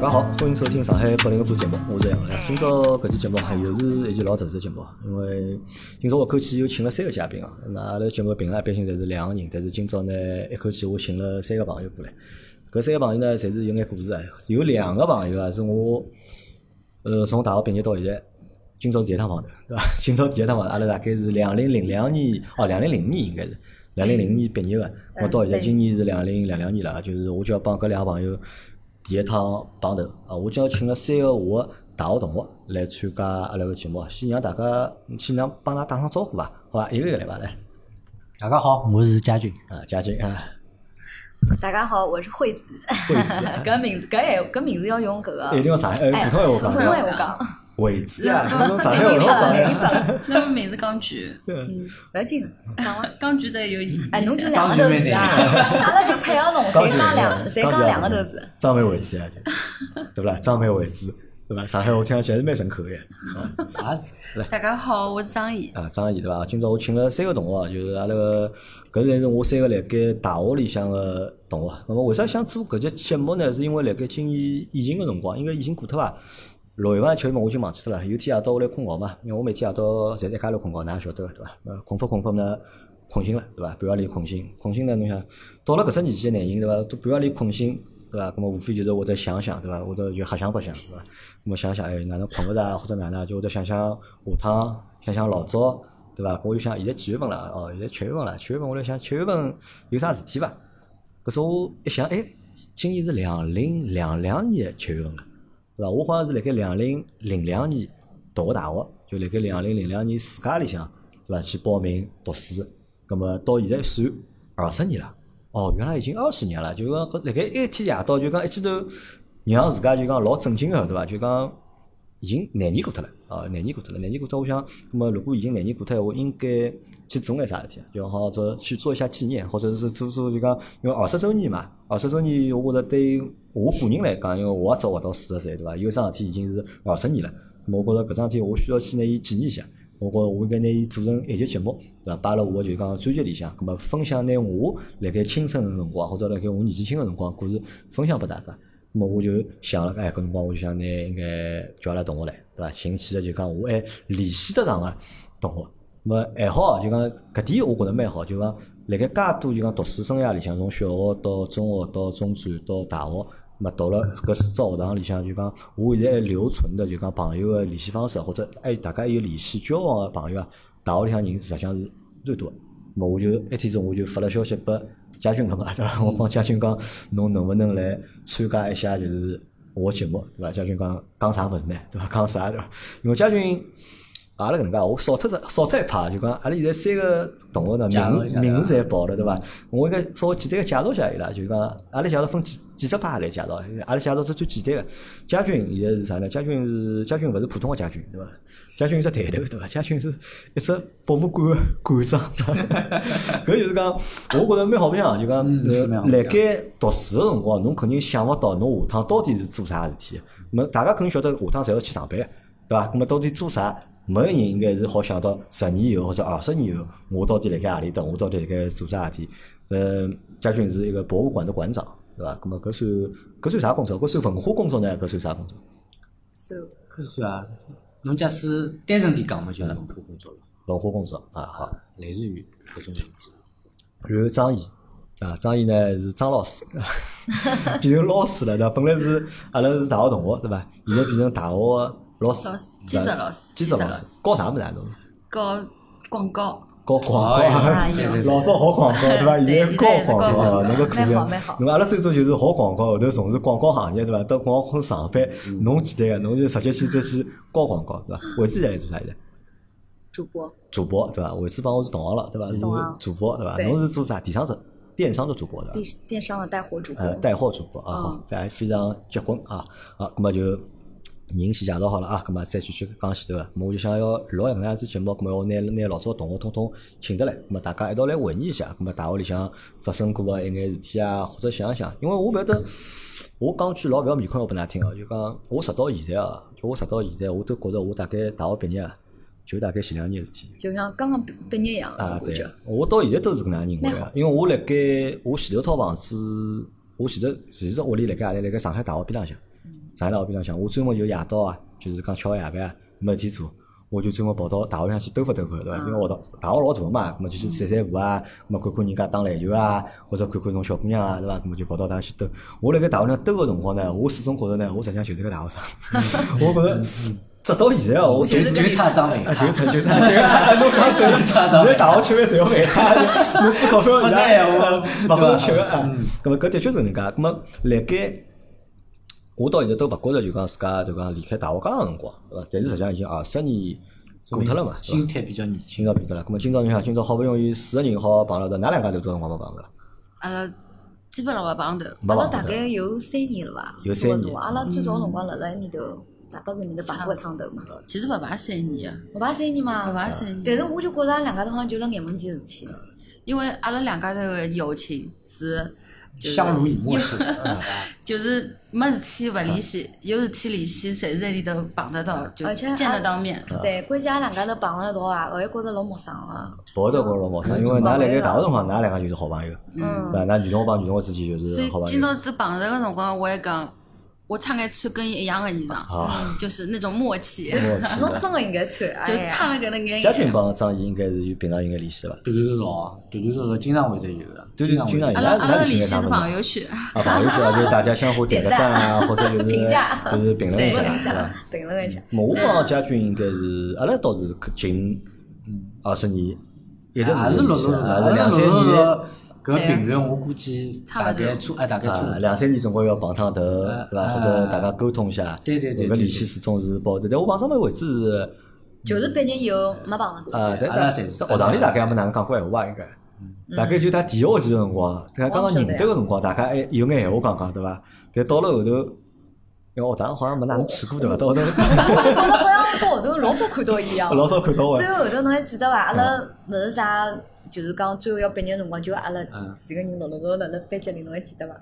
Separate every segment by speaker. Speaker 1: 家好，欢迎收听上海八零后节目，我是杨澜。今朝搿期节目啊，又是一期老特殊的节目，因为今朝我一口气又请了三个嘉宾啊。那阿拉节目平常一般性侪是两个人，但是今朝呢，一口气我请了三个朋友过来。搿三个朋友呢，侪是有眼故事啊。有两个朋友啊，是我呃从大学毕业到现在，今朝是第一趟碰头，对伐？ 今朝第一趟碰头，阿拉大概是两零零两年，哦，两零零年应该是。两零零年毕业个，我到现在
Speaker 2: 嗯对
Speaker 1: 今年是两零两两年了啊，就是我就要帮搿两个朋友第一趟碰头啊，我今朝请了三个我个大学同学来参加阿拉个节目啊，先让大家先让帮㑚打声招呼伐，好伐？一个一个来伐，来
Speaker 3: 大家好，我是佳俊。
Speaker 1: 啊，嘉靖啊，
Speaker 2: 大家好，我是惠子，
Speaker 1: 惠子啊，
Speaker 2: 搿名字搿也搿名字要用搿个
Speaker 1: 一定要上海呃普通闲话
Speaker 2: 哎
Speaker 1: 讲呀，
Speaker 2: 普通闲话讲，
Speaker 1: 惠子啊，
Speaker 4: 是
Speaker 1: 搿 种上海
Speaker 2: 名
Speaker 1: 话
Speaker 2: 字
Speaker 1: 老
Speaker 2: 了
Speaker 1: 讲
Speaker 2: 名字
Speaker 1: 呀，
Speaker 2: 了，
Speaker 4: 那么名字刚举，
Speaker 2: 嗯，不要紧，讲完。
Speaker 4: 刚举这有意
Speaker 1: 嗯
Speaker 4: 义。
Speaker 2: 哎，侬就两个头 子啊，阿拉就配合侬，
Speaker 1: 刚
Speaker 2: 侪讲两，侪讲两个头子，，
Speaker 1: 张梅惠子啊，对不啦？张梅惠子，对伐？上海话听上去还是蛮顺口个。啊
Speaker 3: 也是，
Speaker 4: 大家好，我是张怡。
Speaker 1: 啊，张阿姨对伐？今朝我请了三个同学啊，就是阿拉个搿侪是我三个辣盖大学里向个同学。啊那么为啥想做搿节节目呢？是因为辣盖今年疫情个辰光，应该疫情过脱伐？六月份还七月份我已经忘记脱了。有天夜到我来困觉嘛，因为我每天夜到侪一家头困觉，㑚也晓得个对伐？那困法困法呢，困醒了对伐？半夜里困醒，困醒呢，侬想到了搿只年纪个男人对伐？都半夜里困醒对伐？那么无非就是会得想想对伐？会得就瞎想白想对伐？那么想想哎，哪能困勿着，或者哪能就会得想想下趟，想想老早对伐？我就想现在几月份了？哦，现在七月份了，七月份我来想七月份有啥事体伐？搿时候我一想，哎，今年是两零两两年的七月份了，对伐？我好像是辣盖两零零两年读个大学，就辣盖两零零两年暑假里向，对伐？去报名读书，葛末到现在一算二十年了。哦，原来已经二十年了，就讲搿辣盖一天夜到，就讲一记头让自家就讲老震惊个，对伐？就讲已经廿年过脱了，啊，廿年过脱了，廿年过脱，我想，那么如果已经廿年过脱，我应该去做眼啥事体啊？就好做去做一下纪念，或者是做做就讲，因为二十周年嘛，二十周年，我觉着对我个人来讲，因为我也只活到四十岁，对伐？有桩事体已经是二十年了，那么我觉着搿桩事体我需要去拿伊纪念一下。我觉着我应该拿伊做成一集节目，对伐？摆辣我就讲专辑里向，葛末分享拿我辣盖青春个辰光，或者辣盖我年纪轻个辰光故事分享拨大家。咁么我就想了，哎，搿辰光我就想拿应该叫阿拉同学来，对伐？寻几个就讲我还哎联系得上个啊同学。咁么还好，就讲搿点我觉着蛮好，就讲辣盖介多就讲读书生涯里向，从小学到中学到中专到大学，咁么到了搿四只学堂里向，就讲我现在还留存的就讲朋友个联系方式，啊或者还有大家还有联系交往个朋友啊，大学里向人实际上是最多的。咁么我就一天中我就发了消息拨嘉俊了嘛，对伐？我帮嘉俊讲，侬能勿能来参加一下就是我节目，对伐？嘉俊讲讲啥物事呢？对伐？讲啥对伐？因为嘉俊。阿拉搿能介，我少脱只少脱一趴，就讲阿拉现在三个同学呢，
Speaker 3: 介绍一
Speaker 1: 名
Speaker 3: 下
Speaker 1: 名
Speaker 3: 对伐
Speaker 1: 字侪报了，对伐？我应该稍微简单个介绍一下伊拉，就讲阿拉介绍分几几只派来介绍，阿拉介绍只最简单个。家军现在是啥呢？家军是家军，勿是普通个家军，对伐？家军是只抬头，对伐？家军是一只博物馆个馆 长， 搿就是讲，我觉着蛮好白相啊，就讲
Speaker 3: 嗯是蛮好白相
Speaker 1: 辣盖读书个辰光，侬肯定想勿到侬下趟到底是做啥事体。那么大家肯定晓得下趟侪要去上班，对伐？那么到底做啥？没有人应该是好想到十年以后或者二十年以后，我到底辣盖何里搭，我到底辣盖做啥事体？呃，家俊是一个博物馆的馆长，对伐？那么搿算搿算啥工作？搿算文化工作呢？搿算啥工作？
Speaker 2: So，
Speaker 3: 可是啊，侬假使单纯点讲嘛，就是文化工作了，
Speaker 1: 文化工作啊，好。
Speaker 3: 类似于搿种性质。
Speaker 1: 然后张毅啊，张毅呢是张老师，变成老师了，对伐？本来是阿拉是大学同学，对伐？现在变成大学的老师
Speaker 4: 老师，
Speaker 1: 对伐
Speaker 4: 兼职老师
Speaker 1: 兼职
Speaker 4: 兼职
Speaker 1: 老
Speaker 4: 老
Speaker 1: 师
Speaker 4: 师，
Speaker 1: 搞啥物事啊？侬
Speaker 4: 搞广告，
Speaker 1: 搞广告啊
Speaker 2: 哎，呀
Speaker 1: 老早好广告对伐？
Speaker 4: 对
Speaker 1: 现在搞广
Speaker 4: 现
Speaker 1: 告
Speaker 4: 在是搞广
Speaker 1: 啊，
Speaker 4: 告
Speaker 1: 侬搿可以
Speaker 2: 蛮
Speaker 1: 啊
Speaker 2: 好蛮好。
Speaker 1: 侬阿拉最早就是好广告，后头从事广告行业对伐？到广告公司上班，侬简单个，侬就直接去再去搞广告对伐？为自己来做啥现在？
Speaker 2: 主播，
Speaker 1: 主播对伐？惠子帮我是同行了对伐？
Speaker 2: 同行
Speaker 1: 是主播对伐？
Speaker 2: 对
Speaker 1: 侬是做啥？电商做电商做主播对伐
Speaker 2: 电？电商的带货主播
Speaker 1: 呃，，带货主播啊，
Speaker 2: 嗯
Speaker 1: 好，非非常结棍啊，好，那么就人先介绍好了啊，那么再继续讲前头个，那么我就想要聊搿能样子节目，那么我拿拿老早同学统统请得来，那么大家一道来回忆一下，那么大学里向发生过个一眼事体啊，或者想一想，因为我勿晓得，我讲句老勿要面孔话拨㑚听哦，就讲我直到现在啊，就我直到现在，我都觉着我大概大学毕业啊，就大概前两年个事体。
Speaker 2: 就像刚刚毕毕业一样，
Speaker 1: 啊，
Speaker 2: 感
Speaker 1: 对
Speaker 2: 觉，，
Speaker 1: 我到现在都是搿能样认为
Speaker 2: 蛮
Speaker 1: 啊，因为我辣盖我前头套房子，我前头前头屋里辣盖阿里辣盖上海大学边浪向，
Speaker 2: 嗯
Speaker 1: 常辣学边浪向，我周末有夜到啊，就是讲吃个夜饭啊，没事体做，我就周末跑到大学里向去兜发兜发，对伐？
Speaker 2: 嗯
Speaker 1: 因为学堂大学老大嘛，咁么就去散散步啊，咁么看看人家打篮球啊，或者看看侬小姑娘啊，对伐？咁么就跑到大学去兜。我辣盖大学里向兜个辰光呢，我始终觉着呢，我实际上就是个大学生。 我觉着直到现在哦，
Speaker 2: 嗯
Speaker 1: 我
Speaker 3: 就
Speaker 1: 甚
Speaker 3: 是
Speaker 1: 至
Speaker 3: 就差张伟
Speaker 1: 啊，
Speaker 3: 卡
Speaker 1: 就，是就他，侬讲
Speaker 3: 就差张
Speaker 1: 现在
Speaker 3: 伟
Speaker 1: 大学吃饭谁要陪他？我付钞票，人
Speaker 3: 不
Speaker 1: 家
Speaker 3: 在呀我
Speaker 1: 勿好吃个啊。咁么搿的确是搿能介。咁么辣盖我到现在都勿觉着就讲自家就讲离开大学介长辰光，对伐？但是实际上已经二十年过脱了嘛，对伐？
Speaker 3: 心态比较年轻
Speaker 1: 今。朝变脱了。咁么今朝侬想，今朝好不容易四个人好好碰了到，㑚两家头多少辰光没碰着了？
Speaker 4: 阿拉基本上勿碰头。
Speaker 1: 没
Speaker 2: 阿
Speaker 1: 碰着
Speaker 2: 拉大概有三年了吧，
Speaker 1: 有三年
Speaker 2: 差不多阿拉最早辰光辣辣埃面头，大巴子面头碰过一趟头嘛，
Speaker 1: 嗯
Speaker 4: 其实勿碰三年的，
Speaker 2: 勿碰三年嘛，
Speaker 4: 勿碰三年。
Speaker 2: 但是我就觉着俺两家头好像就辣眼门前事体，
Speaker 4: 因为阿拉两家头的友情是就是
Speaker 3: 相濡以沫嗯式，
Speaker 4: 就是没事体勿联系，有事体联系，随时随地都碰得到，就
Speaker 2: 而且
Speaker 4: 见得
Speaker 2: 还
Speaker 4: 到面。
Speaker 1: 啊
Speaker 2: 对，关键俺两家头碰了一道啊，勿会觉着老陌生了，
Speaker 1: 跑着跑老陌生，因为㑚辣盖大学辰光，㑚两家就是好朋友，对伐？
Speaker 2: 嗯，
Speaker 1: 㑚女同学帮女同学之间就
Speaker 4: 所
Speaker 1: 是
Speaker 4: 以
Speaker 1: 好朋
Speaker 4: 今
Speaker 1: 友。
Speaker 4: 朝子碰着个辰光，我也讲，我差眼穿跟伊一样的衣裳，
Speaker 1: 啊
Speaker 4: 嗯就是那种默契，
Speaker 1: 默契
Speaker 2: 侬真个应该穿，
Speaker 4: 就
Speaker 2: 哎呀
Speaker 4: 差了搿能眼。
Speaker 1: 家俊帮张怡应该是有平常应该联系了吧？
Speaker 3: 对对对老，对对对对，经常会得有的，
Speaker 1: 对对
Speaker 3: 会哎
Speaker 1: 经常有
Speaker 4: 阿拉阿拉的联系是朋友 圈，
Speaker 1: 啊，朋友圈啊，就是大家相互点个赞啊，或者就是
Speaker 2: 评价
Speaker 1: 就是评论一
Speaker 2: 评
Speaker 1: 下，嗯
Speaker 2: 论一
Speaker 1: 是吧
Speaker 2: 下？，评论一下，
Speaker 1: 我帮家俊应该是，阿拉倒是啊近二十年，一直
Speaker 3: 还是
Speaker 1: 有
Speaker 3: 陆
Speaker 1: 联
Speaker 3: 陆
Speaker 1: 系
Speaker 3: 陆，
Speaker 1: 啊是两
Speaker 3: 陆
Speaker 1: 三
Speaker 3: 陆陆
Speaker 1: 年
Speaker 3: 搿频率我估计大概差，哎，大概
Speaker 1: 啊，
Speaker 3: 差。
Speaker 1: 两三年总归要碰趟头，对伐？
Speaker 3: 啊
Speaker 1: 或者大家沟通一下，
Speaker 3: 对对对
Speaker 1: 有个联系始终是保持。但我碰上面为止是，
Speaker 2: 就是毕业以后没碰着过，
Speaker 1: 啊，但
Speaker 3: 阿拉
Speaker 1: 但
Speaker 3: 侪
Speaker 1: 在
Speaker 3: 是
Speaker 1: 学堂里大概也没哪能讲过闲话，应该。大概就他第一学期的辰光，他刚刚认得个辰光，大家还有眼闲话讲讲，对伐？但到了后头，因为学堂好像没哪能去过，对伐？到后头
Speaker 2: 我觉着好像到后头老少看到伊一样。
Speaker 1: 老少看 到个
Speaker 2: 最。后后头侬还记得伐？阿拉勿是啥，就是讲最后要毕业辰光，就阿拉
Speaker 3: 嗯
Speaker 2: 几个人陆陆续续辣辣班级里，侬还记得伐？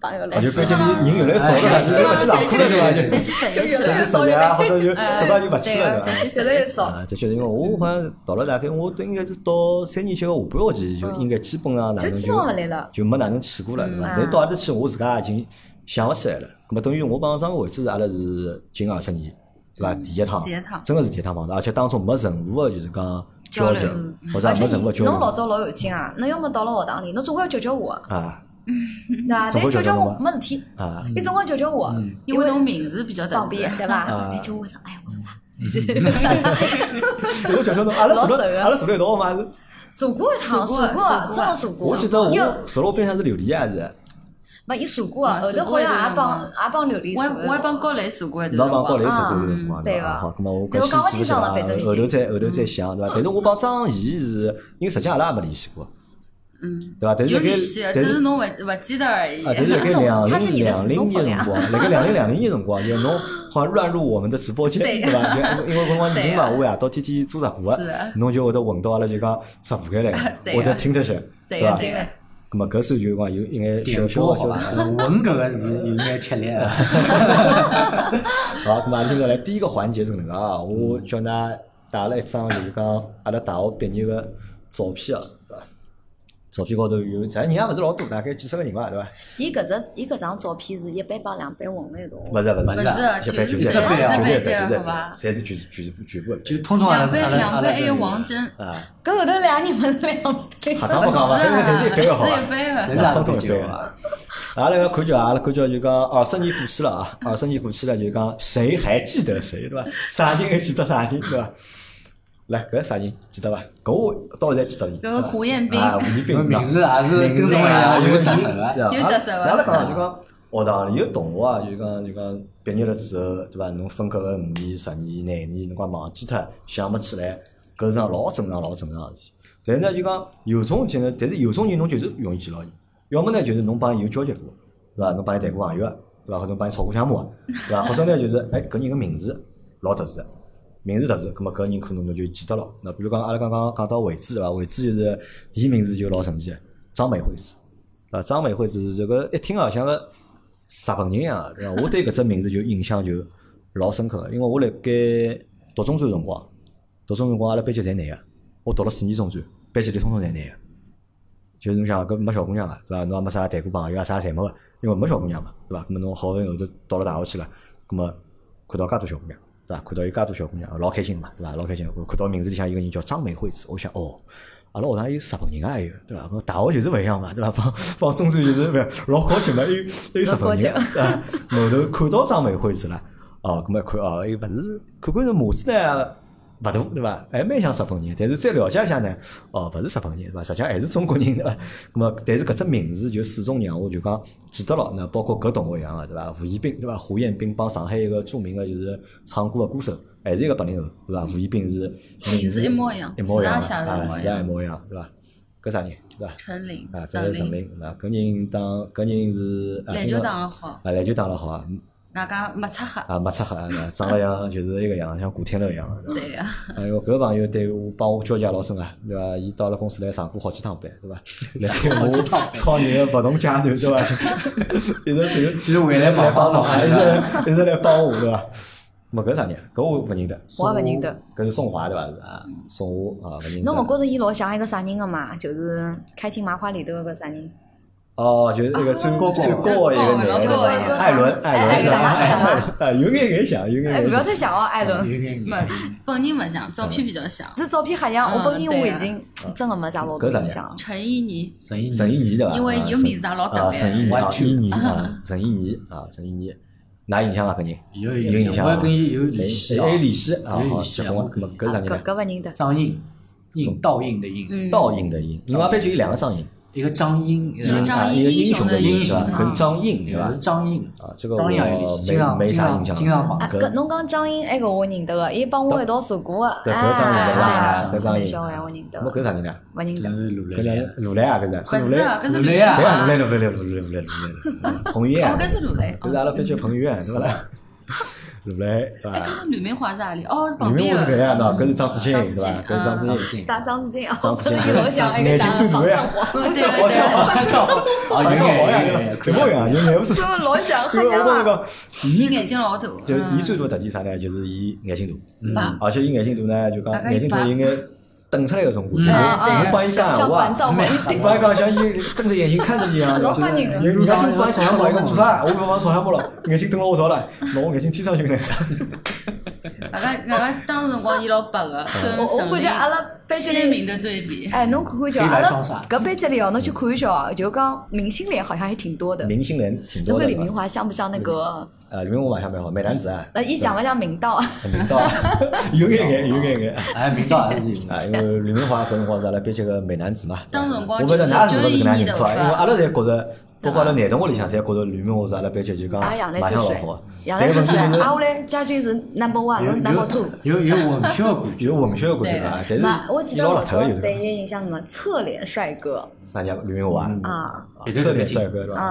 Speaker 2: 帮一个老
Speaker 1: 啊，就
Speaker 2: 师
Speaker 1: 感，觉人越来越少了，
Speaker 3: 哎
Speaker 1: 就是
Speaker 4: 基
Speaker 1: 不去上
Speaker 4: 本上谁
Speaker 1: 课了，对伐？就
Speaker 4: 去
Speaker 1: 是
Speaker 4: 谁去谁去
Speaker 1: 就
Speaker 4: 了
Speaker 1: 是，十月啊，或者就
Speaker 4: 呃
Speaker 1: 十八就勿去了，
Speaker 4: 哎
Speaker 1: 对伐？
Speaker 2: 越
Speaker 4: 对谁去
Speaker 2: 来越
Speaker 4: 谁去。
Speaker 2: 少。
Speaker 1: 啊，的确，因为我好像到了大概，我都应该是到三年级个下半学期，就应该基本上哪能
Speaker 2: 就基本上勿来了
Speaker 1: 就没哪能去过了，对伐？
Speaker 2: 嗯
Speaker 1: 但到阿里去，我自家已经想勿起来了。咁么等于我帮张伟之，阿拉是近二十年，对
Speaker 2: 嗯
Speaker 1: 伐？第一趟，
Speaker 4: 第一趟
Speaker 1: 真个是第一趟碰头，而且当中没任何个就是讲
Speaker 4: 交
Speaker 1: 流
Speaker 4: 流，
Speaker 1: 或者
Speaker 2: 嗯而
Speaker 1: 也
Speaker 2: 且
Speaker 1: 没任何
Speaker 2: 伊
Speaker 1: 交
Speaker 2: 侬老
Speaker 1: 流
Speaker 2: 早老有劲啊！侬要么到了学堂里，侬总归要教教我，
Speaker 1: 啊
Speaker 2: 对伐？
Speaker 1: 总归教
Speaker 2: 但教
Speaker 1: 教
Speaker 2: 教
Speaker 1: 侬
Speaker 2: 我没事体，
Speaker 1: 啊！
Speaker 2: 伊总归教教我，
Speaker 4: 因为侬名字比较特
Speaker 2: 旁
Speaker 4: 别
Speaker 2: 边，对
Speaker 1: 嗯
Speaker 4: 啊
Speaker 2: 伐？而且我想，哎呀，我说啥？
Speaker 1: 我讲讲侬，阿拉
Speaker 2: 老
Speaker 1: 坐
Speaker 2: 熟啊
Speaker 1: 了，
Speaker 2: 个
Speaker 1: 阿拉坐了一道嘛是，
Speaker 2: 数过一趟，
Speaker 4: 数
Speaker 2: 数
Speaker 4: 过
Speaker 2: 过，
Speaker 4: 数过
Speaker 2: 真的数过。
Speaker 1: 我记得
Speaker 2: 又
Speaker 1: 我坐了我边上是琉璃还是。
Speaker 2: 没伊数过，呃
Speaker 4: 嗯
Speaker 2: 后头
Speaker 4: 数
Speaker 2: 好
Speaker 4: 过一
Speaker 2: 像也
Speaker 4: 段辰
Speaker 2: 帮
Speaker 4: 光
Speaker 2: 也帮刘丽
Speaker 4: 我
Speaker 2: 数
Speaker 4: 还
Speaker 2: 过一
Speaker 4: 我还
Speaker 2: 段
Speaker 4: 帮高磊数过一
Speaker 1: 老
Speaker 4: 段
Speaker 1: 帮高
Speaker 4: 光
Speaker 1: 磊
Speaker 2: 啊
Speaker 1: 是过有辰光
Speaker 2: 对
Speaker 1: 伐？
Speaker 2: 伐
Speaker 1: 好，咁么我
Speaker 2: 对
Speaker 1: 搿
Speaker 2: 我
Speaker 1: 先
Speaker 2: 讲勿
Speaker 1: 记
Speaker 2: 清爽
Speaker 1: 下
Speaker 2: 了反正已
Speaker 1: 后头
Speaker 2: 经
Speaker 1: 再后头
Speaker 2: 嗯
Speaker 1: 再想对伐？但是我帮张怡是，因为实际阿拉也没联系过，
Speaker 4: 嗯，
Speaker 1: 对伐？但是
Speaker 4: 有
Speaker 1: 辣盖
Speaker 4: 联系，
Speaker 2: 啊
Speaker 1: 但
Speaker 4: 只
Speaker 1: 是
Speaker 4: 是侬勿勿记得而已。
Speaker 1: 啊，但是辣盖两
Speaker 2: 他是
Speaker 1: 零
Speaker 2: 你的
Speaker 1: 两
Speaker 2: 死
Speaker 1: 零
Speaker 2: 忠
Speaker 1: 年
Speaker 2: 粉
Speaker 1: 辰
Speaker 2: 呀
Speaker 1: 光，辣盖两零两零年辰光，就是侬好像乱入我们的直播间，
Speaker 2: 对
Speaker 1: 对伐？因为因为辰光疫情嘛，
Speaker 4: 对啊
Speaker 1: 我夜到天天做直播
Speaker 4: 是啊，，
Speaker 1: 侬就会得闻到阿拉就讲直播间来
Speaker 4: 对啊
Speaker 1: 会得听得些，
Speaker 4: 对
Speaker 1: 伐
Speaker 4: 啊，？对啊，
Speaker 1: 咁么搿算就讲有一眼小
Speaker 3: 点
Speaker 1: 小
Speaker 3: 播
Speaker 1: 小
Speaker 3: 好吧，文搿个是有眼吃力啊的，
Speaker 1: 好，咁啊，今朝来第一个环节是搿能介啊，我叫㑚带了一张就是讲阿拉大学毕业个照片啊，对伐？照片高头有，咱人也勿是老多，大概几十个人伐，对伐？
Speaker 2: 伊搿只伊搿张照片是一般帮两般混了一道。
Speaker 1: 勿是勿
Speaker 3: 不
Speaker 1: 是
Speaker 3: 是啊，
Speaker 1: 一般
Speaker 4: 就是
Speaker 1: 是
Speaker 3: 这辈啊
Speaker 1: 绝对
Speaker 4: 这辈
Speaker 1: 绝
Speaker 4: 啊
Speaker 1: 对
Speaker 4: 好吧
Speaker 1: 侪是全全全部
Speaker 3: 就通通阿
Speaker 4: 两
Speaker 3: 拉阿
Speaker 4: 班
Speaker 3: 拉
Speaker 4: 两
Speaker 3: 阿拉
Speaker 4: 班还有
Speaker 3: 这
Speaker 4: 王真，
Speaker 1: 啊，
Speaker 2: 搿后头两个人勿是两
Speaker 1: 瞎
Speaker 2: 般，
Speaker 1: 讲勿讲伐？
Speaker 4: 是
Speaker 1: 因为侪
Speaker 4: 啊，
Speaker 1: 是一般
Speaker 4: 是
Speaker 1: 个好伐？
Speaker 4: 般
Speaker 3: 谁是
Speaker 4: 个。
Speaker 3: 阿拉这啊？
Speaker 1: 阿拉个看叫啊，阿拉看叫就讲二十年过去了啊，二十年过去了就讲谁还记得谁对伐？啥人还记得啥人对伐？来，搿啥人记得伐？搿我到现在记得人。
Speaker 4: 搿胡彦斌，
Speaker 1: 啊，吴亦
Speaker 3: 因为
Speaker 1: 斌
Speaker 3: 名字也是跟
Speaker 1: 名
Speaker 3: 侬
Speaker 1: 字
Speaker 3: 一
Speaker 1: 啊
Speaker 3: 样有特色
Speaker 1: 对
Speaker 3: 的，
Speaker 1: 啊
Speaker 4: 有特色的
Speaker 1: 阿拉讲就讲学堂里有同学啊，就讲就讲毕业了之后，对伐？侬分隔个五年、十年、廿年，侬讲忘记脱，想勿起来，搿是桩老正常、老正常个事体。但是呢，就讲有种事体呢，但是有种人侬就是容易记牢伊，要么呢就是侬帮伊有交集过，对伐？侬帮伊谈过朋友个，对伐？或者侬帮伊吵过相骂个，啊对伐？或者呢就是哎，搿人个名字老特殊个。名字特殊，葛么搿人可能侬就记得牢。那比如讲，阿拉刚刚讲到惠子对伐？惠子就是伊名字就老神奇的，张美惠子。啊，张美惠子这个一听啊，像个日本人一样啊，对伐？我对搿只名字就印象就老深刻个，因为我辣盖读中专辰光，读中专辰光阿拉班级侪男个，我读了四年中专，班级里通通侪男个。就是侬想搿没小姑娘个，对伐？侬也没啥谈过朋友啊，啥侪没个，因为没小姑娘嘛，对伐？那么侬好勿容易后头到了大学去了，那么看到介多小姑娘，对伐？看到有介多小姑娘，老开心嘛，对伐？老开心。我看到名字里向一个人叫张美惠子，我想哦。阿拉学堂有日本人啊，也有对伐？我大学就是勿一样嘛，对伐？帮 帮中专就是勿是老高级嘛，有有日
Speaker 2: 老高
Speaker 1: 本
Speaker 2: 级
Speaker 1: 人，啊对伐？后头看到张美惠子了，哦，咁么一看哦，又勿是，看看这模子呢，勿大对伐？还蛮像日本人，但是再了解一下呢，哦，勿是日本人对伐？实际上还是中国人对伐？咁么，但是搿只名字就始终让我就讲记得牢，那包括搿同学一样个对伐？胡彦斌对伐？胡彦斌帮上海一个著名个就是唱歌个歌手，还是一个白领头对伐？胡彦斌是
Speaker 4: 名字一模一样
Speaker 1: 一模一样
Speaker 4: 字也写
Speaker 1: 的，
Speaker 4: 得
Speaker 1: 啊字也一
Speaker 4: 一模一样
Speaker 1: 模一样对伐？搿啥人对伐？
Speaker 4: 陈琳
Speaker 1: 啊，，搿
Speaker 4: 陈
Speaker 1: 是陈
Speaker 4: 琳，
Speaker 1: 林，那搿人当搿人是啊
Speaker 4: 篮
Speaker 1: 因
Speaker 4: 球
Speaker 1: 为
Speaker 4: 打得好，
Speaker 1: 啊，篮球打了好啊，
Speaker 4: 外加没擦黑，
Speaker 1: 啊，没出汗，啊长了像就是一个样，像古天乐一样。对吧
Speaker 4: 对个。
Speaker 1: 哎呦，搿个朋友对我帮我交集也老深啊，对伐？伊到了公司来上过好几趟班，对伐？来给我操你个勿同阶段，对伐？一直这个
Speaker 3: 其实回来
Speaker 1: 来帮
Speaker 3: 帮帮
Speaker 1: 侬
Speaker 3: 忙
Speaker 1: 啊，一直一直来帮我，对伐？咹搿啥人？搿我勿认得，
Speaker 2: 我也勿认得。
Speaker 1: 搿是宋华对伐？是啊，宋华啊，勿认得。
Speaker 2: 侬勿觉着伊老像一个啥人个嘛？就是《开心麻花》里头个啥人？
Speaker 1: 哦，就是那个最
Speaker 4: 啊
Speaker 1: 最高的一个
Speaker 4: 老
Speaker 1: 男
Speaker 4: 高
Speaker 1: 的
Speaker 4: 了，
Speaker 1: 艾伦，艾伦，
Speaker 2: 哎
Speaker 1: 是
Speaker 2: 什么
Speaker 1: 吧
Speaker 2: 什么
Speaker 1: 啊，有眼眼像，有眼
Speaker 2: 哎，
Speaker 1: 眼
Speaker 2: 勿要
Speaker 1: 像。
Speaker 2: 再想哦，艾
Speaker 4: 啊
Speaker 2: 伦。
Speaker 3: 有点
Speaker 4: 没，本人勿像，照片比较像。
Speaker 2: 这照片还像，我本人我
Speaker 4: 嗯对
Speaker 2: 已
Speaker 4: 啊
Speaker 2: 经真的没啥老多
Speaker 1: 搿啥
Speaker 2: 印
Speaker 1: 人
Speaker 2: 象。
Speaker 4: 陈依妮，
Speaker 3: 陈奕
Speaker 1: 沈
Speaker 3: 迅
Speaker 1: 一妮对伐？
Speaker 4: 因为
Speaker 1: 啊
Speaker 4: 有名字也老特
Speaker 1: 啊，
Speaker 4: 别
Speaker 1: 沈一妮啊，
Speaker 3: 弯曲
Speaker 1: 一妮啊，沈一妮啊，沈一妮，哪印象啊？搿人
Speaker 3: 有
Speaker 1: 有印
Speaker 3: 印
Speaker 1: 象
Speaker 3: 象，
Speaker 1: 啊
Speaker 3: 我跟伊有联系啊
Speaker 1: 哎，哎，李希啊，
Speaker 3: 有
Speaker 1: 好，
Speaker 3: 李希
Speaker 1: 结
Speaker 3: 啊
Speaker 1: 婚
Speaker 3: 我
Speaker 1: 了，
Speaker 3: 跟伊
Speaker 1: 搿
Speaker 2: 啊
Speaker 1: 啥人
Speaker 2: 搿
Speaker 1: 啊？
Speaker 2: 搿勿认得。
Speaker 3: 张印，印倒印的印，
Speaker 4: 嗯，
Speaker 1: 倒印的印，另外一般就有两个张印，
Speaker 3: 一个张英，一个
Speaker 4: 就张
Speaker 1: 啊，
Speaker 4: 英
Speaker 1: 一个
Speaker 4: 英
Speaker 1: 英
Speaker 4: 雄
Speaker 1: 的
Speaker 4: 的
Speaker 1: 英
Speaker 4: 英
Speaker 1: 是吧？
Speaker 4: 雄
Speaker 1: 搿
Speaker 4: 啊
Speaker 1: 是张印对
Speaker 3: 也
Speaker 1: 伐
Speaker 3: 是？张英，
Speaker 1: 啊，这个我
Speaker 3: 嗯张印也有联系，经常
Speaker 1: 没没
Speaker 3: 经
Speaker 1: 啥印
Speaker 3: 常
Speaker 1: 象。
Speaker 3: 经常
Speaker 2: 啊，
Speaker 3: 忙，
Speaker 1: 搿
Speaker 2: 搿侬讲张英埃个我认得个，伊帮我一道坐过
Speaker 1: 对
Speaker 2: 个。
Speaker 1: 搿张印对
Speaker 2: 啊
Speaker 1: 伐？
Speaker 2: 对
Speaker 1: 搿张印，
Speaker 2: 小我认得
Speaker 1: 咾搿
Speaker 2: 个，
Speaker 1: 啥人呢？
Speaker 2: 勿认
Speaker 3: 就是
Speaker 2: 得。
Speaker 3: 鲁
Speaker 1: 搿
Speaker 3: 雷
Speaker 1: 两
Speaker 3: 啊
Speaker 1: 个鲁雷啊，搿是
Speaker 4: 勿
Speaker 1: 鲁
Speaker 4: 是
Speaker 1: 雷
Speaker 3: 鲁雷
Speaker 4: 啊，搿是雷
Speaker 3: 啊
Speaker 1: 对啊，
Speaker 4: 啊
Speaker 1: 鲁雷，鲁雷，鲁雷，鲁雷，鲁雷，鲁雷，彭于晏
Speaker 4: 哦，，搿是鲁雷。
Speaker 1: 搿是阿拉班级彭于晏对伐 啦？鲁雷对
Speaker 4: 哎，
Speaker 1: 伐？
Speaker 4: 刚刚吕梅华是哪里？哦，
Speaker 1: 里
Speaker 4: 旁
Speaker 1: 面
Speaker 4: 边
Speaker 1: 我是搿样的，搿
Speaker 4: 搿
Speaker 1: 是张子
Speaker 4: 嗯子
Speaker 1: 静
Speaker 4: 静
Speaker 1: 对伐？搿是张
Speaker 4: 嗯
Speaker 1: 子
Speaker 3: 张
Speaker 1: 静。
Speaker 3: 静，
Speaker 2: 啥张子静啊？
Speaker 1: 张
Speaker 2: 我
Speaker 1: 子
Speaker 2: 本
Speaker 1: 静
Speaker 2: 人老像一个啥
Speaker 1: 眼睛最大
Speaker 2: 黄
Speaker 1: 呀
Speaker 2: 少华，
Speaker 4: 对
Speaker 1: 好像好像好
Speaker 3: 好像好
Speaker 4: 对对，
Speaker 1: 像一模一样，
Speaker 3: 样，
Speaker 1: 就眼不是。
Speaker 2: 是不是老像
Speaker 1: 因
Speaker 2: 黑
Speaker 1: 为我
Speaker 2: 家
Speaker 1: 那
Speaker 2: 嘛？
Speaker 1: 个，伊
Speaker 4: 伊眼睛老大，
Speaker 1: 就伊
Speaker 4: 嗯
Speaker 1: 最大的特点啥呢？就是伊眼睛大
Speaker 4: 嗯，
Speaker 1: 而且伊眼睛大呢，就
Speaker 4: 大
Speaker 1: 讲
Speaker 4: 概
Speaker 1: 眼睛大
Speaker 4: 一
Speaker 1: 有眼瞪出来搿种感觉。
Speaker 2: 啊
Speaker 1: 我
Speaker 2: 啊
Speaker 1: 们！帮伊讲
Speaker 2: 像
Speaker 1: 闲
Speaker 2: 像
Speaker 1: 话
Speaker 2: 樊，少华，
Speaker 1: 我帮伊讲像伊瞪着眼睛看着你一样的。
Speaker 2: 老吓人了。
Speaker 1: 人人家说帮伊吵相骂，伊讲做啥？我不帮吵相骂了，眼睛瞪牢我朝了，拿我眼睛贴上去了。
Speaker 4: 外加外加当时辰光伊老白个，
Speaker 1: 嗯
Speaker 4: 跟
Speaker 2: 我我
Speaker 4: 陈
Speaker 2: 感觉阿拉班级
Speaker 4: 鲜
Speaker 2: 里，
Speaker 4: 明的对比。
Speaker 2: 哎，侬看看叫
Speaker 3: 黑
Speaker 2: 阿
Speaker 3: 白
Speaker 2: 拉
Speaker 3: 双煞
Speaker 2: 搿班级里哦，侬去看一下哦，就讲明星脸好像还挺多的。
Speaker 1: 明星人挺
Speaker 2: 侬
Speaker 1: 多的
Speaker 2: 看李，明华像不像那个？
Speaker 1: 啊，李明我马上蛮好，美男子啊，
Speaker 2: 呃，伊像不像明道？
Speaker 1: 很明道，有眼眼，有眼眼。
Speaker 3: 哎，明道还是
Speaker 2: 嗯
Speaker 3: 有
Speaker 1: 啊，因为李明华搿辰光是阿拉班级个美男子嘛。
Speaker 4: 当辰光
Speaker 1: 我勿晓得㑚是勿是搿能介认可啊，
Speaker 4: 就是
Speaker 1: 因
Speaker 4: 一年头发啊
Speaker 1: 为阿拉侪觉着，包括阿拉男同学里向侪觉着李明华是阿拉班级就讲
Speaker 2: 啊杨澜
Speaker 1: 卖相
Speaker 2: 就
Speaker 1: 老
Speaker 2: 帅
Speaker 1: 好个，
Speaker 2: 杨澜就
Speaker 1: 但
Speaker 2: 帅，
Speaker 1: 问题
Speaker 2: 啊，我来家军是 number one，侬 number two。
Speaker 3: 有有有文学的感觉，
Speaker 1: 有文学个感觉啊，但
Speaker 2: 妈，我
Speaker 1: 是
Speaker 2: 记
Speaker 1: 伊
Speaker 2: 得
Speaker 1: 老
Speaker 2: 我
Speaker 1: 老头个就是
Speaker 2: 对伊印象什么侧脸帅哥
Speaker 1: 啥人李明华
Speaker 4: 嗯
Speaker 1: 啊，
Speaker 2: 啊
Speaker 1: 啊侧脸帅哥是吧？
Speaker 2: 啊，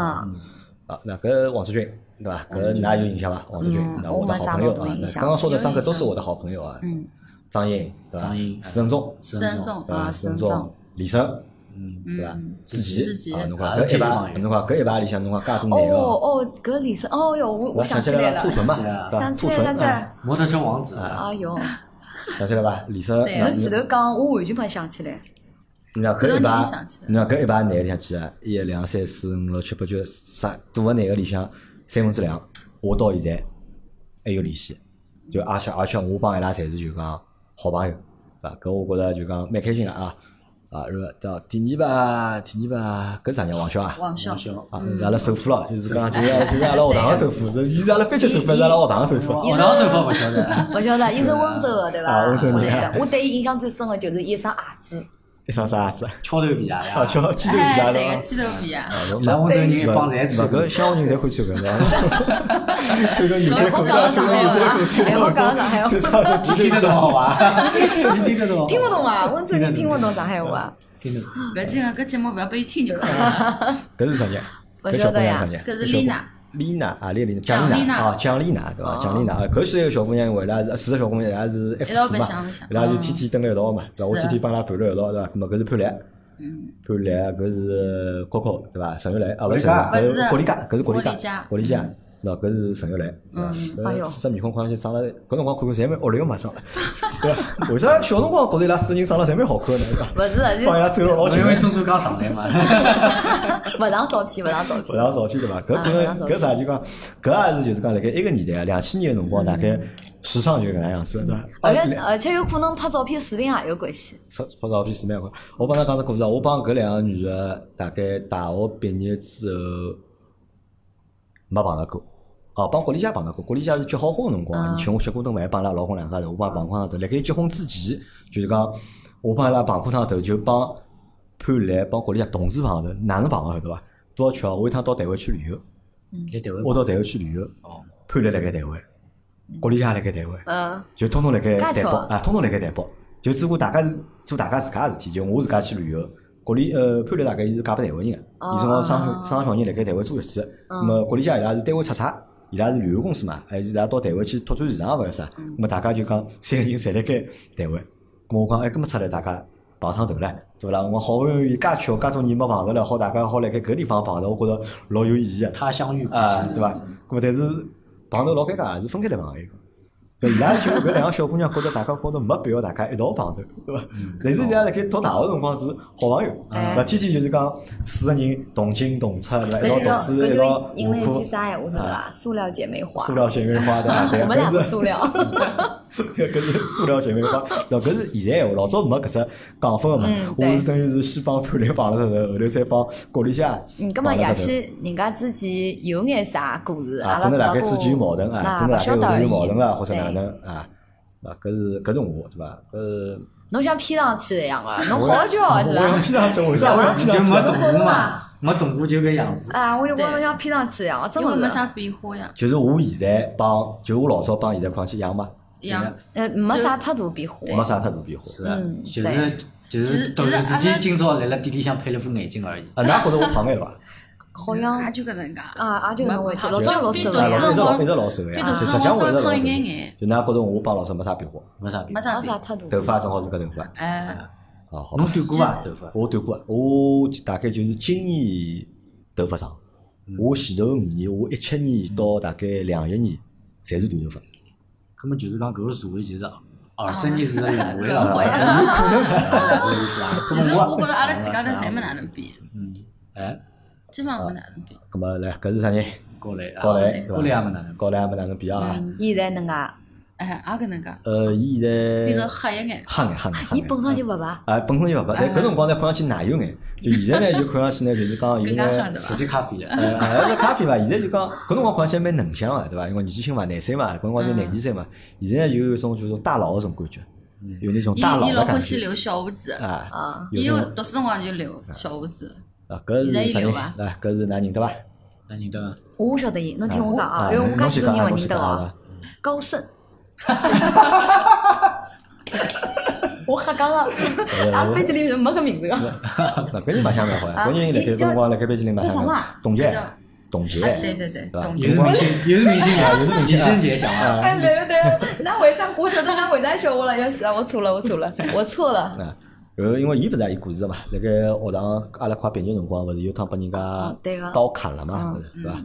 Speaker 1: 啊，那搿王志军对伐？搿㑚有印象啊伐？王志军，
Speaker 2: 嗯
Speaker 1: 那我
Speaker 2: 我
Speaker 1: 的
Speaker 2: 没
Speaker 1: 好
Speaker 2: 啥
Speaker 1: 朋友
Speaker 2: 老多
Speaker 1: 啊，
Speaker 2: 印
Speaker 1: 那
Speaker 2: 象
Speaker 1: 刚刚说的
Speaker 4: 有
Speaker 1: 三个
Speaker 4: 印
Speaker 1: 都
Speaker 4: 象
Speaker 1: 是我的好朋友啊，
Speaker 2: 嗯
Speaker 1: 张颖对吧
Speaker 3: 张颖？
Speaker 1: 石承仲
Speaker 3: 是那
Speaker 4: 三
Speaker 3: 种
Speaker 4: 宋
Speaker 1: 对，吧？
Speaker 2: 啊
Speaker 1: 石承
Speaker 2: 石承
Speaker 1: 仲
Speaker 2: 仲、
Speaker 1: 李生
Speaker 3: 嗯，
Speaker 1: 对伐
Speaker 4: 嗯？
Speaker 1: 志奇
Speaker 4: 志奇
Speaker 1: 啊，侬
Speaker 3: 啊
Speaker 1: 看搿一
Speaker 3: 这帮
Speaker 1: 排，
Speaker 3: 人
Speaker 1: 侬看搿一排里向侬看介多
Speaker 2: 哦
Speaker 1: 男个啊。
Speaker 2: 哦，搿李生，哦哟，我
Speaker 1: 我
Speaker 2: 我想
Speaker 1: 起
Speaker 2: 起来
Speaker 1: 了，
Speaker 2: 了
Speaker 1: 兔，唇嘛，
Speaker 3: 是啊
Speaker 1: 是吧
Speaker 2: 想起
Speaker 1: 兔
Speaker 2: 来，
Speaker 1: 唇，
Speaker 2: 想起
Speaker 1: 嗯
Speaker 2: 来，
Speaker 3: 摩托车王子，啊
Speaker 4: 哦
Speaker 2: 哎哟，
Speaker 1: 想起来吧？李生，
Speaker 4: 对
Speaker 1: 嗯
Speaker 2: 侬前头讲，我完全没想起来。
Speaker 1: 你讲搿一
Speaker 4: 看到
Speaker 1: 排
Speaker 4: 你就想起，来
Speaker 1: 你讲搿一排男里向几啊？一两三四五六七八九十多个男个里向，三分之两，我到现在还有联系，就而且而且我帮伊拉侪是就讲好朋友，对伐？搿我觉着就讲蛮开心个啊啊！然后到第二排，第二排搿是啥人？王潇啊？
Speaker 4: 王潇
Speaker 3: 王，潇，
Speaker 1: 啊，是阿拉首富咯，就是讲就是就是阿拉学堂个首富，是伊是阿拉班级首富，是阿拉学堂个首富。
Speaker 3: 学堂生活不晓得，
Speaker 2: 勿晓得，伊是温州个对伐？
Speaker 1: 啊
Speaker 2: 我
Speaker 1: 温州人
Speaker 2: 记得，我对伊印象最深个就是伊一双鞋子，
Speaker 1: 一双啥鞋子？
Speaker 3: 敲头皮啊
Speaker 1: 啊，
Speaker 3: 呀，
Speaker 1: 叫鸡头皮
Speaker 4: 哎，
Speaker 1: 鞋
Speaker 4: 对
Speaker 1: 子
Speaker 4: 个。鸡头 皮啊，
Speaker 3: 来温州人一帮侪
Speaker 1: 勿搿
Speaker 3: 穿，
Speaker 1: 乡下人侪欢穿搿 个，穿啊个牛仔裤，穿个牛仔裤，穿啊个穿上
Speaker 3: 你听得懂好吧？ 你听得
Speaker 1: 哦
Speaker 3: 懂？
Speaker 2: 听不懂啊，温州人听
Speaker 3: 听
Speaker 2: 不
Speaker 3: 得懂
Speaker 2: 懂上海话
Speaker 1: 嗯
Speaker 2: 啊。
Speaker 3: 听得懂，
Speaker 4: 勿要紧个，搿节目勿要拨伊 听就可以了。
Speaker 1: 搿是啥人？搿小姑娘啥人？丽娜啊，丽丽蒋丽娜啊，蒋丽娜对伐？蒋丽娜啊，搿是一个小姑娘，为拉是四个小姑娘，伊拉是 F 四嘛，伊拉是天天蹲辣一道嘛，对伐？我天天帮伊拉伴辣一道对伐？咾么搿是潘澜，
Speaker 4: 嗯，
Speaker 1: 潘澜搿是 Coco 对伐？沈玉蕾啊，勿是沈玉蕾，
Speaker 4: 不是
Speaker 1: 搿是郭丽佳，搿是郭丽佳，郭丽佳。那搿是陈友兰，
Speaker 4: 嗯
Speaker 1: 对伐
Speaker 2: 哎呦
Speaker 1: 搿四只面孔看上去长得，搿辰光看看侪蛮恶劣个嘛，长得，对伐？为啥小辰光觉得伊拉四个人长得侪蛮好看的呢？对伐
Speaker 2: 勿是，啊就
Speaker 1: 帮伊拉走了老近
Speaker 3: 因，为中途刚上来嘛，
Speaker 2: 勿上照片，勿上照
Speaker 1: 勿
Speaker 2: 片。
Speaker 1: 上照片对伐？搿
Speaker 2: 啊
Speaker 1: 可
Speaker 2: 勿
Speaker 1: 能
Speaker 2: 上照
Speaker 1: 搿
Speaker 2: 片
Speaker 1: 啥就讲，搿也是就是讲辣盖一个年代啊，两千年个辰光大概时尚就是搿能样子，对伐？
Speaker 2: 而
Speaker 1: 哎
Speaker 2: 且而且有可能拍照片视频也有关系。
Speaker 1: 拍拍照片是蛮好。我帮他讲只故事啊，我帮搿两个女个大概大学毕业之后没碰着过。哦，帮郭丽佳碰着过，郭丽佳是结好婚个辰光，
Speaker 2: 啊
Speaker 1: 以前我吃过顿饭，帮伊拉老公两家头，我帮碰过趟头。辣盖结婚之前，就是讲我帮伊拉碰过趟头，就帮潘来帮郭丽佳同时碰头，哪能碰个头伐？多少巧，我一趟到台湾去旅游，
Speaker 3: 就台
Speaker 1: 我
Speaker 3: 湾
Speaker 1: 到台湾去旅游，潘来辣盖台湾，郭丽佳也辣盖台湾，
Speaker 2: 哦嗯，
Speaker 1: 就通通辣盖
Speaker 2: 介
Speaker 1: 台北
Speaker 2: 巧
Speaker 1: 啊，通通辣盖台北，就只不过大家是做大家自家个事体，就我自家去旅游。国里呃，潘丽大概伊是嫁拨台湾人个，啊伊
Speaker 2: 哦嗯
Speaker 1: 从小生生小人辣盖台湾做月子，那么国里家伊拉是单位出差，伊拉是旅游公司嘛，还有伊拉到台湾去拓展市场勿是啥，
Speaker 2: 嗯
Speaker 1: 那么大家就讲三个人侪辣盖台湾，咁我讲哎，搿么出来大家碰趟头唻，对勿啦？我讲好不容易介巧介多年没碰着了，好大家好辣盖搿地方碰着，我觉着老有意义个。
Speaker 3: 他乡遇故
Speaker 1: 啊，
Speaker 3: 知，
Speaker 1: 对伐？咁么但是碰头老尴尬，是分开来碰的一个。就伊拉就搿两个小姑娘觉着大家觉着没必要大家一道碰头，对伐？但是伊拉辣盖读大学辰光是好朋友，
Speaker 2: 嗯哎
Speaker 1: 那天天就是讲四个人同进同出，对伐？一
Speaker 2: 搿
Speaker 1: 道
Speaker 2: 就
Speaker 1: 读
Speaker 2: 叫
Speaker 1: 书，
Speaker 2: 搿
Speaker 1: 一道
Speaker 2: 就因为
Speaker 1: 下
Speaker 2: 一句
Speaker 1: 课，
Speaker 2: 啥闲话晓得伐？塑料姐妹花，
Speaker 1: 啊塑料姐妹花对伐？对
Speaker 2: 我们
Speaker 1: 搿
Speaker 2: 俩
Speaker 1: 是
Speaker 2: 不塑 料。
Speaker 1: 搿是塑料姐妹花，喏，搿是现在闲话，老早没搿只讲法个嘛
Speaker 2: 嗯。
Speaker 1: 我
Speaker 2: 对
Speaker 1: 是等于是先帮潘兰碰了头，后头再帮郭丽佳
Speaker 2: 嗯，葛
Speaker 1: 碰
Speaker 2: 末
Speaker 1: 了
Speaker 2: 也
Speaker 1: 头。
Speaker 2: 许人家之间有眼啥故事，
Speaker 1: 啊，可
Speaker 2: 阿拉
Speaker 1: 能大概
Speaker 2: 只
Speaker 1: 之间有
Speaker 2: 不
Speaker 1: 矛
Speaker 2: 过
Speaker 1: 盾啊，可能
Speaker 2: 那勿
Speaker 1: 大概
Speaker 2: 晓
Speaker 1: 后
Speaker 2: 得
Speaker 1: 头
Speaker 2: 而
Speaker 1: 有
Speaker 2: 已。
Speaker 1: 矛盾啊，或者
Speaker 2: 对
Speaker 1: 哪能啊？啊，搿是搿是我对伐？搿是
Speaker 2: 侬像 P 上去一样个，侬啊好叫是
Speaker 1: 我要
Speaker 2: 伐？
Speaker 1: 批上去，为啥我要批
Speaker 3: 就
Speaker 1: 上去
Speaker 3: 没
Speaker 1: 啊？
Speaker 3: 动过嘛，没动过就搿样子，
Speaker 2: 啊，我就
Speaker 4: 对
Speaker 2: 讲侬像 P 上去一样，我真
Speaker 4: 因为没
Speaker 1: 啊
Speaker 2: 个是
Speaker 4: 啥。变化呀，
Speaker 1: 就是我现在帮，就我老早帮现在况且一样嘛，
Speaker 4: 一样。
Speaker 2: 呃，没啥太大变化。
Speaker 1: 没啥太大变化。
Speaker 3: 是啊
Speaker 2: 嗯，
Speaker 3: 就
Speaker 2: 对
Speaker 3: 是就是突然之间今朝来了店里向配了副眼镜而已，
Speaker 1: 啊，㑚觉着我胖眼伐？
Speaker 2: 好像
Speaker 4: 也就搿能介。
Speaker 2: 啊，也就搿能回事。
Speaker 4: 没
Speaker 2: 老早老
Speaker 4: 变
Speaker 2: 瘦
Speaker 4: 大
Speaker 1: 啊，老
Speaker 4: 是
Speaker 1: 一直
Speaker 2: 个，
Speaker 1: 老一直老瘦个
Speaker 4: 变
Speaker 1: 呀，
Speaker 4: 大
Speaker 1: 实
Speaker 4: 是
Speaker 1: 际上我一直
Speaker 4: 稍微
Speaker 1: 老
Speaker 4: 胖
Speaker 1: 瘦
Speaker 4: 一眼眼。
Speaker 1: 就㑚觉着我帮老早没啥变化，
Speaker 3: 没啥变化。
Speaker 4: 没啥
Speaker 2: 没啥
Speaker 4: 变。
Speaker 2: 太大。
Speaker 1: 头发正好是搿头发。
Speaker 4: 哎，
Speaker 1: 啊，好吧
Speaker 3: 侬。短过伐？头发？
Speaker 1: 我短过，我大概就是今年头发长。
Speaker 3: 嗯
Speaker 1: 我前头五年，我一七年到大概两一年，侪是短头发。
Speaker 3: 根本就是讲搿个社会就是二十年是个轮回
Speaker 4: 轮
Speaker 3: 了，
Speaker 4: 回
Speaker 3: 啊有可能啊是意思啊。
Speaker 4: 其实
Speaker 3: 搿么
Speaker 4: 我觉着阿拉几家头侪没哪能变，
Speaker 3: 嗯，哎，
Speaker 4: 基本上没哪能变。
Speaker 1: 咁么来，搿是啥人？
Speaker 3: 高磊啊，
Speaker 1: 高
Speaker 4: 磊
Speaker 1: 对吧
Speaker 3: 高磊也没哪能。
Speaker 1: 高粱也没哪能比啊。
Speaker 4: 嗯，
Speaker 2: 现在能介，
Speaker 4: 哎，也搿能介，
Speaker 1: 呃，伊现
Speaker 4: 变
Speaker 1: 在
Speaker 4: 成黑一眼。
Speaker 1: 黑眼黑眼黑
Speaker 2: 伊
Speaker 1: 眼
Speaker 2: 本身就勿白。
Speaker 1: 啊，本身就勿白，但搿辰光呢，看上去奶油眼，就现在呢， 就看上去呢，就是讲有
Speaker 4: 嗯更加黑
Speaker 1: 眼
Speaker 4: 对。伐
Speaker 3: 直？接咖啡了，
Speaker 1: 呃，还是咖啡伐？现在就讲，搿辰光看上去还蛮能相个，对伐？因为年纪轻嘛，廿岁嘛，搿辰光就
Speaker 4: 嗯
Speaker 1: 廿二岁嘛。现在呢就有一种就是大佬搿种感觉，
Speaker 3: 嗯
Speaker 1: 有那种
Speaker 4: 伊
Speaker 1: 大佬
Speaker 4: 伊老
Speaker 1: 的感
Speaker 4: 欢喜
Speaker 1: 觉
Speaker 4: 留小胡子，
Speaker 1: 啊。
Speaker 2: 啊，
Speaker 4: 伊
Speaker 1: 有
Speaker 4: 有
Speaker 1: 种嗯
Speaker 4: 读书辰光就留小胡子。
Speaker 1: 啊，搿
Speaker 4: 现在
Speaker 1: 是
Speaker 4: 伊
Speaker 1: 啥
Speaker 4: 留
Speaker 1: 人？
Speaker 4: 伐
Speaker 1: 来，搿是㑚认得伐？
Speaker 3: 那你的
Speaker 2: 我晓得伊，侬听我讲啊，因为我
Speaker 1: 侬
Speaker 2: 介许
Speaker 1: 先
Speaker 2: 多
Speaker 1: 讲啊
Speaker 2: 人
Speaker 1: 侬
Speaker 2: 勿
Speaker 1: 先
Speaker 2: 认
Speaker 1: 讲
Speaker 2: 得
Speaker 1: 啊
Speaker 2: 哦。高盛，我瞎讲啊，啊，班级里没搿名字个。
Speaker 1: 那搿人蛮像蛮好呀，
Speaker 2: 啊
Speaker 1: 搿人辣盖搿辰光辣盖北京里蛮像
Speaker 2: 叫什么
Speaker 1: 的
Speaker 2: 啊，
Speaker 1: 董洁
Speaker 4: 叫，
Speaker 1: 董洁，
Speaker 4: 哎，对对对，
Speaker 1: 对吧
Speaker 4: 懂
Speaker 3: 也是明星，也是明星啊，也是明星。李圣杰想啊，
Speaker 1: 啊，
Speaker 2: 哎，对不对？那为啥我晓得？那为啥笑我了？要死啊！我错了，我错了，我错了。
Speaker 1: 啊，然后因为伊勿是也有故事的嘛，辣盖学堂阿拉快毕业辰光，勿是有趟拨人家
Speaker 2: 哦对个
Speaker 1: 刀砍了嘛，勿是对伐？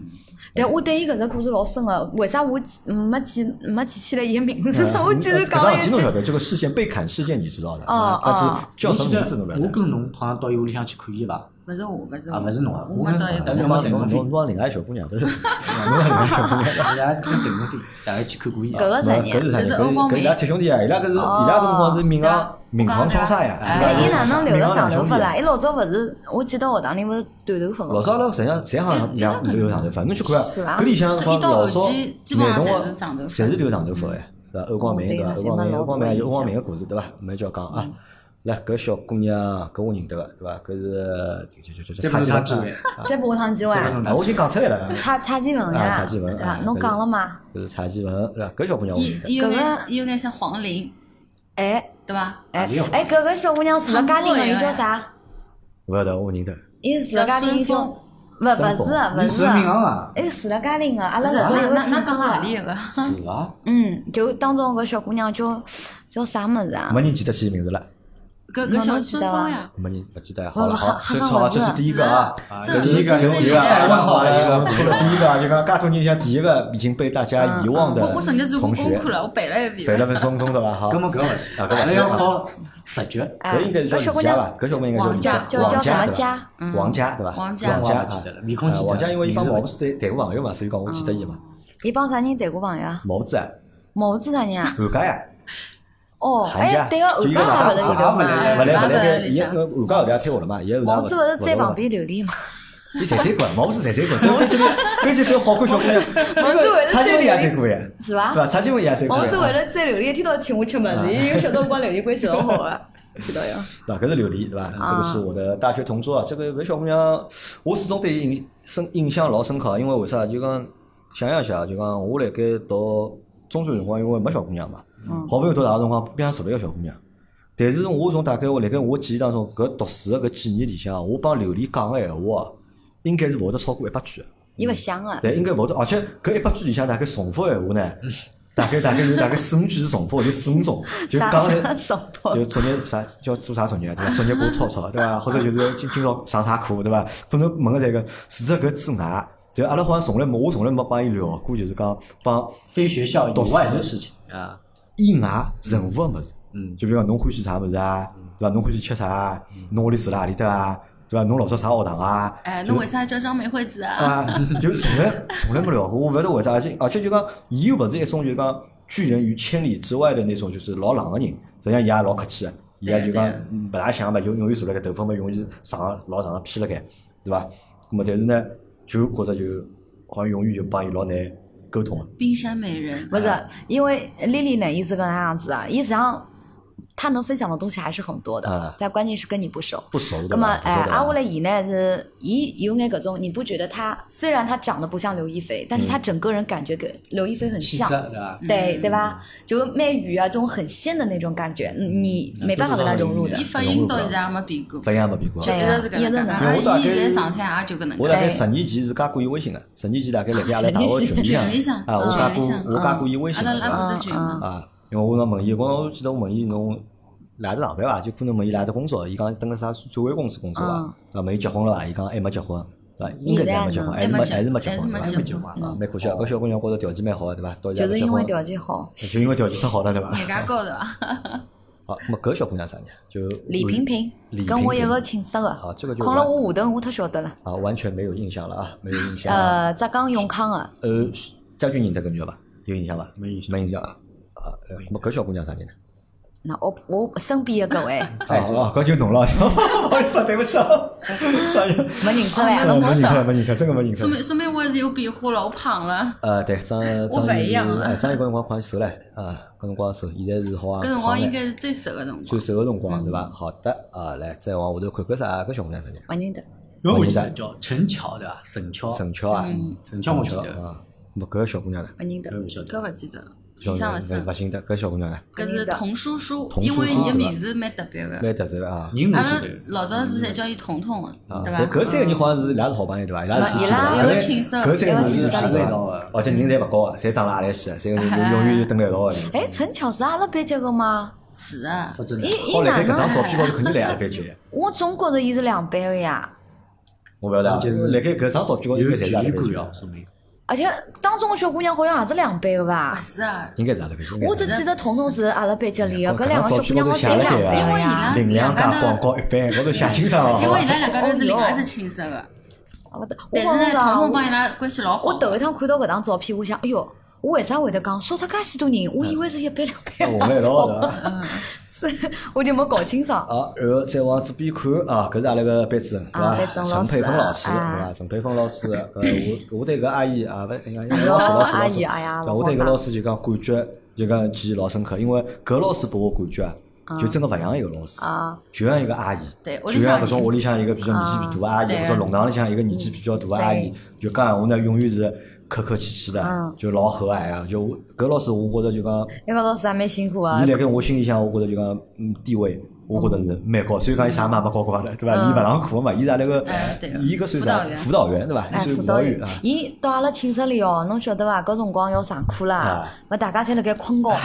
Speaker 2: 但我对伊搿只故事老深个，为啥我记没记没记起来伊个名字？我
Speaker 1: 搿
Speaker 2: 记得
Speaker 1: 搿桩
Speaker 2: 讲
Speaker 1: 事
Speaker 2: 一
Speaker 1: 体侬晓
Speaker 2: 句，
Speaker 1: 得，这个事件被砍事件你知道的，
Speaker 2: 哦
Speaker 1: 但是
Speaker 2: 哦
Speaker 1: 叫什
Speaker 3: 我
Speaker 1: 么
Speaker 3: 记得
Speaker 1: 名字侬勿晓
Speaker 3: 我
Speaker 1: 得。
Speaker 3: 跟侬好像到伊屋里向去看伊伐？
Speaker 4: 勿是我，勿是我，
Speaker 3: 啊勿是侬啊
Speaker 4: 我们倒有
Speaker 3: 我
Speaker 1: 啊
Speaker 3: 跟
Speaker 1: 侬
Speaker 4: 同
Speaker 1: 帮
Speaker 4: 事
Speaker 3: 侬
Speaker 1: 侬侬帮另外一小姑娘，勿是侬帮另外一小姑娘。
Speaker 3: 人家听邓文飞，大概去看过伊
Speaker 2: 搿
Speaker 3: 啊。
Speaker 2: 个啥
Speaker 1: 搿
Speaker 2: 人？
Speaker 1: 是啥人？
Speaker 4: 搿是
Speaker 1: 搿
Speaker 4: 欧光
Speaker 1: 搿伊拉铁兄弟
Speaker 2: 哦
Speaker 1: 啊！伊拉搿是伊拉搿辰光是闵
Speaker 2: 啊
Speaker 1: 行闿行双杀呀！
Speaker 4: 哎
Speaker 2: 对，伊
Speaker 1: 伊拉
Speaker 2: 哪能留了
Speaker 1: 啊
Speaker 2: 长头发
Speaker 1: 闿行双
Speaker 2: 啦？
Speaker 1: 杀
Speaker 2: 伊老早勿是，我记得学堂里勿是短头发
Speaker 1: 老
Speaker 2: 个。
Speaker 1: 早阿拉实际上侪好
Speaker 2: 哎
Speaker 1: 像两留长头发，侬去看啊
Speaker 2: 是伐
Speaker 1: 搿里向光
Speaker 4: 一到
Speaker 1: 老早
Speaker 4: 后期基本
Speaker 1: 男
Speaker 4: 上
Speaker 1: 同
Speaker 4: 侪
Speaker 1: 学
Speaker 4: 是长头发
Speaker 1: 侪啊是留长头发个，对伐？欧光明
Speaker 2: 哦
Speaker 1: 对伐？
Speaker 2: 对
Speaker 1: 欧光明，
Speaker 2: 那
Speaker 1: 欧光明有
Speaker 2: 些蛮老
Speaker 1: 欧光明个故事对伐？没叫讲啊。
Speaker 2: 嗯
Speaker 1: 来，搿小姑娘搿我认得个对伐？搿是就就就就
Speaker 3: 再不是他
Speaker 1: 她
Speaker 3: 机会，
Speaker 2: 再拨我趟机会啊，
Speaker 1: 啊，我已经讲出来了。
Speaker 2: 蔡蔡继文
Speaker 1: 啊
Speaker 2: 呀，
Speaker 1: 蔡继文
Speaker 2: 对伐
Speaker 1: 啊？
Speaker 2: 侬讲了嘛？
Speaker 1: 搿是蔡继文，对伐？搿小姑娘我认
Speaker 4: 伊
Speaker 1: 得。
Speaker 4: 伊有眼
Speaker 2: 搿个
Speaker 4: 伊有眼像黄龄，
Speaker 2: 哎
Speaker 4: 对伐？
Speaker 2: 哎
Speaker 3: 哪里有
Speaker 2: 哎，搿个小姑娘除了家庭
Speaker 4: 差不
Speaker 2: 个，
Speaker 4: 多一
Speaker 2: 伊
Speaker 4: 样
Speaker 2: 叫啥？
Speaker 1: 勿晓得，我认得。
Speaker 2: 伊除了家庭，伊叫
Speaker 4: 叫孙
Speaker 2: 勿勿是
Speaker 1: 孙
Speaker 2: 勿
Speaker 1: 凤
Speaker 2: 是。
Speaker 3: 你是民航啊？
Speaker 2: 哎，除了嘉玲个，阿
Speaker 4: 勿
Speaker 2: 拉
Speaker 4: 是，
Speaker 2: 老早有
Speaker 4: 那
Speaker 2: 个
Speaker 4: 那
Speaker 2: 亲
Speaker 4: 那
Speaker 2: 戚
Speaker 4: 讲
Speaker 2: 啊
Speaker 4: 何里一个？
Speaker 3: 是伐？
Speaker 2: 嗯，就当中有个小姑娘叫叫啥么子啊？
Speaker 1: 没人记得起伊名字了。
Speaker 4: 搿
Speaker 2: 侬
Speaker 4: 搿小
Speaker 2: 能记
Speaker 4: 春
Speaker 2: 得伐
Speaker 4: 风呀，
Speaker 1: 没人不记得呀。好了，
Speaker 2: 我
Speaker 1: 好，
Speaker 2: 哈
Speaker 1: 这
Speaker 2: 哈
Speaker 1: 好，
Speaker 2: 文
Speaker 1: 这是
Speaker 2: 字
Speaker 1: 第一个啊，
Speaker 4: 啊
Speaker 1: 这
Speaker 4: 这
Speaker 1: 第一个，
Speaker 4: 这
Speaker 1: 有
Speaker 4: 是
Speaker 1: 第一
Speaker 4: 一
Speaker 1: 个啊，
Speaker 4: 个
Speaker 1: 问好
Speaker 3: 一
Speaker 1: 了，
Speaker 3: 个
Speaker 1: 我们出了第一个啊，就讲介多年像第一个已经被大家遗忘的
Speaker 4: 嗯我我甚至做过
Speaker 1: 同
Speaker 4: 功
Speaker 1: 学，
Speaker 4: 课了，我背了一遍
Speaker 1: 背。了份松松的吧？好
Speaker 3: 搿，么搿勿是，
Speaker 1: 啊搿勿是
Speaker 3: 搿要靠实觉。
Speaker 2: 哎
Speaker 1: 搿应该是
Speaker 2: 搿小
Speaker 1: 叫
Speaker 2: 姑
Speaker 1: 李家
Speaker 2: 娘
Speaker 1: 吧？搿小姑娘应该
Speaker 4: 王
Speaker 1: 叫
Speaker 4: 家
Speaker 1: 李
Speaker 2: 叫叫什
Speaker 1: 王家
Speaker 2: 么
Speaker 1: 对吧？
Speaker 4: 嗯
Speaker 1: 王家对吧？
Speaker 4: 王
Speaker 1: 王
Speaker 4: 家
Speaker 1: 家
Speaker 3: 我不记得了面孔
Speaker 1: 啊
Speaker 3: 记得
Speaker 1: 王家因为一
Speaker 3: 名
Speaker 1: 帮
Speaker 3: 字
Speaker 1: 毛
Speaker 3: 我记
Speaker 1: 子谈谈过朋友嘛，所以讲我记得伊嘛。
Speaker 2: 伊帮啥人谈过朋友啊？
Speaker 1: 毛子啊，
Speaker 2: 毛子啥人啊？
Speaker 1: 韩家呀，
Speaker 2: 哦，
Speaker 1: 韩
Speaker 2: 哎
Speaker 1: 家，
Speaker 2: 对个，
Speaker 1: 就
Speaker 2: 韩
Speaker 1: 一个老大
Speaker 2: 家也勿是伊头
Speaker 3: 也勿
Speaker 2: 嘛。
Speaker 1: 勿来
Speaker 4: 哎
Speaker 1: 勿来
Speaker 4: 咱
Speaker 1: 勿来，
Speaker 4: 们
Speaker 1: 伊
Speaker 4: 想
Speaker 1: 韩家后头也推我了嘛，伊后头
Speaker 2: 毛子
Speaker 1: 勿
Speaker 2: 勿是在旁
Speaker 1: 边。
Speaker 2: 边流泪嘛？
Speaker 1: 伊侪追过，毛不是侪追 过，所以我觉得搿就是好看小姑娘。
Speaker 2: 毛子为了
Speaker 1: 蔡
Speaker 2: 追
Speaker 1: 金文也
Speaker 2: 流
Speaker 1: 追
Speaker 2: 泪，
Speaker 1: 过呀，
Speaker 2: 是
Speaker 1: 对
Speaker 2: 伐
Speaker 1: 伐？？蔡金文也追过
Speaker 2: 毛
Speaker 1: 呀。
Speaker 2: 子啊为了追榴莲，一天到晚请我吃么子，因为小辰光榴莲关系老好个，知道呀？
Speaker 1: 对吧？搿是琉璃，对吧？
Speaker 2: 啊
Speaker 1: 这个是我的大学同桌啊。这个搿小姑娘，我始终对伊印深印象老深刻，因为为啥？就讲想象一下，就讲我辣盖读中专辰光，因为没小姑娘嘛，
Speaker 2: 嗯
Speaker 1: 好不容易读大学辰光，边上坐了一个小姑娘。但是我从大概我辣盖我记忆当中，搿读书的搿几年里向，我帮琉璃讲个闲话啊，应该是勿会得超过一百句的。
Speaker 2: 伊勿想个，
Speaker 1: 对，应该勿会，而且搿一百句里向大概重复的闲话呢，大概大概有大概四五句是重复的，有四五种，就
Speaker 2: 啥
Speaker 1: 讲了
Speaker 2: 啥怂 包
Speaker 1: 就作业啥叫做啥作业对伐？作业簿抄抄对伐？或者就是今今朝上啥课对伐？可能问个这个，除脱搿之外，就阿拉好像从来没，我从来没帮伊聊过，就是讲帮
Speaker 3: 非学校以外的事情啊，
Speaker 1: 以外任何个物事。
Speaker 3: 嗯
Speaker 1: 就比如讲侬欢喜啥物事啊，对伐？侬欢喜吃啥啊？侬屋里住辣何里搭啊？对伐？侬老早啥学堂啊？
Speaker 4: 哎，侬为啥叫张美惠子啊？
Speaker 1: 啊， 就从来从来没聊过，我勿晓得为啥，而且而且就讲，伊又勿是一种就讲拒人于千里之外的那种，就是老冷个人，实际上伊也老客气个，伊也就讲
Speaker 4: 对对
Speaker 1: 勿大想嘛，就永远坐辣盖头发嘛，永远长老长个披辣盖，对伐？那么但是呢，就觉着就好像永远就帮伊老难沟通个，
Speaker 4: 冰山美人，
Speaker 2: 不是，因为丽丽呢，一直跟那样子啊，一直上她能分享的东西还是很多
Speaker 1: 啊
Speaker 2: 的，但关键是跟你不熟。
Speaker 1: 不熟
Speaker 2: 那
Speaker 1: 的
Speaker 2: 么，
Speaker 1: 嘛，
Speaker 2: 哎，阿
Speaker 1: 阿
Speaker 2: 乌嘞，伊呢是，伊有眼搿种，你不觉得她虽然她长得不像刘亦菲，但是
Speaker 1: 嗯
Speaker 2: 她整个人感觉跟刘亦菲很
Speaker 3: 气
Speaker 2: 像
Speaker 3: 质，对吧？
Speaker 2: 对对吧？就媚语啊，这种很仙的那种感觉，嗯你没办法跟她融入的
Speaker 4: 伊。发音到现在也没变过，
Speaker 1: 反正也没变过。
Speaker 4: 就一直是搿能介。
Speaker 2: 对
Speaker 4: 而
Speaker 1: 呀
Speaker 4: 伊现在状态也啊就搿能
Speaker 1: 我大
Speaker 4: 介。
Speaker 1: 概十年前是加过伊微信个，十年前大概辣盖阿拉大学群里
Speaker 4: 群里
Speaker 1: 向
Speaker 4: 向，，
Speaker 1: 啊，我加
Speaker 4: 群里
Speaker 1: 过
Speaker 4: 向，
Speaker 1: 我加过伊微信
Speaker 4: 阿
Speaker 1: 个
Speaker 4: 拉。
Speaker 1: 对伐
Speaker 4: 拉过只群嘛，
Speaker 1: 啊，因为我那问伊，我记得我问伊侬哪搭上班伐？就可能问伊哪搭工作，伊讲蹲辣啥转会公司工作伐
Speaker 2: 嗯？
Speaker 1: 对伐？问伊结婚了伐？伊讲还没结婚，对伐？应该还没结婚，还
Speaker 4: 现在
Speaker 1: 没
Speaker 4: 呢
Speaker 1: 还是没结
Speaker 4: 还是
Speaker 1: 婚，
Speaker 4: 没
Speaker 1: 对
Speaker 4: 结
Speaker 1: 伐
Speaker 4: 婚？
Speaker 3: 就嘛，
Speaker 1: 啊，蛮可惜的，搿小姑娘觉着条件蛮好个，对伐？到现在
Speaker 2: 就是
Speaker 1: 没结
Speaker 2: 因为
Speaker 1: 婚，
Speaker 2: 条件好，
Speaker 1: 就因为条件太好了，对伐？
Speaker 4: 眼界高头啊。
Speaker 1: 好，那么搿小姑娘啥人啊？就
Speaker 2: 李萍萍
Speaker 1: 李
Speaker 2: 跟我
Speaker 1: 萍
Speaker 2: 一个
Speaker 1: 萍
Speaker 2: 寝室的
Speaker 1: 啊这个，就
Speaker 2: 困了
Speaker 1: 完
Speaker 2: 我下头，我特晓得了。
Speaker 1: 啊，完全没有印象了啊，没有印象啊。
Speaker 2: 呃，浙江永康的，
Speaker 1: 呃，家俊认得搿女个伐？有印象伐？
Speaker 3: 没印象
Speaker 1: 没印象啊。啊，呃那么搿小姑娘啥人呢？
Speaker 2: 那我我身边的搿位
Speaker 3: 在座
Speaker 1: 哦，哦搿就侬了， 不好意思，对不起啊， 啥人？
Speaker 2: 没啊认出 来
Speaker 4: 哦，
Speaker 1: 没认出来，没认出来，真个没认出
Speaker 4: 说
Speaker 1: 来。
Speaker 4: 明说明我有变化了，我胖了。
Speaker 1: 呃，对，张张
Speaker 4: 不一
Speaker 1: 毅
Speaker 4: 样啊了
Speaker 1: 哎，张毅搿辰光快瘦唻，啊，搿辰光瘦，现在是好像
Speaker 4: 搿辰光应
Speaker 1: 胖
Speaker 4: 该是嗯最瘦个辰
Speaker 1: 唻最
Speaker 4: 光。
Speaker 1: 瘦个辰光对伐？好的，啊，来再往下头看看啥？搿小姑娘啥
Speaker 4: 嗯
Speaker 1: 人？
Speaker 2: 勿认得。
Speaker 3: 因为我记得叫陈乔对吧？沈乔，
Speaker 1: 沈乔啊，
Speaker 4: 嗯
Speaker 3: 沈乔我记
Speaker 1: 乔
Speaker 3: 得，
Speaker 1: 啊，咾搿小姑娘呢？
Speaker 2: 勿认得
Speaker 3: 搿。我晓得。
Speaker 4: 搿勿记得了，
Speaker 1: 小
Speaker 4: 印
Speaker 1: 姑
Speaker 4: 象
Speaker 1: 娘
Speaker 4: 勿深
Speaker 1: 勿。寻得，搿小姑娘呢？
Speaker 4: 搿是童叔叔
Speaker 1: 童，叔
Speaker 4: 因
Speaker 1: 叔
Speaker 4: 为伊
Speaker 1: 对
Speaker 4: 个
Speaker 1: 吧
Speaker 4: 名字蛮特别个。
Speaker 1: 蛮特色的啊。
Speaker 3: 人
Speaker 4: 阿
Speaker 3: 我
Speaker 4: 拉
Speaker 3: 记得，
Speaker 4: 老早是侪叫伊彤彤
Speaker 1: 啊
Speaker 4: 个，，对嗯
Speaker 1: 搿搿
Speaker 4: 伐？
Speaker 1: 三个人好像是伊拉是好朋友对伐？伊拉是 CP 对伐
Speaker 2: 伊拉
Speaker 1: 搿
Speaker 4: 有个亲生
Speaker 1: 搿三个人是
Speaker 2: 有个亲
Speaker 1: CP
Speaker 2: 生
Speaker 1: 对
Speaker 3: 一道
Speaker 1: 伐
Speaker 3: 的？
Speaker 1: 哎而且人侪勿高个，啊侪长了阿拉系， 三个人永永远就蹲辣一道个。
Speaker 2: 哎，陈巧是阿拉班级个吗？
Speaker 4: 是啊，
Speaker 3: 不真的
Speaker 2: 伊。伊
Speaker 1: 好，辣
Speaker 2: 哪
Speaker 1: 盖搿张
Speaker 2: 能？
Speaker 1: 照片高头肯定来阿拉班级的。
Speaker 2: 我总觉着伊是两班个呀，
Speaker 1: 我勿晓得啊，
Speaker 3: 我觉得
Speaker 1: 辣盖搿张照片高头应
Speaker 3: 有啊
Speaker 1: 该侪
Speaker 3: 距
Speaker 1: 是阿拉
Speaker 3: 离
Speaker 1: 班
Speaker 3: 感
Speaker 1: 级
Speaker 3: 要
Speaker 1: 的，
Speaker 3: 说明，
Speaker 2: 而且当中个小姑娘好像也是两班个
Speaker 4: 勿
Speaker 2: 吧？
Speaker 4: 是啊，
Speaker 1: 应该是阿拉班级。应该
Speaker 2: 我
Speaker 1: 是
Speaker 2: 只记得彤彤是阿拉班级
Speaker 1: 嗯
Speaker 2: 里个，搿两个小姑娘好像侪
Speaker 1: 因为
Speaker 2: 两班个
Speaker 4: 伊拉
Speaker 2: 呀。
Speaker 1: 领两家
Speaker 4: 两家
Speaker 1: 广
Speaker 4: 头
Speaker 1: 告一般，高头写清爽
Speaker 4: 因为伊
Speaker 1: 哦。
Speaker 4: 拉两家头是另外只亲生个，
Speaker 2: 啊我的
Speaker 4: 但是呢，彤彤
Speaker 2: 我
Speaker 4: 帮伊拉关系老好。
Speaker 2: 我头一趟看到搿张照片，我想，哎哟，我为啥会得讲少脱介许多人？我以为是一班 两
Speaker 1: 嗯我
Speaker 2: 班
Speaker 1: 们一道的啊，
Speaker 2: 我就没搞清爽。
Speaker 1: 啊然后再往这边看啊，搿是阿拉个班主任，对
Speaker 2: 啊
Speaker 1: 伐？
Speaker 2: 班主任
Speaker 1: 陈
Speaker 2: 老
Speaker 1: 佩
Speaker 2: 师
Speaker 1: 芬老师，对
Speaker 2: 啊
Speaker 1: 伐？陈佩芬老 师，搿我我对搿阿姨啊，勿，哎呀，
Speaker 2: 哎呦
Speaker 1: 老师老师
Speaker 2: 阿
Speaker 1: 老
Speaker 2: 姨
Speaker 1: 师，
Speaker 2: 哎呀
Speaker 1: 对
Speaker 2: 勿
Speaker 1: 我
Speaker 2: 好
Speaker 1: 对搿
Speaker 2: 讲
Speaker 1: 老师就讲感觉就讲记忆老深刻，因为搿老师拨我感觉啊，就真个勿像一个老师
Speaker 2: 啊，
Speaker 1: 就像一个阿姨，
Speaker 4: 对屋里
Speaker 1: 就像
Speaker 4: 向
Speaker 1: 搿种
Speaker 4: 人
Speaker 1: 屋里向一个比较年纪比大的阿姨，
Speaker 4: 啊
Speaker 1: 或者弄堂里向一个年纪比较大的阿姨就
Speaker 2: 对，
Speaker 1: 讲闲话呢，永远是客客气气的
Speaker 2: 嗯，
Speaker 1: 就老和蔼啊，就我搿老师我觉着就讲。
Speaker 2: 那个老师也蛮辛苦啊
Speaker 1: 伊，辣盖我心里向，我觉着就讲，嗯，地位我觉着是蛮高。虽然讲伊啥嘛没教过阿拉，对伐？伊勿上课嘛，伊是阿拉个
Speaker 4: 哎对，
Speaker 1: 伊搿算
Speaker 4: 辅导
Speaker 1: 啥？
Speaker 4: 员
Speaker 1: 辅导员对伐？伊
Speaker 2: 哎，
Speaker 1: 算
Speaker 2: 嗯呃辅
Speaker 1: 辅
Speaker 2: 导
Speaker 1: 导员
Speaker 2: 员
Speaker 1: 啊。，
Speaker 2: 伊到阿拉寝室里哦，侬晓得伐？搿辰光要上课啦
Speaker 1: 啊，
Speaker 2: 勿大家侪辣盖困觉 嘛。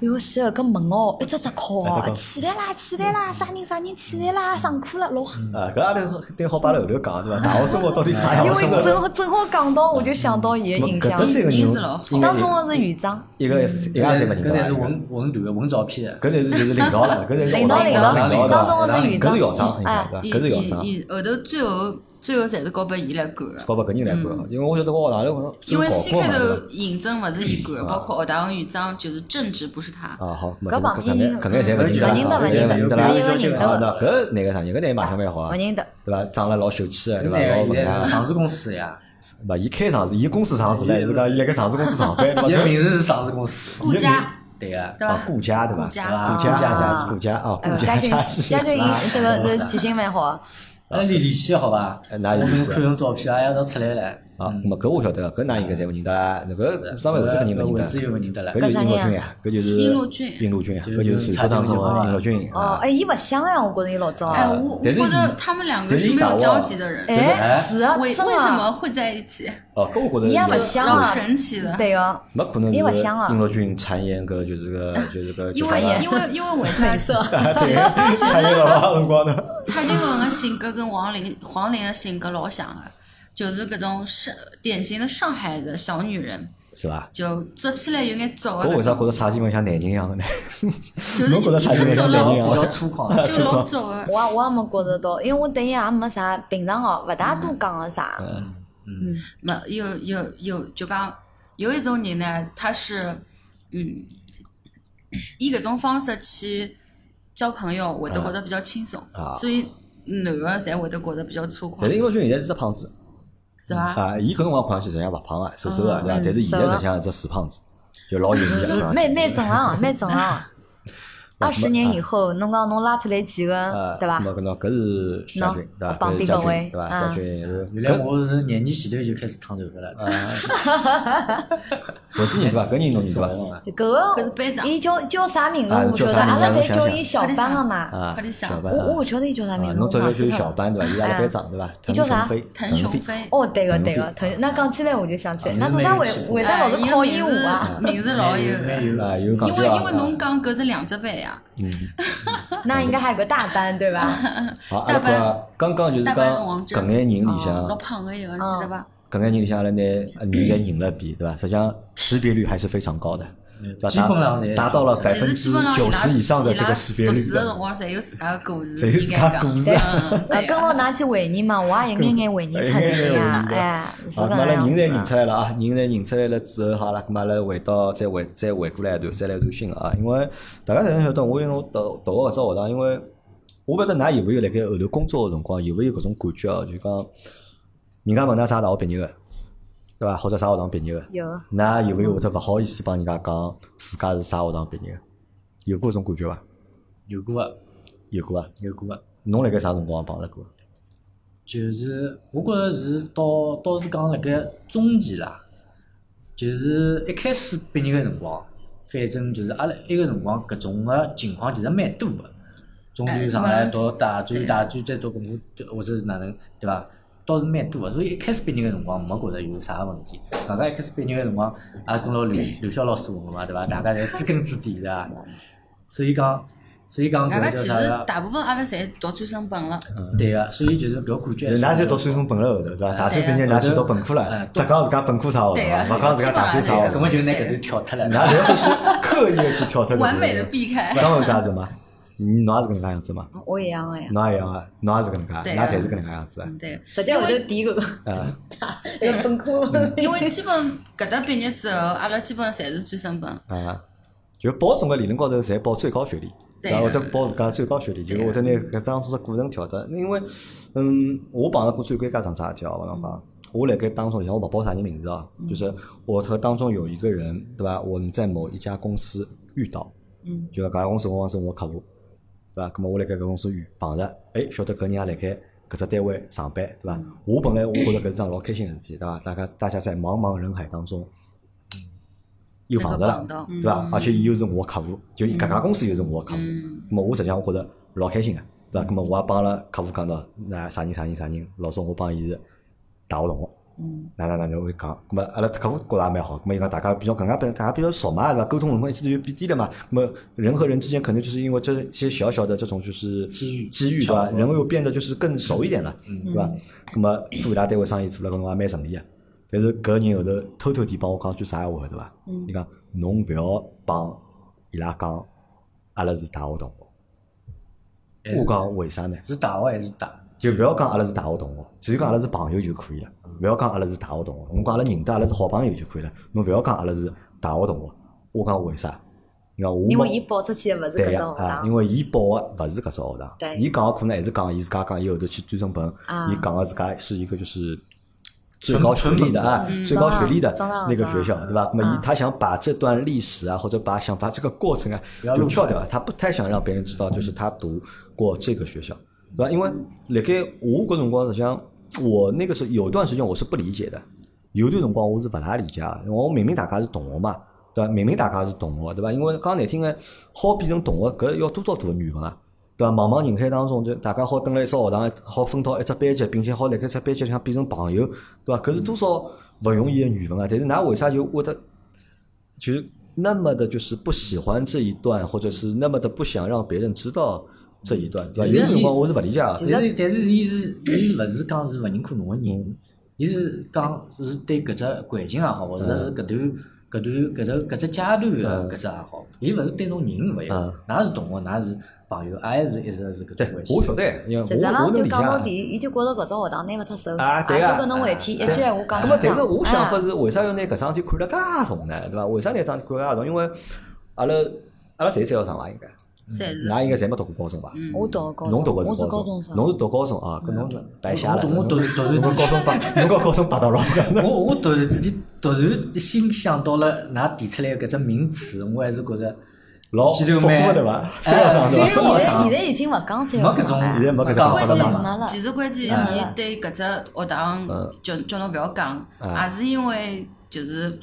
Speaker 2: 哟西，搿门哦，一只只敲
Speaker 1: 一只
Speaker 2: 哦
Speaker 1: 只，
Speaker 2: 起来啦，起来啦，啥人啥人起来啦，上课了，老吓
Speaker 1: 啊，搿阿拉对好摆辣后头讲对伐？大学生活哎到底啥
Speaker 2: 因
Speaker 1: 样
Speaker 2: 为
Speaker 1: 子呢？
Speaker 2: 正好正好讲到，我就想到伊个
Speaker 1: 咾
Speaker 2: 印
Speaker 1: 搿
Speaker 2: 象
Speaker 1: 搭。三个
Speaker 4: 印
Speaker 1: 人
Speaker 4: 子老好
Speaker 1: 应该
Speaker 2: 当中的是院长，
Speaker 1: 一个一个也啊侪
Speaker 3: 搿
Speaker 1: 勿认
Speaker 3: 搿
Speaker 1: 得
Speaker 3: 才是
Speaker 1: 伐。
Speaker 3: 混混团混照片。啊
Speaker 1: 搿才是就是领导了，搿才是
Speaker 2: 领导
Speaker 1: 学
Speaker 2: 领
Speaker 1: 堂
Speaker 2: 导
Speaker 1: 领
Speaker 3: 领
Speaker 1: 导对伐
Speaker 3: 导
Speaker 2: 当中的是
Speaker 3: 领
Speaker 2: 院
Speaker 1: 搿
Speaker 2: 长
Speaker 1: 是，校长，应该
Speaker 2: 哎
Speaker 1: 对伐？
Speaker 4: 伊
Speaker 1: 搿是校长，
Speaker 4: 伊伊后头最后最后侪是交拨伊来管个，
Speaker 1: 交拨搿人来管。
Speaker 2: 嗯
Speaker 1: 因为我晓得我学堂里
Speaker 4: 因为
Speaker 1: 只
Speaker 4: 先
Speaker 1: 有搞
Speaker 4: 开
Speaker 1: 过嘛对
Speaker 4: 头行政勿是伊管
Speaker 1: 嗯
Speaker 4: 的，包括学堂院长就是政治不是他。
Speaker 1: 伐。啊好，
Speaker 2: 搿旁
Speaker 1: 搿
Speaker 2: 边
Speaker 1: 眼搿眼侪勿
Speaker 3: 勿
Speaker 1: 认
Speaker 3: 认
Speaker 1: 得
Speaker 3: 得
Speaker 1: 啦，
Speaker 2: 勿
Speaker 1: 搿侪勿认得啦。
Speaker 2: 认得勿认得勿认得
Speaker 1: 啊那搿哪个啥人？搿哪个卖相蛮好
Speaker 2: 勿
Speaker 1: 啊？
Speaker 2: 认得。
Speaker 1: 对伐？长了老秀气个，对
Speaker 3: 搿
Speaker 1: 伐？老文啊
Speaker 3: 男个现在是。上市公 司呀，
Speaker 1: 勿，伊开上市，伊公司上市了，还是讲伊辣盖上市公司上班，
Speaker 3: 伊
Speaker 1: 对
Speaker 3: 个
Speaker 1: 伐？
Speaker 3: 名字是上市 公司，
Speaker 4: 顾家
Speaker 3: 对个。
Speaker 4: 对
Speaker 1: 啊
Speaker 4: 伐，？
Speaker 1: 顾家对伐？
Speaker 4: 顾家
Speaker 1: 顾家
Speaker 3: 啊
Speaker 1: 家顾家啊，
Speaker 2: 哎
Speaker 1: 顾
Speaker 2: 呦，家
Speaker 1: 家
Speaker 2: 俊
Speaker 1: 家
Speaker 2: 家
Speaker 1: 是。
Speaker 2: 俊，伊这个
Speaker 3: 是
Speaker 2: 这
Speaker 3: 的
Speaker 2: 记性蛮好。
Speaker 3: 阿拉联联系好伐？
Speaker 1: 哎那有意思
Speaker 3: 我看张照片，哎呀，都出来嗯了。
Speaker 1: 啊，咾么搿我晓得，搿㑚应该侪勿认得啦。那搿上班位置肯定勿
Speaker 3: 位
Speaker 1: 认
Speaker 3: 置
Speaker 1: 得啊
Speaker 3: 又，勿认得了
Speaker 1: 搿。就是英陆军呀，搿就是英
Speaker 4: 英陆军
Speaker 1: 陆军呀，
Speaker 3: 就是
Speaker 1: 搿就是传说当中的英陆军
Speaker 2: 哦，
Speaker 1: 啊。
Speaker 2: 哎，伊勿像哎，我觉着伊老早。
Speaker 4: 哎，我我
Speaker 1: 但是
Speaker 4: 觉
Speaker 1: 伊
Speaker 4: 得他们两个
Speaker 1: 但是
Speaker 4: 是
Speaker 1: 伊
Speaker 4: 没
Speaker 1: 打
Speaker 4: 有
Speaker 1: 我
Speaker 4: 交集的人，
Speaker 2: 哎，是啊，
Speaker 4: 为为
Speaker 2: 真的
Speaker 4: 什么会在一起？
Speaker 1: 哦，搿我觉
Speaker 2: 伊也
Speaker 1: 着
Speaker 2: 勿
Speaker 1: 是
Speaker 2: 像
Speaker 4: 老
Speaker 2: 啊
Speaker 4: 神奇的。
Speaker 2: 对个，
Speaker 1: 没可能
Speaker 2: 伊勿
Speaker 1: 是
Speaker 2: 像啊
Speaker 1: 英陆军谗言搿就是个就是个
Speaker 4: 因
Speaker 1: 叫
Speaker 4: 为
Speaker 1: 啥
Speaker 4: 因 为因为为啥？其实 其
Speaker 1: 谗
Speaker 4: 实
Speaker 1: 言了啥辰光呢？
Speaker 4: 蔡金文的性格跟王林黄龄的性格老像的，就是搿种上典型的上海的小女人，
Speaker 1: 是伐？
Speaker 4: 就做起来有眼早
Speaker 1: 搿为
Speaker 4: 的，
Speaker 1: 啥觉着差劲文像南京一样的呢？
Speaker 4: 就是
Speaker 1: 侬觉得啊蔡金
Speaker 4: 一
Speaker 1: 文
Speaker 4: 走
Speaker 1: 像南京一
Speaker 4: 了
Speaker 1: 样
Speaker 3: 比较
Speaker 1: 的？
Speaker 3: 粗 犷。啊
Speaker 4: 就老早啊的。
Speaker 2: 我也我也没觉着到，因为我对伊也没啥，平常哦勿大多讲个啥。
Speaker 1: 嗯
Speaker 2: 嗯，
Speaker 4: 没有有有，就讲有一种人呢，他是嗯，以搿种方式去交朋友，会得觉得比较轻松，
Speaker 1: 啊
Speaker 4: 所以男的侪会得觉得比较粗
Speaker 1: 但是
Speaker 4: 犷，
Speaker 1: 英陆军现在是只胖子
Speaker 4: 是伐？
Speaker 1: 啊，伊搿辰光看上去实际上勿胖啊，瘦瘦个对伐？
Speaker 2: 嗯
Speaker 1: 但是现在实际上是只死胖子，就老油腻
Speaker 4: 嗯
Speaker 1: 啊。
Speaker 2: 蛮蛮正常，蛮正常。
Speaker 1: 那
Speaker 2: 二十年以后，侬讲侬拉出来几
Speaker 1: 啊
Speaker 2: 个，，对伐
Speaker 1: 那？搿侬搿是夏军对伐？
Speaker 2: 喏旁边
Speaker 1: 搿
Speaker 2: 搿
Speaker 1: 对
Speaker 2: 位
Speaker 4: 嗯
Speaker 1: 伐？
Speaker 2: 啊
Speaker 1: 夏军是
Speaker 3: 原来我是廿年前头就开始烫头发了，
Speaker 1: 啊 搿是人对伐？搿人侬认得伐？
Speaker 2: 搿
Speaker 3: 啊
Speaker 2: 个
Speaker 4: 搿是班长
Speaker 2: 伊叫叫啥名字？
Speaker 1: 啊
Speaker 2: 我
Speaker 1: 叫
Speaker 2: 晓得，
Speaker 1: 啥名字
Speaker 2: 阿拉
Speaker 1: 我想
Speaker 2: 侪叫
Speaker 1: 想
Speaker 2: 伊小班个嘛。
Speaker 1: 啊，
Speaker 4: 快点想
Speaker 1: 小班
Speaker 2: 我我
Speaker 1: 啊
Speaker 2: 勿晓得伊叫啥名
Speaker 1: 啊，
Speaker 2: 字，
Speaker 1: 侬
Speaker 2: 我
Speaker 1: 早就
Speaker 2: 忘
Speaker 1: 就
Speaker 2: 记
Speaker 1: 是
Speaker 2: 脱
Speaker 1: 小
Speaker 2: 了。
Speaker 1: 班对伐？伊拉
Speaker 2: 哎
Speaker 1: 拉
Speaker 4: 嗯
Speaker 1: 班长对伐？
Speaker 2: 伊叫啥
Speaker 1: 腾飞，
Speaker 4: 腾
Speaker 1: 飞
Speaker 4: 雄飞，
Speaker 2: 哦，对个对
Speaker 1: 腾讯
Speaker 2: 个，腾讯。那讲起来我就想起来，
Speaker 3: 啊
Speaker 2: 那做啥为为啥老
Speaker 4: 哎
Speaker 2: 是
Speaker 4: 伊个
Speaker 2: 考
Speaker 4: 名
Speaker 2: 验
Speaker 4: 字
Speaker 2: 我啊？
Speaker 4: 名字 老有
Speaker 3: 蛮
Speaker 4: 的。
Speaker 3: 有
Speaker 1: 啊，嗯有讲
Speaker 4: 因为因为侬讲搿是两只啊班呀，
Speaker 2: 那应该还有个大班对伐？
Speaker 1: 好，阿拉
Speaker 4: 大班
Speaker 1: 讲刚刚就是
Speaker 4: 大
Speaker 1: 讲
Speaker 4: 班跟王
Speaker 1: 搿眼人里向
Speaker 4: 哦老，胖个一个，你记得伐？
Speaker 1: 搿眼人里向阿拉拿呃人侪认了一遍对伐？实际上识别率还是非常高的，对伐？
Speaker 3: 基本上
Speaker 1: 达达
Speaker 3: 侪
Speaker 1: 到了百
Speaker 4: 其
Speaker 1: 分
Speaker 4: 实
Speaker 1: 之
Speaker 4: 基本上伊
Speaker 1: 九
Speaker 4: 拉
Speaker 1: 十以上的
Speaker 4: 伊
Speaker 1: 这
Speaker 4: 拉
Speaker 1: 个
Speaker 4: 读
Speaker 1: 识
Speaker 4: 书
Speaker 1: 别
Speaker 4: 的
Speaker 1: 率的
Speaker 4: 辰光侪有自家的故事，
Speaker 1: 侪有
Speaker 4: 应该
Speaker 1: 自家
Speaker 4: 讲
Speaker 1: 故事啊
Speaker 4: 嗯
Speaker 2: 呃，
Speaker 4: 对
Speaker 2: 跟我拿去回忆嘛，我也有眼眼回忆出来的呀，哎，是
Speaker 1: 啊，
Speaker 2: 搿
Speaker 1: 咁阿拉
Speaker 2: 能
Speaker 1: 人
Speaker 2: 样
Speaker 1: 侪
Speaker 2: 子
Speaker 1: 认
Speaker 2: 啊。
Speaker 1: 出来了啊，人侪认出来了之后，好了，咁阿拉回到再回再回过来一段，再来一段新的啊，因为大家侪能晓得，我因为我读读个搿只学堂，因为我勿晓得㑚有勿有辣盖后头工作个辰光有勿有搿种感觉哦，就讲人家问㑚啥大学毕业个，对伐？或者啥学堂毕业个，
Speaker 2: 有，
Speaker 1: 㑚有勿有会得勿好意思帮人家讲自家是啥学堂毕业个？有过搿种感觉伐？
Speaker 3: 有过个，
Speaker 1: 有过啊？
Speaker 3: 有过个，
Speaker 1: 侬辣盖啥辰光碰着过？
Speaker 3: 就是我觉着是到倒是讲辣盖中期啦，就是一开始毕业个辰光，反正就是阿拉埃个辰光搿种个情况其实蛮多个，中
Speaker 4: 哎
Speaker 3: 专上来到大专，大专再到本科，或者是哪能，对伐？倒是蛮多个，所以一开始毕业个辰光没觉着有啥问题。大家一开始毕业个辰光，也跟牢刘刘晓老师问个嘛，对伐？大家侪知根知底对伐？所以讲，所以讲搿个
Speaker 4: 外加
Speaker 3: 叫
Speaker 4: 其
Speaker 3: 啥
Speaker 4: 实
Speaker 3: 个？
Speaker 4: 大部分阿拉侪读专升本了，
Speaker 3: 对个，所以就是搿感觉
Speaker 1: 就是㑚
Speaker 3: 还。
Speaker 1: 侪读专升本了后头，对
Speaker 4: 哎
Speaker 1: 伐？大专毕业㑚去读本科了
Speaker 3: 哎，
Speaker 1: 只讲自家本科啥学
Speaker 4: 啊对
Speaker 1: 堂，
Speaker 4: 啊
Speaker 1: 勿讲自家大专啥学
Speaker 3: 根
Speaker 1: 堂
Speaker 3: 本，就拿搿段跳脱了。
Speaker 1: 㑚侪欢喜 刻意地去跳脱搿个
Speaker 4: 完美的避开。
Speaker 1: 当然是啥子嘛，嗯侬也是搿能介样子嘛，
Speaker 2: 我也一样个呀。
Speaker 1: 侬也一样啊，侬也是搿能介，
Speaker 4: 对
Speaker 1: 㑚
Speaker 4: 啊
Speaker 1: 侪是搿能介样子啊。
Speaker 4: 对，
Speaker 2: 实际我就第一个，
Speaker 1: 啊，嗯
Speaker 2: 那本科。
Speaker 4: 因为基本搿搭毕业之后，阿拉基本侪是专升本。
Speaker 1: 啊，就报总归理论高头侪报最高学历，
Speaker 4: 对
Speaker 1: 然后或
Speaker 4: 啊
Speaker 1: 者报自家最高学历，就是或者拿搿当中的过程调的。因为，嗯，我碰到过最尴尬桩啥事体哦，我讲
Speaker 4: 嗯
Speaker 1: 讲，我辣盖当中里向我勿报啥人名字哦，就是我和当中有一个人，对伐？我们在某一家公司遇到，
Speaker 2: 嗯，
Speaker 1: 就搿家公司我讲是我客户，对伐？咁么我辣盖搿公司遇碰着，哎，晓得搿人也辣盖搿只单位上班，对伐？
Speaker 4: 嗯
Speaker 1: 我本来我觉着搿是桩老开心个事体，对伐？大家大家在茫茫人海当中。有碰着了
Speaker 4: 这个碰到，
Speaker 1: 对伐？而且伊又是我的客户，就伊搿家公司又是我的客户，
Speaker 4: 嗯
Speaker 1: 那么我实际上我觉着老开心个，对伐？那么我也帮阿拉客户讲到，那啥人啥人啥人，老早我帮伊是大学同学。
Speaker 2: 嗯，
Speaker 1: 哪能哪能会讲，咁么阿拉客户觉着也蛮好，咁么伊讲大家比较更加大家比较熟嘛，对伐？沟通辰啊光一直就变低了嘛，咁么人和人之间可能就是因为这些小小的这种就是
Speaker 3: 机遇
Speaker 1: 机遇对
Speaker 3: 巧
Speaker 1: 伐？
Speaker 3: 合
Speaker 1: 人又变得就是更熟一点了，
Speaker 2: 嗯
Speaker 1: 对伐？咁啊么做伊拉单位生意做了搿辰光也蛮顺利个，但啊是搿人后头偷偷地帮我讲句啥闲话，对伐？
Speaker 2: 嗯
Speaker 1: 伊讲侬勿要帮伊拉讲，阿拉是大学同学。
Speaker 3: 还是
Speaker 1: 我讲为啥呢？
Speaker 3: 是大学还是大？
Speaker 1: 就勿要讲阿拉是大学同学，只有讲阿拉是朋友就可以了。勿要讲阿拉是大学同学，侬讲阿拉认得阿拉是好朋友就可以了。侬勿要讲阿拉是大学同学。我讲为啥？你看我
Speaker 2: 因为
Speaker 1: 没
Speaker 2: 伊报出去的勿是
Speaker 1: 对
Speaker 2: 搿
Speaker 1: 呀
Speaker 2: 种学
Speaker 1: 啊，
Speaker 2: 堂
Speaker 1: 因为伊报个勿是搿只学堂
Speaker 2: 对，
Speaker 1: 伊讲个可能还是讲伊自家讲伊后头去专升本
Speaker 2: 啊，
Speaker 1: 伊讲个自家是一个就是。最
Speaker 3: 纯
Speaker 1: 高学历的啊
Speaker 4: 纯本科，
Speaker 1: 最高学历的
Speaker 2: 中大
Speaker 1: 那个
Speaker 2: 中大
Speaker 1: 学校，对吧？那么
Speaker 2: 啊
Speaker 1: 伊他想把这段历史啊，或者把想把这个过程啊
Speaker 3: 不要
Speaker 1: 就
Speaker 3: 露出
Speaker 1: 跳掉，他不太想让别人知道，就是他读过这个学校，对吧？因为辣盖我搿辰光，实际上我那个时候有段时间我是不理解的，有段辰光我是勿大理解啊的，因为我明明大家是同学嘛，对伐？明明大家是同学，对伐？因为讲难听个，好变成同学，搿要多少大个缘分啊！对伐？茫茫人海当中，就大家好蹲辣一所学堂，好分到一只班级，并且好辣盖只班级里向变成朋友，对伐？搿是
Speaker 2: 嗯
Speaker 1: 多少勿容易个缘分啊！但是㑚为啥就会得就是那么的，就是不喜欢这一段，或者是那么的不想让别人知道这一段，对吧？
Speaker 3: 其实
Speaker 1: 有种辰光
Speaker 3: 你
Speaker 1: 我是勿理解啊，
Speaker 2: 其
Speaker 3: 但是但是，伊是伊是勿是讲是勿认可侬个人？伊是讲是对搿只环境也好，或者是搿段搿段搿只搿只阶段
Speaker 1: 嗯
Speaker 3: 个搿只也好，伊勿是对侬人勿一
Speaker 1: 嗯
Speaker 3: 样，㑚是同学，㑚是朋友，也是一直是搿
Speaker 1: 对
Speaker 3: 种关，系。
Speaker 1: 我晓得，因为
Speaker 2: 实际
Speaker 1: 我我
Speaker 2: 上
Speaker 1: 能
Speaker 2: 就
Speaker 1: 理解
Speaker 2: 讲到
Speaker 1: 啊。
Speaker 2: 底，伊就觉着搿种学堂拿勿出手，
Speaker 1: 啊对
Speaker 2: 也
Speaker 1: 啊
Speaker 2: 就搿侬回去一句闲话讲
Speaker 1: 那么，
Speaker 2: 清
Speaker 1: 但是
Speaker 2: 爽
Speaker 1: 我想法
Speaker 2: 啊
Speaker 1: 是，为啥要拿搿桩事体看得介重呢？对伐？为啥拿搿桩事体看得介重？因为阿拉阿拉侪三校生伐？应该，
Speaker 2: 嗯
Speaker 4: 侪是
Speaker 1: 㑚应该侪没读过高中伐？
Speaker 4: 嗯
Speaker 2: 我读高
Speaker 1: 侬
Speaker 2: 中，
Speaker 1: 读过
Speaker 2: 我是高
Speaker 1: 高
Speaker 2: 中
Speaker 1: 中，
Speaker 2: 生，嗯
Speaker 1: 侬是读高中啊？搿侬白瞎了。
Speaker 3: 我读
Speaker 1: 侬
Speaker 3: 读读
Speaker 1: 侬高中八， 侬高中八到了。
Speaker 3: 我我突然之间突然心想到了㑚提出来搿只名词，我还是觉着
Speaker 1: 老
Speaker 3: 激动
Speaker 1: 丰富
Speaker 3: 蛮
Speaker 1: 对伐？
Speaker 3: 哎
Speaker 1: 三校生
Speaker 2: 现
Speaker 1: 对
Speaker 2: 在
Speaker 1: 伐？
Speaker 3: 高中生
Speaker 2: 现在已经勿讲三
Speaker 3: 没
Speaker 2: 个
Speaker 3: 搿种，
Speaker 1: 现在没搿种
Speaker 4: 关
Speaker 1: 好了嘛
Speaker 2: 没了
Speaker 4: 键，其实关键，伊对搿只学堂
Speaker 1: 嗯
Speaker 4: 叫叫侬勿要讲，
Speaker 1: 嗯
Speaker 4: 也是因为就是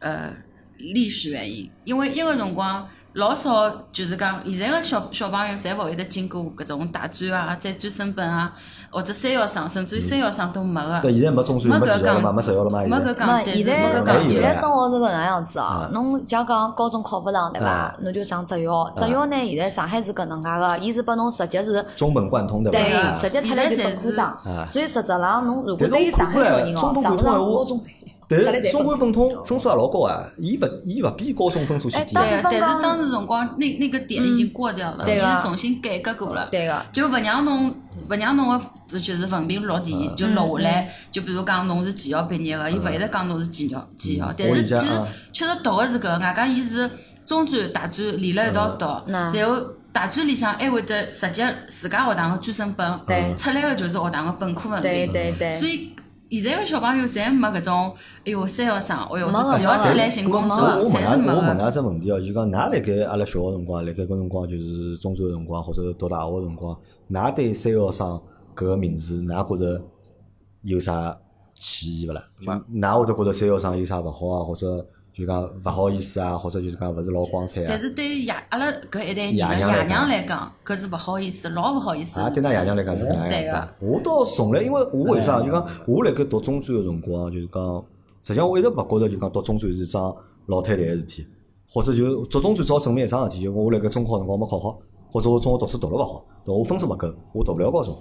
Speaker 4: 呃历史原因，因为一个辰光老少就是讲现在个小小朋友侪勿会得经过搿种大专啊、再专升本啊，或者三校生，甚至于三校生都没个，
Speaker 1: 对，现在没中专，
Speaker 4: 没
Speaker 1: 没
Speaker 4: 搿
Speaker 1: 技校了嘛，
Speaker 4: 讲
Speaker 1: 没职校了嘛，
Speaker 4: 没搿讲，
Speaker 2: 没
Speaker 4: 但，是
Speaker 2: 现
Speaker 4: 没搿
Speaker 1: 没
Speaker 2: 在
Speaker 4: 讲
Speaker 1: 有
Speaker 2: 现
Speaker 4: 究
Speaker 2: 在
Speaker 1: 了
Speaker 2: 生活是搿能样子哦
Speaker 1: 嗯。
Speaker 2: 侬假讲高中考勿上对伐？
Speaker 1: 啊
Speaker 2: 侬就上职校，职校呢现在上海是搿能介个，伊是拨侬直接是
Speaker 1: 中本贯通对伐？
Speaker 2: 对
Speaker 4: 啊
Speaker 1: 啊
Speaker 2: 直接出来就本科
Speaker 1: 啊
Speaker 2: 生。所以实质上侬如果
Speaker 1: 但是
Speaker 2: 对于
Speaker 1: 我
Speaker 2: 上
Speaker 1: 看过
Speaker 2: 海小
Speaker 1: 来，
Speaker 2: 人
Speaker 1: 中
Speaker 2: 哦，
Speaker 1: 本
Speaker 2: 上
Speaker 1: 贯
Speaker 2: 勿
Speaker 1: 通闲
Speaker 2: 上高中
Speaker 1: 话，，但是中本贯通分数也老高啊，伊勿伊勿比高中分数去
Speaker 2: 哎
Speaker 1: 低啊。
Speaker 4: 对，但
Speaker 2: 比方讲
Speaker 4: 是当时辰光那那个点已经过掉了，
Speaker 2: 嗯对
Speaker 4: 伊
Speaker 2: 个
Speaker 4: 是重新改革过了。
Speaker 2: 对个，
Speaker 4: 就勿让侬勿让侬个就是文凭落
Speaker 2: 呃
Speaker 4: 地，就落
Speaker 2: 嗯
Speaker 4: 下来。就比如讲，侬是技校毕业个，伊勿一直讲侬是技校技
Speaker 2: 嗯
Speaker 4: 校，但
Speaker 1: 我
Speaker 4: 是
Speaker 1: 理解
Speaker 4: 其实
Speaker 1: 啊
Speaker 4: 确实读个是搿个，外加伊是中专、大专连了一道读，
Speaker 2: 嗯那
Speaker 4: 然后大专里向还会得直接自家学堂个专升
Speaker 2: 对
Speaker 4: 本，出来个就是学堂个本科文
Speaker 2: 对
Speaker 4: 凭。
Speaker 2: 对对。
Speaker 4: 嗯所以现在个小朋友侪没搿种，哎哟，三校生，哎哟，
Speaker 2: 没个
Speaker 4: 是技校
Speaker 2: 没个
Speaker 4: 出来寻工作
Speaker 2: 没
Speaker 1: 我我
Speaker 4: 的，
Speaker 1: 问
Speaker 4: 哦侪是没
Speaker 1: 㑚我问
Speaker 4: 个。
Speaker 1: 㑚只问题哦，就讲㑚辣盖阿拉小学辰光，辣盖搿辰光就是中专辰光或者读大学辰光，㑚对三校生搿个名字，㑚觉着有啥歧义勿啦？就㑚会得觉着三校生有啥勿好啊，或者就讲勿好意思啊，或者就是讲勿是老光彩啊
Speaker 4: 但？是对爷阿拉搿一代人
Speaker 1: 爷
Speaker 4: 的
Speaker 1: 娘来讲
Speaker 4: 爷娘来讲，搿是勿好意思，老勿好意思
Speaker 1: 啊，
Speaker 4: 的事
Speaker 1: 对
Speaker 4: 体。
Speaker 1: 㑚爷娘来讲是搿能样
Speaker 4: 对
Speaker 1: 子
Speaker 4: 个
Speaker 1: 啊。我倒从来，因为我为啥就讲，我辣盖读中专个辰光，啊就是讲，实际上我一直勿觉着就讲读中专是桩老太太个事体，或者就读中专只好证明一桩事体，就我辣盖中考辰光没考好，或者我中学读书读了勿好，对伐我分数勿够，我读勿了高中，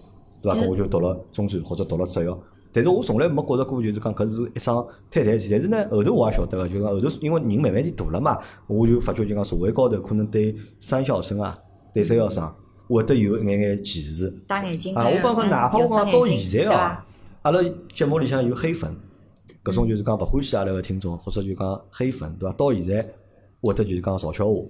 Speaker 1: 对伐？
Speaker 4: 其
Speaker 1: 咾
Speaker 4: 实
Speaker 1: 我就读了中专或者读了职校。但是我从来没觉着过，就是讲搿是一桩太太的事体。但是呢，后头我也晓得个，就是讲后头因为人慢慢地大了嘛，我就发觉就讲社会高头可能对三校生啊，对三校生会得有一眼眼歧视。
Speaker 2: 戴眼镜
Speaker 1: 啊，
Speaker 2: 对
Speaker 1: 我
Speaker 2: 个
Speaker 1: 帮讲，
Speaker 2: 嗯
Speaker 1: 哪怕我
Speaker 2: 有
Speaker 1: 讲
Speaker 2: 戴
Speaker 1: 到
Speaker 2: 眼镜
Speaker 1: 现在
Speaker 2: 对
Speaker 1: 哦
Speaker 2: 伐，
Speaker 1: 阿拉节目里向有黑粉，搿种就是讲勿欢喜阿拉个听众，或者就讲黑粉，对伐？到现在会得就是讲嘲笑我，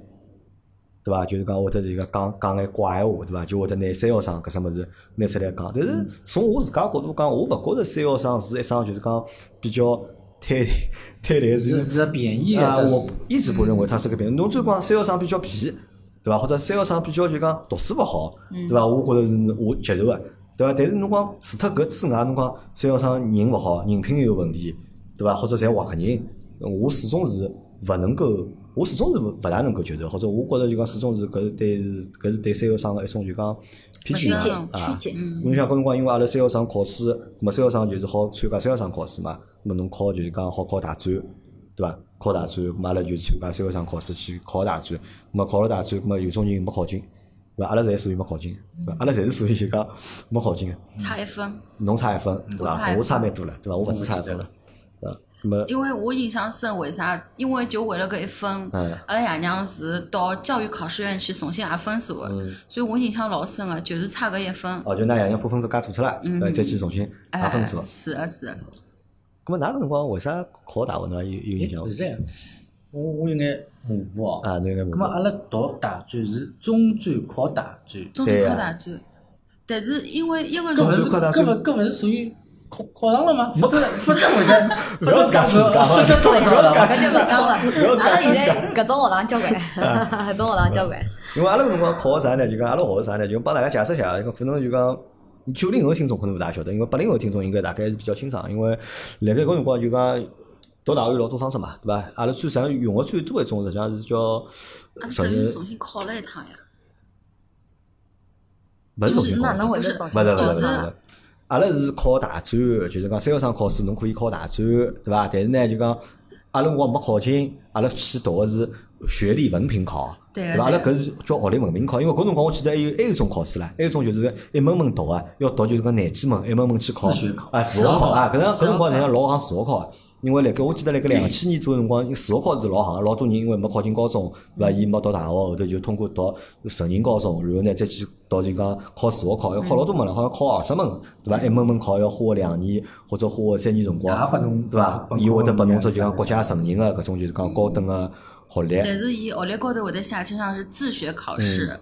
Speaker 1: 对伐？就是讲会得就是讲讲讲眼怪闲话，对伐？就会得拿三幺生搿只物事拿出来讲。但
Speaker 2: 嗯
Speaker 1: 是从我自家角度讲，我勿觉着三幺生是一桩就是讲比较 太太来
Speaker 3: 是
Speaker 1: 是
Speaker 3: 是贬义
Speaker 1: 啊，
Speaker 3: 个，
Speaker 1: 我嗯一直不认为它是个便宜。侬最光三幺生比较皮，对伐？或者三幺生比较就讲读书勿好，对伐？我觉着是我接受个，对伐？但是侬讲除脱搿之外，侬讲三幺生人勿好，人品有问题，对伐？或者侪坏人，我始终是勿能够，我始终是勿勿大能够接受，或者我觉着就讲始终是搿是对是搿是对三个省个一种就讲偏
Speaker 2: 曲
Speaker 1: 见
Speaker 2: 解
Speaker 1: 啊。
Speaker 2: 曲解，
Speaker 1: 侬想搿辰光，因为阿拉三幺省考试，葛末三幺省就是好参加三幺省考试嘛。葛末侬考就是讲好考大专，对伐？考大专，葛末阿拉就参加三幺省考试去考大专。葛末考了大专，葛末有种人没考进，对伐？阿拉侪属于没考进，对伐？阿拉侪是属于就讲没考进个。
Speaker 4: 差一分。
Speaker 1: 侬差一分，对
Speaker 4: 我差
Speaker 1: 伐？
Speaker 4: 一
Speaker 1: 我
Speaker 4: 分
Speaker 1: 差蛮多了，对伐？我勿止差一分了，对伐？葛末
Speaker 4: 因为我印象深，为啥？因为就为了搿一分
Speaker 1: 嗯，
Speaker 4: 阿拉爷娘是到教育考试院去重新打分数的
Speaker 1: 嗯，
Speaker 4: 所以我印象老深个，就是差搿一分。
Speaker 1: 哦，就㑚爷娘把分数加错脱了，
Speaker 4: 嗯
Speaker 1: 对伐再去重新打
Speaker 4: 哎
Speaker 1: 分数。，
Speaker 4: 是的，是的。
Speaker 1: 葛末㑚搿辰光为啥考大学呢？有有印象伐
Speaker 3: 是这样，我我有眼模糊哦。
Speaker 4: 哎
Speaker 1: 啊？侬应该问
Speaker 3: 咁么阿
Speaker 1: 过。
Speaker 3: 拉读大专是中专考大专，
Speaker 4: 中专考大专，但是因为一个
Speaker 1: 中专
Speaker 4: 是
Speaker 1: 考大
Speaker 3: 搿
Speaker 1: 专
Speaker 3: 勿搿勿是属于考考上了吗？否则否则我 讲，
Speaker 1: 不要自家啊
Speaker 3: 否
Speaker 1: 骗自
Speaker 3: 则
Speaker 1: 家嘛
Speaker 3: 否
Speaker 1: 要
Speaker 2: 搿就勿讲了。
Speaker 3: 则到了
Speaker 2: 阿拉现在搿种学堂交关，搿种学堂交关。
Speaker 1: 因为阿拉搿辰光考啥呢？就讲阿拉学啥呢？就帮大家解释一下，可能就讲九零后听众可能勿大晓得，因为八零后听众应该大概是比较清爽，因为辣盖搿辰光就讲。读大学有老多方式嘛，对伐？阿拉最常用个最多一种，实际上是叫
Speaker 4: 阿拉
Speaker 1: 实
Speaker 4: 等
Speaker 1: 验
Speaker 4: 于，重新考了一趟呀。
Speaker 1: 勿是重
Speaker 4: 就是
Speaker 1: 新考
Speaker 2: 哪
Speaker 1: 的
Speaker 2: 能会
Speaker 4: 不
Speaker 2: 是
Speaker 4: 是
Speaker 2: 重新
Speaker 1: 勿是勿
Speaker 4: 就是
Speaker 1: 勿是
Speaker 2: 考
Speaker 4: 是
Speaker 1: 勿
Speaker 2: 上
Speaker 1: 是，阿拉是考大专，就是讲三幺三考试，侬可以考大专，对伐？但是呢，就讲阿拉辰光没考进，阿拉去读个是学历文凭考，
Speaker 4: 对
Speaker 1: 对
Speaker 4: 啊
Speaker 1: 伐？阿拉
Speaker 4: 对
Speaker 1: 搿是叫学历文凭考，因为搿辰光我记得还有还有一种考试啦，还有一种就是一门门读啊，要读就是讲廿几门，一门门去考
Speaker 3: 自学考
Speaker 1: 啊，自学考啊，搿
Speaker 4: 自
Speaker 1: 辰搿
Speaker 4: 学考
Speaker 1: 辰光人家老行自学考。因为辣盖我记得辣盖两千年左右辰光，自学考是老行的，老多人因为没考进高中，对伐？伊没读大学，后头就通过读成人高中，然后呢再去到就讲考自学考，要考老多门了，好像考二十门，对伐？一门门考要花两年或者花三年辰
Speaker 3: 也拨
Speaker 1: 光，
Speaker 3: 侬
Speaker 1: 对伐？
Speaker 3: 本科
Speaker 1: 伊会得拨侬
Speaker 3: 本科
Speaker 1: 这就讲国家承认个搿种就是讲高等个学历，
Speaker 4: 但是伊学历高头会得写，经常是自学考
Speaker 1: 嗯
Speaker 4: 试。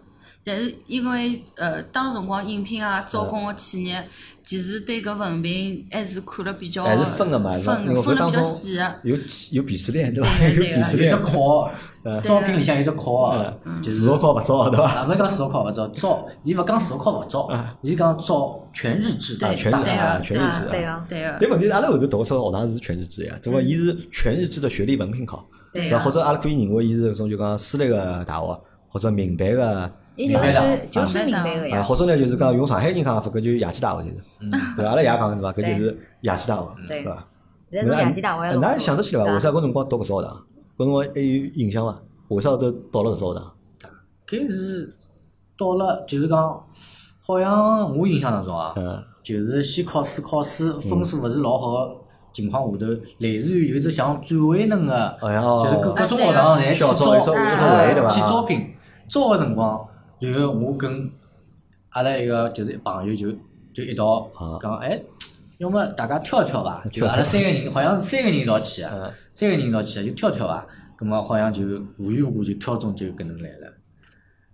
Speaker 4: 但是因为呃，当辰光应聘啊、招
Speaker 1: 嗯
Speaker 4: 工个企业，其实对搿文凭还是看了比较
Speaker 1: 还是分个嘛，是吧
Speaker 4: 分
Speaker 1: 因为
Speaker 4: 的分
Speaker 1: 搿
Speaker 4: 了
Speaker 1: 当
Speaker 4: 比较
Speaker 1: 中
Speaker 4: 细啊的。
Speaker 1: 有有鄙视链对伐？
Speaker 4: 对
Speaker 1: 有
Speaker 4: 个对个
Speaker 1: 鄙视
Speaker 3: 有
Speaker 1: 链
Speaker 3: 只，考，招聘里向有只考哦嗯
Speaker 1: 呃，
Speaker 3: 就
Speaker 1: 嗯自
Speaker 3: 是
Speaker 1: 学。考勿招对伐？
Speaker 3: 啊，勿是讲自学考勿招，招伊勿讲自学考勿招，伊是讲招全日制
Speaker 4: 对
Speaker 3: 大
Speaker 1: 嗯啊，全日制啊，全日
Speaker 4: 对啊对啊
Speaker 1: 制
Speaker 2: 对
Speaker 1: 啊。
Speaker 2: 个，
Speaker 4: 对个、
Speaker 1: 但问题是，阿拉后头读个时候学堂是全日制呀，对伐？伊是
Speaker 2: 嗯
Speaker 1: 全日制的学历文凭考，
Speaker 4: 对啊
Speaker 1: 伐？
Speaker 4: 呀
Speaker 1: 或者阿拉可以认为伊是搿种就讲私立个大学，或者民办个。
Speaker 2: 伊就
Speaker 3: 明白了
Speaker 2: 算就算明白个
Speaker 1: 啊，
Speaker 2: 呀。嗯
Speaker 1: 或者呢，就是讲用上海人讲法，搿就是野鸡大学，就是，对伐？阿拉爷讲是伐？搿就是野鸡大学，
Speaker 2: 对
Speaker 1: 伐？
Speaker 2: 现在侬野鸡大学也
Speaker 1: 哎
Speaker 2: 老
Speaker 1: 那
Speaker 2: 多
Speaker 1: 想得起来伐？
Speaker 2: 对
Speaker 1: 为
Speaker 2: 吧
Speaker 1: 啥搿辰光读搿所学堂？搿辰光还有印象伐？为啥都到了搿所学
Speaker 2: 嗯
Speaker 1: 堂？
Speaker 3: 搿是到了就是讲，好像我印象当中啊，
Speaker 1: 嗯，
Speaker 3: 就是先考试，考试分数勿是老好个情况下头，类似于有只像转会能个，
Speaker 1: 哎呀
Speaker 3: 就是各
Speaker 1: 哦
Speaker 3: 各种学堂侪去
Speaker 1: 校招一所
Speaker 3: 招，
Speaker 1: 一
Speaker 2: 所
Speaker 1: 会对吧
Speaker 3: 去招聘，招个辰光，然后我跟阿拉一个就是朋友就就一道
Speaker 1: 啊
Speaker 3: 讲，哎，要么大家跳跳伐？就
Speaker 1: 跳
Speaker 3: 阿拉三个人，好像是三个人一道去
Speaker 1: 嗯
Speaker 3: 个，三个人一道去个，就跳跳伐？葛么好像就无缘无故就跳中就搿能来了。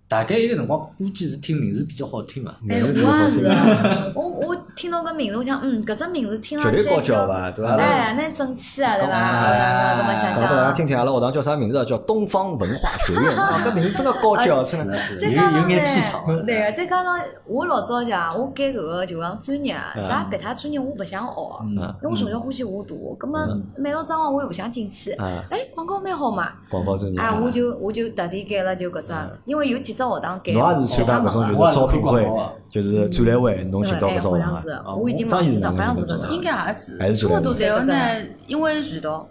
Speaker 3: 大概一个辰光，估计是听名字比较好听伐？啊
Speaker 1: 名
Speaker 2: 哎，我
Speaker 1: 字
Speaker 2: 也
Speaker 1: 挺好听
Speaker 2: 是
Speaker 1: 的，
Speaker 2: 啊，我我听到搿名字，我想，嗯，搿只名字听
Speaker 1: 绝
Speaker 2: 上去
Speaker 1: 对高
Speaker 2: 就
Speaker 1: 教伐？对伐？
Speaker 2: 哎，蛮争气啊，对伐？
Speaker 3: 啊
Speaker 2: 搿么想
Speaker 1: 讲拨大家听
Speaker 2: 想，
Speaker 1: 听，阿拉学堂叫啥名字啊？叫东方文化学 院。啊，搿名字真个高
Speaker 2: 哎
Speaker 1: 级哦，真个。
Speaker 3: 是
Speaker 2: 再
Speaker 3: 有
Speaker 2: 加上
Speaker 3: 有眼
Speaker 2: 呢
Speaker 3: 气场啊。
Speaker 2: 对个，再加上我老早讲，我改搿个就讲专业啊，啥别他专业我勿想学，
Speaker 3: 嗯
Speaker 1: 嗯
Speaker 2: 因为我从小欢喜画图，葛么美劳张啊我又勿想进去，
Speaker 1: 啊，嗯
Speaker 2: 哎，广告蛮好嘛，
Speaker 1: 广告专业。
Speaker 2: 啊，我就我就特地改了就搿只，因为有几只学堂改
Speaker 1: 嗯侬
Speaker 2: 了，
Speaker 1: 也是参加搿种就
Speaker 3: 我也
Speaker 1: 是
Speaker 3: 是
Speaker 1: 招聘
Speaker 3: 看广
Speaker 1: 会
Speaker 3: 告啊，
Speaker 1: 就是展览会，侬进到搿
Speaker 2: 哎，好
Speaker 1: 种
Speaker 2: 像
Speaker 1: 啊
Speaker 2: 是，，我已经
Speaker 1: 张
Speaker 2: 忘
Speaker 1: 医
Speaker 2: 记
Speaker 1: 生
Speaker 2: 了，好像是
Speaker 1: 搿
Speaker 2: 搿
Speaker 1: 种
Speaker 2: 种。
Speaker 4: 应该也是。
Speaker 1: 还是展
Speaker 2: 这
Speaker 1: 览
Speaker 2: 么多
Speaker 1: 会。
Speaker 4: 然后呢
Speaker 2: 这，
Speaker 4: 因为
Speaker 2: 渠道，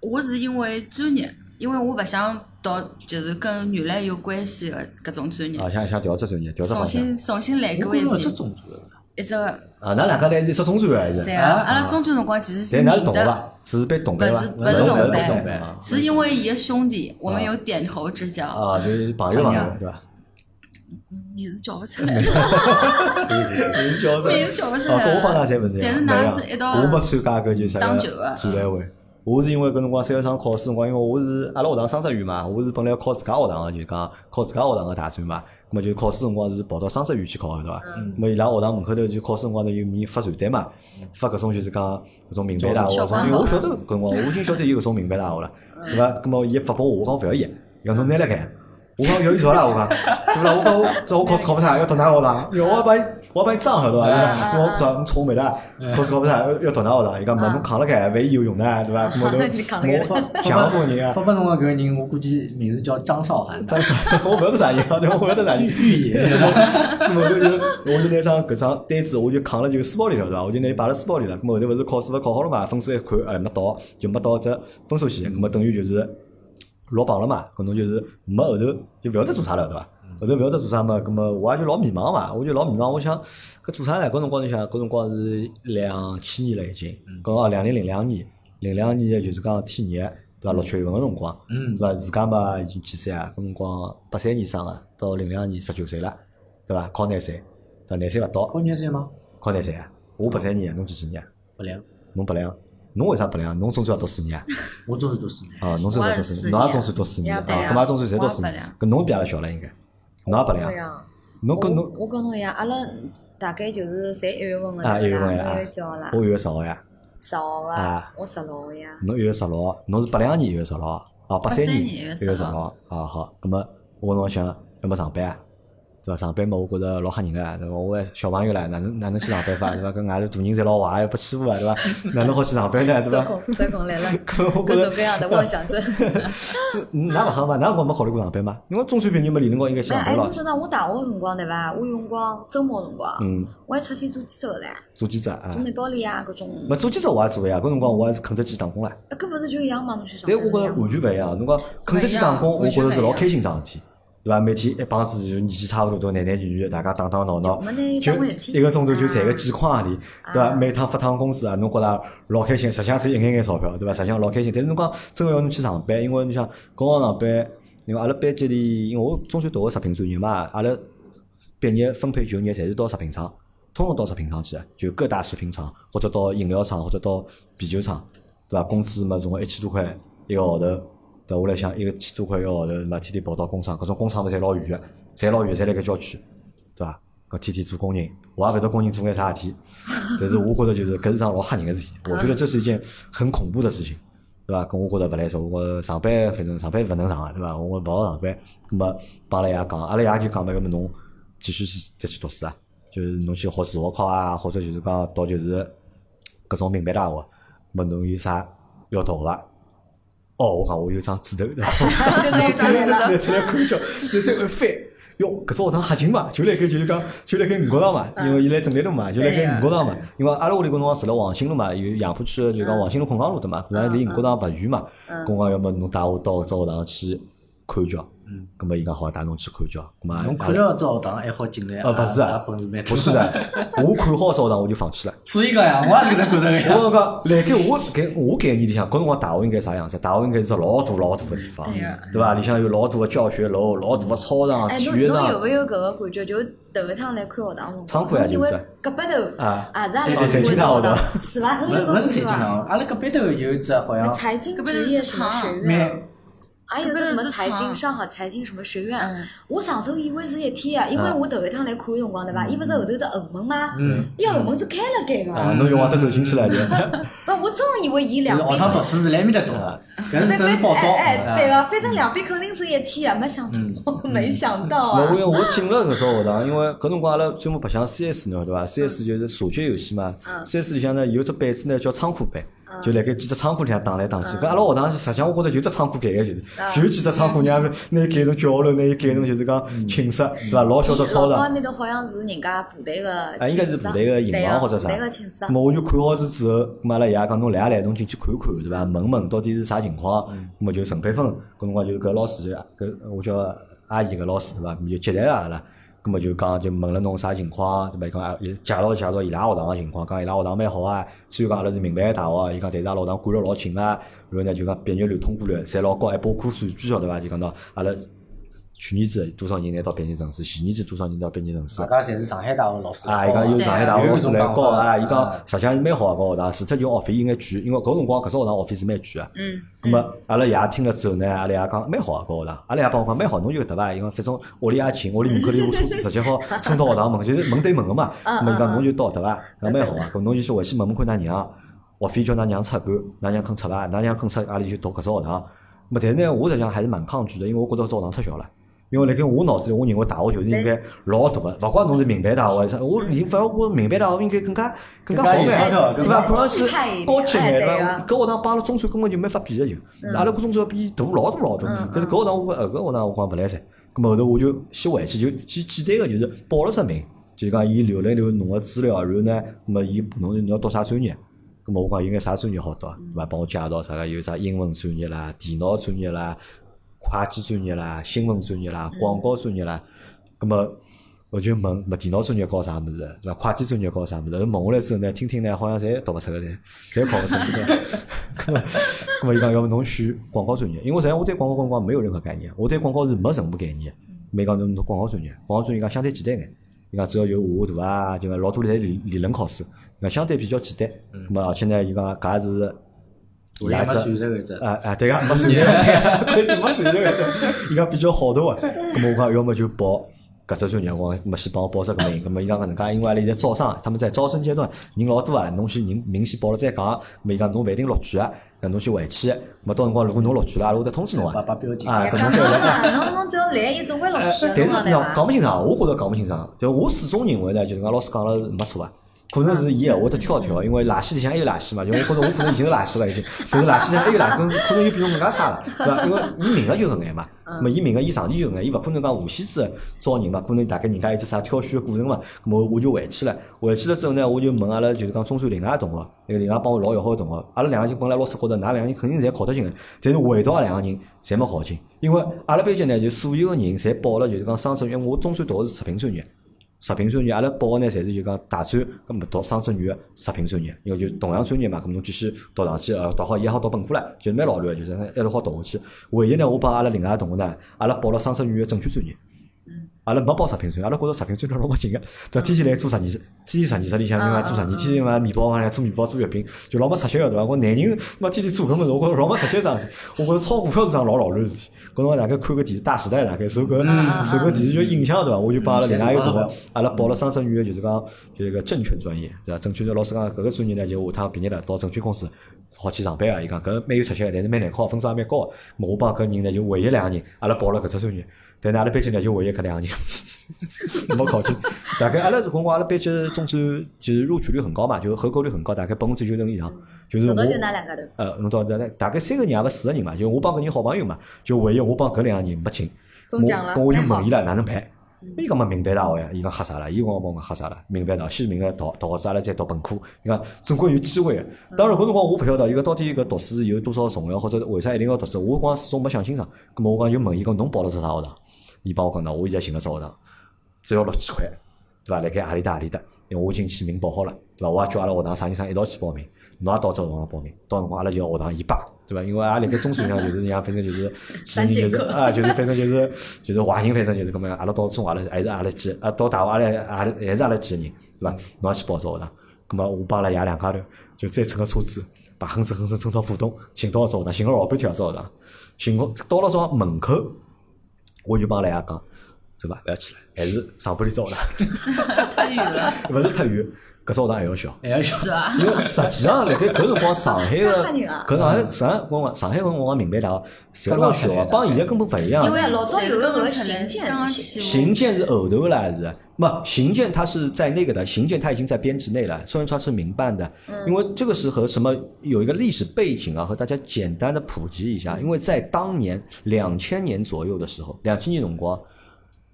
Speaker 4: 我是因为专业，因为我勿想读就是跟原来有关系的搿种专业
Speaker 1: 啊，，想想调只专业，调只
Speaker 4: 重
Speaker 1: 方向。
Speaker 4: 新重新来
Speaker 3: 我
Speaker 4: 过
Speaker 3: 觉
Speaker 4: 一
Speaker 3: 着勿
Speaker 4: 遍
Speaker 3: 只。种族的，
Speaker 4: 一只个，
Speaker 1: 啊，㑚两家头还是一只中专个还是
Speaker 4: 对？
Speaker 3: 啊
Speaker 4: 啊，阿拉中专辰光其实
Speaker 1: 但
Speaker 4: 认
Speaker 1: 㑚是同学
Speaker 4: 得
Speaker 1: 伐？，是被同班伐？
Speaker 4: 勿是
Speaker 1: 勿
Speaker 4: 勿是
Speaker 1: 同
Speaker 4: 同
Speaker 1: 班，
Speaker 4: 班
Speaker 1: 同
Speaker 3: 啊
Speaker 4: 是因为伊个兄弟，我们有点头之交，
Speaker 1: 啊，就是朋友朋友对伐？
Speaker 4: 名字叫勿出来了，
Speaker 1: 名字叫啥？
Speaker 4: 名字叫勿出
Speaker 1: 哦，
Speaker 4: 来
Speaker 1: 跟我帮
Speaker 4: 了
Speaker 1: 㑚。侪勿是一样，
Speaker 4: 但是
Speaker 1: 勿样
Speaker 4: 㑚是一道
Speaker 1: 我没参加搿就是啥
Speaker 4: 当啊
Speaker 1: 个
Speaker 4: 球的
Speaker 1: 展览会。我是因为搿辰光三幺三考试辰光，因为我是阿拉学堂双职院嘛，我是本来要考自家学堂个，就是讲考自家学堂个大专嘛。咁么就考试辰光是跑到双职院去考个，对伐？
Speaker 4: 嗯
Speaker 1: 咁么伊拉学堂门口头就考试辰光头有面发传单嘛，发搿种就是讲搿种名牌大学，
Speaker 4: 小嗯
Speaker 1: 因为
Speaker 4: 广告
Speaker 1: 我晓得 搿辰光我已经晓得有搿种名牌大学了，对伐？咁么伊发拨我，我讲勿要伊，伊讲侬拿辣盖，我讲有意思啦，我讲，对不啦？我讲我这我考试考不上，要读哪学堂？因为我要帮伊，我要帮伊装好对伐？因为我早错没啦，考试考不上，要要读哪学堂？伊讲问侬扛了该，万一有用呢，对伐？我
Speaker 2: 你扛了该
Speaker 1: 都
Speaker 3: 发
Speaker 1: 我想过人啊
Speaker 3: 发，拨侬个搿个人，我估计名字叫张 韶涵，嗯
Speaker 1: 但是我勿晓得啥人啊，对伐？我勿晓得啥人。
Speaker 3: 预言。
Speaker 1: 啊那么我就我就拿张搿张单子，我就扛了就书包里了，对伐？我就拿伊摆辣书包里了。咾么后头勿是考试勿考好了嘛，分数一看，哎，没到，就没到只分数线，咾么等于就是落榜了嘛。搿侬就是没后头就勿晓得做啥了，对伐？后头勿晓得做啥嘛，咾么我也就老迷茫嘛，我就老迷茫。我想搿做啥呢？搿辰光你想，搿辰光是两七年了已经，搿啊两零零两年，零两年就是讲天热，对伐？六七月份个辰光。
Speaker 3: 嗯
Speaker 1: 对，伐？自家嘛已经几岁啊？搿辰光八三年生个，到零两年十九岁了，对伐？考廿岁，对伐？廿岁勿到，
Speaker 3: 高年级吗？
Speaker 1: 考廿岁啊？我八三年啊，侬几几年啊？
Speaker 3: 不亮，
Speaker 1: 侬八两，侬为啥八两？侬总算要读四年啊？
Speaker 3: 我总是读书。
Speaker 1: 啊，侬总算要读四年，
Speaker 4: 我也是
Speaker 1: 侬也总算读四年了
Speaker 2: 呀对
Speaker 1: 啊？
Speaker 4: 呀
Speaker 1: 搿嘛总算侪
Speaker 4: 我
Speaker 1: 读
Speaker 4: 也
Speaker 1: 四
Speaker 4: 八两
Speaker 1: 年，搿侬比阿拉小了应该，侬也八
Speaker 2: 对
Speaker 1: 两，
Speaker 2: 呀。
Speaker 1: 侬跟侬
Speaker 2: 我我跟侬一样，阿拉大概就是侪一月份个
Speaker 1: 啊一月份呀
Speaker 2: 啦，
Speaker 1: 啊
Speaker 2: 我有交啦，
Speaker 1: 我一月十号呀，
Speaker 2: 十号
Speaker 1: 啊
Speaker 2: 啊，我十六个呀，
Speaker 1: 侬一月十六号，侬是八两年一月十六号，啊，八三
Speaker 4: 83
Speaker 1: 年
Speaker 4: 年
Speaker 1: 一
Speaker 4: 一月
Speaker 1: 月
Speaker 4: 十
Speaker 1: 十
Speaker 4: 六
Speaker 1: 六号啊，好，葛末我搿辰光想要么上班啊，对伐？上班嘛，我觉着老吓人个，对伐？我还小朋友唻，哪能哪能去上班法？对伐？搿外头大人侪老坏，还被欺负啊， 对伐？哪能好去上班啊呢？对
Speaker 2: 社
Speaker 1: 伐？
Speaker 2: 恐社恐来了，
Speaker 1: 搿 我
Speaker 2: 各
Speaker 1: 觉
Speaker 2: 种
Speaker 1: 着
Speaker 2: 各样的妄想 症。
Speaker 1: 这㑚勿好伐？㑚辰光没考虑过上班吗？因为中专毕业嘛，理论高应该去
Speaker 2: 哎
Speaker 1: 上班
Speaker 2: 哎，侬
Speaker 1: 咯。
Speaker 2: 晓得我大学辰光对伐？我有辰光周末辰光，
Speaker 1: 嗯，
Speaker 2: 我还出去做记者个唻，
Speaker 1: 做记者啊
Speaker 2: 做，内包里啊各种
Speaker 1: 勿，做记者我也做呀。搿辰光我还是肯德基打工唻，
Speaker 2: 哎搿勿是就一样嘛？侬去上
Speaker 1: 但
Speaker 2: 班
Speaker 1: 我觉着
Speaker 2: 了呀
Speaker 1: 完全勿一样。侬讲肯德基打工，我觉着是老开心桩事体，对伐？每天一帮子就年纪差勿多都男男女女，大家打打闹闹
Speaker 2: 我。们那
Speaker 1: 就
Speaker 2: 单位事体
Speaker 1: 一个钟头就赚个 几块钿，对伐？
Speaker 2: 啊
Speaker 1: 每趟发趟工资啊，侬觉着老开心，实际上只有一眼眼钞票，对伐？实际上老开心。但是侬讲真个要侬去上班，因为侬想高校上班，因为阿拉班级里，因为我中专读个食品专业嘛，阿拉毕业分配就业侪是到食品厂，通通到食品厂去的，就各大食品厂或者到饮料厂或者到啤酒厂，对伐？工资嘛，总共一千多块一个号头。对伐，我来想，一个千多块一个号头，嘛，天天跑到工厂，搿种工厂嘛，侪老远个，侪老远，侪辣盖郊区。对伐？搿天天做工人，我也勿晓得工人做眼啥事体，但是我觉着就是搿是桩老吓人个事体，我觉得这是一件很恐怖的事情，对伐？跟我觉着勿来塞，我觉着上班反正上班勿能上啊，对伐？我勿好上班，葛末帮阿拉爷讲，阿拉爷就讲嘛，要么侬继续去再去读书啊，就是侬去好自学考啊，或者就是讲到就是搿种民办大学，么侬有啥要读伐？哦，我讲我有张纸头， 对伐？
Speaker 4: 所以张纸头
Speaker 1: 那出来看叫，就再一翻，哟，搿只学堂吓劲嘛，就辣盖就是讲，就辣盖五角场嘛，因为伊辣正立路嘛，就辣盖五角场嘛，因为阿拉屋里搿辰光住辣黄兴路嘛，有杨浦区的就讲黄兴路孔江路的嘛，搿能离五角场勿远嘛，公讲要么侬带我到搿只学堂去看叫，
Speaker 3: 嗯
Speaker 1: 葛末伊讲好带侬去看叫，葛末
Speaker 3: 侬看了这学堂还好进来
Speaker 1: 啊不是
Speaker 3: 啊
Speaker 1: 啊，
Speaker 3: 本事蛮大
Speaker 1: 不是，的，我看好澡堂我就放弃了。
Speaker 3: 所以讲呀，我 也是搿能觉得个呀。
Speaker 1: 我讲，辣盖我概我概念里向，搿辰光大学应该啥样子？大学应该是老大老大个地方
Speaker 4: 对呀，
Speaker 1: 对伐？里向有老大个教学楼、老大个操场、
Speaker 2: 哎，
Speaker 1: 体
Speaker 2: 侬
Speaker 1: 育
Speaker 2: 侬
Speaker 1: 场
Speaker 2: 有。没有搿个感觉？就头一趟来看学堂辰光，
Speaker 1: 仓库呀
Speaker 2: 侬以为
Speaker 1: 啊就是
Speaker 2: 隔壁头
Speaker 1: 啊
Speaker 2: 也是阿拉
Speaker 1: 对
Speaker 2: 去
Speaker 1: 对
Speaker 2: 学
Speaker 1: 财经大学
Speaker 2: 堂，是伐？
Speaker 3: 勿
Speaker 2: 侬有搿
Speaker 3: 勿
Speaker 2: 感
Speaker 3: 是
Speaker 2: 觉
Speaker 3: 财经
Speaker 2: 伐？
Speaker 3: 堂，啊阿拉搿边头有一只好像
Speaker 2: 财经
Speaker 4: 搿不
Speaker 2: 职
Speaker 4: 是
Speaker 2: 业
Speaker 4: 是啊
Speaker 2: 什么
Speaker 4: 厂
Speaker 2: 学
Speaker 3: 蛮
Speaker 2: 院？还有
Speaker 4: 搿
Speaker 2: 个
Speaker 4: 不
Speaker 2: 什么
Speaker 4: 是
Speaker 2: 财经
Speaker 4: 厂
Speaker 2: 上海财经什么学院
Speaker 4: 嗯？
Speaker 2: 我上头以为是一天啊，因为
Speaker 1: 啊
Speaker 2: 我头一趟来看的辰光对
Speaker 1: 嗯
Speaker 2: 伐？伊勿是后头只后门吗？
Speaker 3: 嗯，
Speaker 2: 伊后门是开了盖
Speaker 1: 啊，
Speaker 2: 个，
Speaker 1: 侬就往头走进去了就。
Speaker 2: 不，我真以为伊
Speaker 3: 就
Speaker 2: 两
Speaker 3: 是
Speaker 2: 边
Speaker 4: 哦
Speaker 3: 学堂读书是来埃面搭读
Speaker 1: 啊
Speaker 3: 的，搿是只是报道。
Speaker 2: 哎哎，对
Speaker 3: 啊
Speaker 2: 个，反正两边肯定是一天啊，没想
Speaker 1: 嗯
Speaker 2: 到，没想到
Speaker 1: 那我因为
Speaker 2: 啊。
Speaker 1: 我进了搿只学堂，因为搿辰光阿拉专门白相 CS 呢，对伐？CS 就是射击游戏嘛。
Speaker 2: 嗯
Speaker 1: CS 里向呢有只板子呢叫仓库板，就辣盖几只仓库里向打来打
Speaker 2: 嗯
Speaker 1: 去。搿阿拉学堂实际上我觉着就只仓库改个，就是
Speaker 2: 啊
Speaker 1: 就几只仓库，让拿伊改成教学楼，拿伊改成就是讲寝室，对伐？老小只操
Speaker 2: 嗯老早埃
Speaker 1: 场。
Speaker 2: 面头好像是人家部队个
Speaker 1: 啊，
Speaker 2: 寝
Speaker 1: 应该是
Speaker 2: 室啊，
Speaker 1: 部队个营
Speaker 2: 对啊
Speaker 1: 房或者啥
Speaker 2: 部队个寝室啊。。
Speaker 1: 咾么我就看好子之后，咾么阿拉爷讲侬来啊来，侬进去看一看，对伐？问问到底是啥情况，咾么就陈培峰，搿辰光就是搿老师，啊搿我叫阿姨搿老师对伐？就接待了阿拉，咾么就讲就问了侬啥情况，对伐？伊讲啊，也介绍介绍伊拉学堂个情况，讲伊拉学堂蛮好啊，虽然讲阿拉是民办大学，啊伊讲但是阿拉学堂管了老紧啊，然后呢就讲毕业率、通过率侪老高，还包括数据哦，对伐？就讲到阿拉。去年子多少人拿到毕业城市？前年子多少人拿到毕业城市？
Speaker 3: 大家侪是上海大学老师
Speaker 1: 啊，伊讲有上海大学老师来教啊，伊讲实际上蛮好啊个搿学堂，除脱就学费有眼贵，因为搿辰光搿只学堂学费是蛮贵个。
Speaker 4: 嗯，
Speaker 1: 咁么阿拉爷听了之后呢，阿拉爷讲蛮好个啊搿学堂，阿拉爷帮我讲蛮好，侬就搿搭伐？伊讲反正屋里也近，屋里门口里有部车子，直接好冲到学堂门，就是门对门个嘛。
Speaker 2: 嗯
Speaker 1: 咁么伊讲
Speaker 2: 嗯
Speaker 1: 侬就到搿搭伐？那蛮好啊，咁侬就去回去问问看㑚娘，学费叫㑚娘出一半，㑚娘肯出伐？㑚娘肯出，阿拉就读搿只学堂。咁么但是呢，我实际上还是蛮抗拒的，因为我觉得搿只学堂太小了。因为辣盖我脑子里，我认为大学就是应该老大个，勿怪侬是民办大学还是啥，我认反而我觉着民办大学应该更加更加好
Speaker 3: 更加
Speaker 1: 眼
Speaker 3: 有特，色
Speaker 1: 对伐？
Speaker 2: 更
Speaker 1: 看
Speaker 2: 加
Speaker 1: 上
Speaker 2: 有
Speaker 1: 去
Speaker 2: 气派一
Speaker 1: 高级眼，对
Speaker 2: 点哎对
Speaker 1: 伐
Speaker 2: 啊？
Speaker 1: 搿学堂帮阿拉中专根本就没法比的就，阿拉搿中专比大老多老多，但是搿学堂我呃搿学堂我讲勿来噻，咾么后头我就先回去就简简单个就是报了只名，就是讲伊留了留侬个资料，然后呢，咾么伊侬侬要读啥专业？咁么我讲应该啥专业好读啊？对伐？帮我介绍啥个有啥英文专业啦、电脑专业啦、会计专业啦、新闻专业啦、广告专业啦。咁么我就问，么电脑专业搞啥物事？对伐？会计专业搞啥物事？问下来之后呢，听听呢，好像侪读勿出个，侪侪考勿出个。 咁么咁么伊讲，要么侬选广告专业，因为实际上我对广告辰光没有任何概念，我对广告是没任何概念。没讲侬读广告专业，广告专业讲相对简单眼，伊讲只要有画图啊，就讲老多侪理理论考试，伊讲相对比较简单。咁么而且呢，伊讲搿也是
Speaker 3: 嗯我
Speaker 1: 哪
Speaker 3: 也
Speaker 1: 一
Speaker 3: 没
Speaker 1: 只
Speaker 3: 算着搿只，
Speaker 1: 啊啊， 对个，没算 这个，关键没算这个，伊讲比较好的个，咁么我讲要么就报搿只专业，我讲咁么先帮我报只搿名，咁么伊讲搿能介，因为阿拉现在招生，他们在招生阶段人老多啊，侬先人名先报了再讲，咁么伊讲侬勿一定录取啊，搿侬先回去，咁么到辰光如果侬录取了，阿拉会得通知侬
Speaker 3: 把
Speaker 1: 啊，
Speaker 3: 把标题。
Speaker 1: 啊，搿侬
Speaker 2: 讲
Speaker 1: 再
Speaker 2: 侬
Speaker 1: 来。
Speaker 2: 嘛，侬侬只要来，伊总归录
Speaker 1: 呃
Speaker 2: 取，
Speaker 1: 但
Speaker 2: 侬
Speaker 1: 是
Speaker 2: 讲
Speaker 1: 那
Speaker 2: 对
Speaker 1: 讲
Speaker 2: 伐？
Speaker 1: 不清爽，我觉着讲不清爽。就我始终认为呢，就是讲老师讲了是没错啊。可能是伊闲话得挑挑，因为垃圾里向还有垃圾嘛，就我觉着我可能已经是垃圾了已经，但是垃圾里向还有垃圾，可能又比我更加差了，对伐？因为伊名额就搿眼嘛，么伊名额伊场地就搿眼，伊勿可能讲无限制招人嘛，可能大概人家有只啥挑选个过程嘛，咁么我就回去了，回去了之后呢，我就问阿拉就是讲中专另外个同学，那个另外帮我老要好个同学，阿拉两个人本来老师觉着，㑚两个人肯定侪考得进个，但是回到阿拉两个人侪没考进，因为阿拉班级呢就所有个人侪报了就是讲商专，因为我中专读个是食品专业。食品专业，阿拉报个呢，侪是就讲大专，搿么读商政院个食品专业，因为就同样专业嘛，搿么侬继续读上去，呃，读好也好读本科了，就蛮老卵个，就是一路好读下去。唯一呢，我帮阿拉另外个同学呢，阿拉报了商政院个证券专业，阿拉没报食品专业，阿拉觉着食品专业老没劲个，对伐？天天来做实验室，天天实验室里向人家做实验，天天嘛面包啊，做面包做月饼，就老没出息个，对伐？我男人嘛天天做搿物事，我觉着老没出息桩事体，我觉着炒股票是桩老老卵个事体。搿辰光大概看个电视《大时代》，大概受搿受搿电视剧影响，对伐？我就帮阿拉另外一个同学。阿拉报了商政院个，就是讲就是个证券专业，对伐？证券的老师讲，搿个专业呢，就下趟毕业了到证券公司好去上班啊。伊讲搿蛮有出息，个，但是蛮难考，分数也蛮高。个。咾我帮搿人呢，就唯一两个人，阿拉报了搿只专业，但是阿拉班级呢就唯一搿两个人 没考进。大概阿拉搿辰光阿拉班级中专就是录取率很高嘛，就合格率很高，大概百分之九十五以上。就是
Speaker 2: 搿
Speaker 1: 我
Speaker 2: 嗯个就㑚两家头，
Speaker 1: 呃，侬到大概大概三个人也勿四个人嘛，就我帮搿人好朋友嘛，就唯一我帮搿两个人没进。
Speaker 2: 中奖了，
Speaker 1: 我我就
Speaker 2: 还好
Speaker 1: 问伊拉哪能办？伊讲嘛，民办大学呀，伊讲吓啥了？伊跟我帮我吓啥了？民办大学，先民办大大学子，阿拉再读本科。伊讲总归有机会的。当然，搿辰光我勿晓得，伊讲到底搿读书有多少重要，或者为啥一定要读书？我光始终没想清爽。咁么我讲就问伊讲，侬报了只啥学堂？伊帮我讲喏，我现在寻了只学堂，只要六千块，对伐？辣盖阿里搭阿里搭，因为我已经去名报好了，对伐？我也叫阿拉学堂啥人啥一道去报名，侬也到只学堂报名，到辰光阿拉就要学堂一霸，对伐？因为阿拉辣盖中专上就是 人家反正就是几
Speaker 2: 三
Speaker 1: 人就
Speaker 2: 节
Speaker 1: 是
Speaker 2: 课
Speaker 1: 啊，就是反正就是 就是华人，反正就是搿么样。阿拉到中学阿拉还是阿拉几，啊到大学阿拉阿拉还是阿拉几个人，对伐？侬也去报只学堂，葛么我帮阿拉爷两家头就再乘个车子，把哼哧哼哧乘到浦东，寻到只学堂，寻了老半天只学堂，寻到到了只门口，我就帮阿拉爷讲，走伐，勿要去了，还是上半天只学堂，
Speaker 4: 太远了，
Speaker 1: 勿是太远，搿只学堂还要小。
Speaker 3: 还要小
Speaker 4: 是吧？
Speaker 1: 因为实际上，辣盖搿辰光上海个，
Speaker 2: 吓人啊
Speaker 1: 搿上海上光上海搿辰光明白大学，侪老小啊，帮现在根本勿一样。
Speaker 2: 因为老早有
Speaker 4: 刚
Speaker 2: 个
Speaker 4: 刚
Speaker 2: 行
Speaker 4: 建，
Speaker 2: 健
Speaker 4: 刚刚
Speaker 2: 行
Speaker 4: 起步
Speaker 1: 行健是后头了还是？不，行健它是在那个的，行健它已经在编制内了，中原它是民办的，因为这个是和什么有一个历史背景啊，和大家简单的普及一下，因为在当年两千年左右的时候，两千年辰光，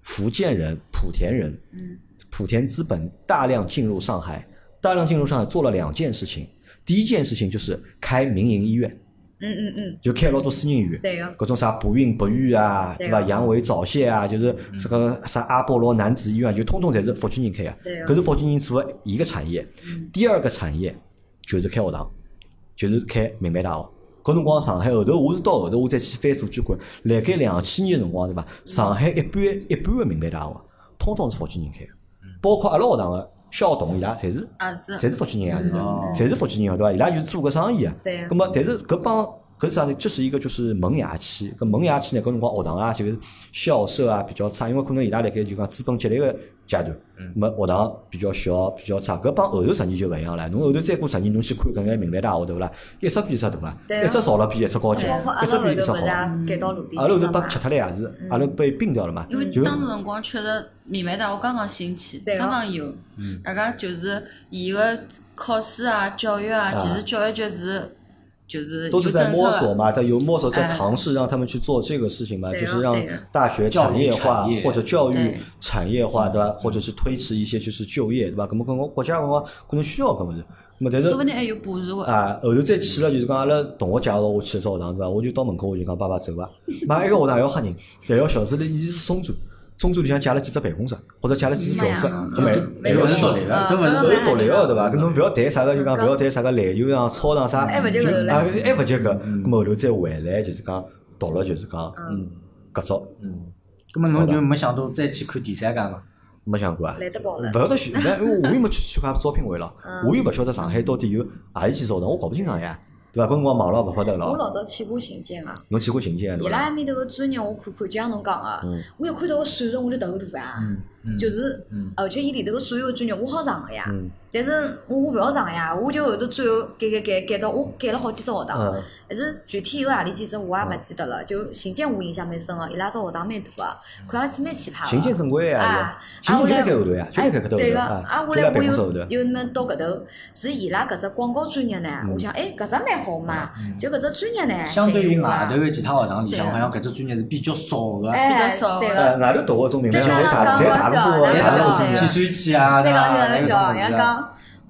Speaker 1: 福建人、莆田人，莆田资本大量进入上海，大量进入上海做了两件事情，第一件事情就是开民营医院，
Speaker 2: 嗯嗯嗯，
Speaker 1: 就开老多私人医院。
Speaker 2: 对个，
Speaker 1: 各种啥不孕不育啊，
Speaker 2: 对
Speaker 1: 对
Speaker 2: 啊
Speaker 1: 伐？阳痿早泄啊，就是这个啥阿波罗男子医院，啊就通通侪是福建人开
Speaker 2: 对
Speaker 1: 个。
Speaker 2: 嗯啊
Speaker 1: 搿是福建人做的一个产业。第二个产业就是开学堂，就是开民办大学。搿辰光上海后头，我是到后头我再去翻数据看，辣盖两千年辰光对伐？上海一半一半个民办大学，通通是福建人开个，包括阿拉学堂个校董伊拉侪是
Speaker 4: 啊是
Speaker 1: 侪是福建人啊，
Speaker 3: 哦
Speaker 1: 侪是福建人啊，对伐？伊拉就是做搿生意啊。
Speaker 2: 对啊
Speaker 1: 咁么，但是搿帮搿是啥呢？这是一个就是萌芽期，搿萌芽期呢，搿辰光学堂啊，就是校舍啊比较差，因为可能伊拉辣盖就讲资本积累个阶段，没学堂比较小比较差，搿帮后头十年就勿一样了。侬后头再过十年，侬去看搿眼名牌大学对勿啦？一只比一只大啊，
Speaker 2: 对啊
Speaker 1: 一只少了比一只高级，
Speaker 2: 包括阿
Speaker 1: 一
Speaker 2: 拉
Speaker 1: 只
Speaker 2: 后头
Speaker 1: 比一
Speaker 2: 勿是
Speaker 1: 只好。
Speaker 2: 也改到鲁
Speaker 1: 嗯
Speaker 2: 地
Speaker 1: 阿拉后
Speaker 2: 斯
Speaker 1: 头
Speaker 2: 了
Speaker 1: 被
Speaker 2: 嘛？
Speaker 1: 吃脱了也是，嗯阿拉被并掉了嘛，
Speaker 4: 因为
Speaker 1: 就
Speaker 4: 当时辰光确实名牌大学刚刚兴起，
Speaker 2: 对
Speaker 4: 刚
Speaker 2: 哦
Speaker 4: 刚有，
Speaker 1: 嗯
Speaker 4: 大家就是伊个考试啊、教育啊，
Speaker 1: 啊
Speaker 4: 其实教育局是就是
Speaker 1: 都
Speaker 4: 有
Speaker 1: 是在
Speaker 4: 政策
Speaker 1: 摸
Speaker 4: 的
Speaker 1: 索嘛，他有摸索在
Speaker 4: 哎
Speaker 1: 尝试让他们去做这个事情嘛，
Speaker 2: 对
Speaker 1: 就
Speaker 2: 啊
Speaker 1: 是让
Speaker 4: 对啊
Speaker 1: 大学产业化
Speaker 3: 教育产业
Speaker 1: 或者教育
Speaker 4: 对
Speaker 1: 产业化，对吧？或者是推迟一些就是就业，对吧？那么可能国家辰光可能需要搿么子，那么但
Speaker 4: 说
Speaker 1: 是
Speaker 4: 不。定还有补助的。
Speaker 1: 啊，后头再去了，就是讲阿拉同学介绍我去一只学堂，对伐？我就到门口我就讲爸爸走伐，买一个学堂还要吓人，但要小时里伊是松州，中州里向借了几只办公室，或者借了几只教室，
Speaker 2: 嗯
Speaker 1: 就每
Speaker 2: 没
Speaker 1: 就
Speaker 2: 有
Speaker 3: 勿
Speaker 1: 要
Speaker 3: 是
Speaker 1: 去
Speaker 3: 独立的，搿勿
Speaker 2: 嗯
Speaker 3: 是
Speaker 1: 都是
Speaker 3: 独立
Speaker 1: 独立个对伐？搿侬勿要谈啥个，就讲勿要谈啥个篮球场、操场啥，
Speaker 2: 还嗯哎勿及
Speaker 1: 就
Speaker 2: 搿个嘞嗯
Speaker 1: 啊，还勿及搿，咾么后头再回来就是讲读了就是讲
Speaker 3: 嗯
Speaker 1: 搿招
Speaker 3: 嗯，葛末侬就没想到再去看第三家嘛？
Speaker 1: 没想过啊。
Speaker 2: 来得高了
Speaker 1: 勿。晓得去，但因为我又没去参加招聘会了，
Speaker 2: 嗯
Speaker 1: 我又勿晓得上海到底有何里几所学堂，我搞勿清爽呀，对伐？搿辰光网络勿发达
Speaker 2: 我
Speaker 1: 了，
Speaker 2: 老早去过新建啊，
Speaker 1: 侬去过秦县
Speaker 2: 伊
Speaker 1: 对
Speaker 2: 拉
Speaker 1: 伐？
Speaker 2: 埃面头个专业我看看，就像侬讲个
Speaker 1: 嗯，
Speaker 2: 我一看到个算术我就头大啊，
Speaker 3: 嗯嗯，
Speaker 2: 就是
Speaker 3: 嗯，
Speaker 2: 而且伊里头个所有个专业我好上个呀，
Speaker 1: 嗯
Speaker 2: 但是我我勿要上呀，我就后头最后改改改改到我改了啊好几只学堂，
Speaker 1: 嗯
Speaker 2: 但是具体有何里几只我也勿记得了，就新建我印象蛮深个，伊拉只学堂蛮大个，看上去蛮奇葩个。
Speaker 1: 秦县正规呀
Speaker 2: 啊，
Speaker 1: 秦
Speaker 2: 啊
Speaker 1: 县就辣盖
Speaker 2: 我来
Speaker 1: 后头呀，就
Speaker 2: 哎，
Speaker 1: 辣盖搿头
Speaker 2: 对
Speaker 1: 头
Speaker 2: 个，
Speaker 1: 啊，
Speaker 2: 啊，
Speaker 1: 就
Speaker 2: 我
Speaker 1: 辣
Speaker 2: 来
Speaker 1: 办
Speaker 2: 我
Speaker 1: 公室
Speaker 2: 有
Speaker 1: 后头。
Speaker 2: 有那么到搿头，是伊拉搿只广告专业呢，
Speaker 1: 嗯
Speaker 2: 我想哎搿只蛮好嘛，就搿只专业呢，
Speaker 3: 相对于外
Speaker 2: 外
Speaker 3: 头个其他学堂里向，
Speaker 4: 对
Speaker 3: 好像搿只专业是比较少个。
Speaker 2: 哎
Speaker 4: 比较少
Speaker 2: 对
Speaker 1: 呃，
Speaker 2: 个，
Speaker 1: 外头读个中名牌，侪
Speaker 2: 再加
Speaker 1: 大
Speaker 2: 上
Speaker 1: 侪大
Speaker 2: 刚刚
Speaker 1: 陆
Speaker 2: 讲的那
Speaker 3: 侪大陆
Speaker 2: 啊个
Speaker 3: 什么计算机啊，
Speaker 2: 再讲就
Speaker 3: 伐？
Speaker 2: 那个小，
Speaker 3: 那
Speaker 2: 人
Speaker 3: 个
Speaker 2: 家
Speaker 3: 啥物事啊
Speaker 2: 讲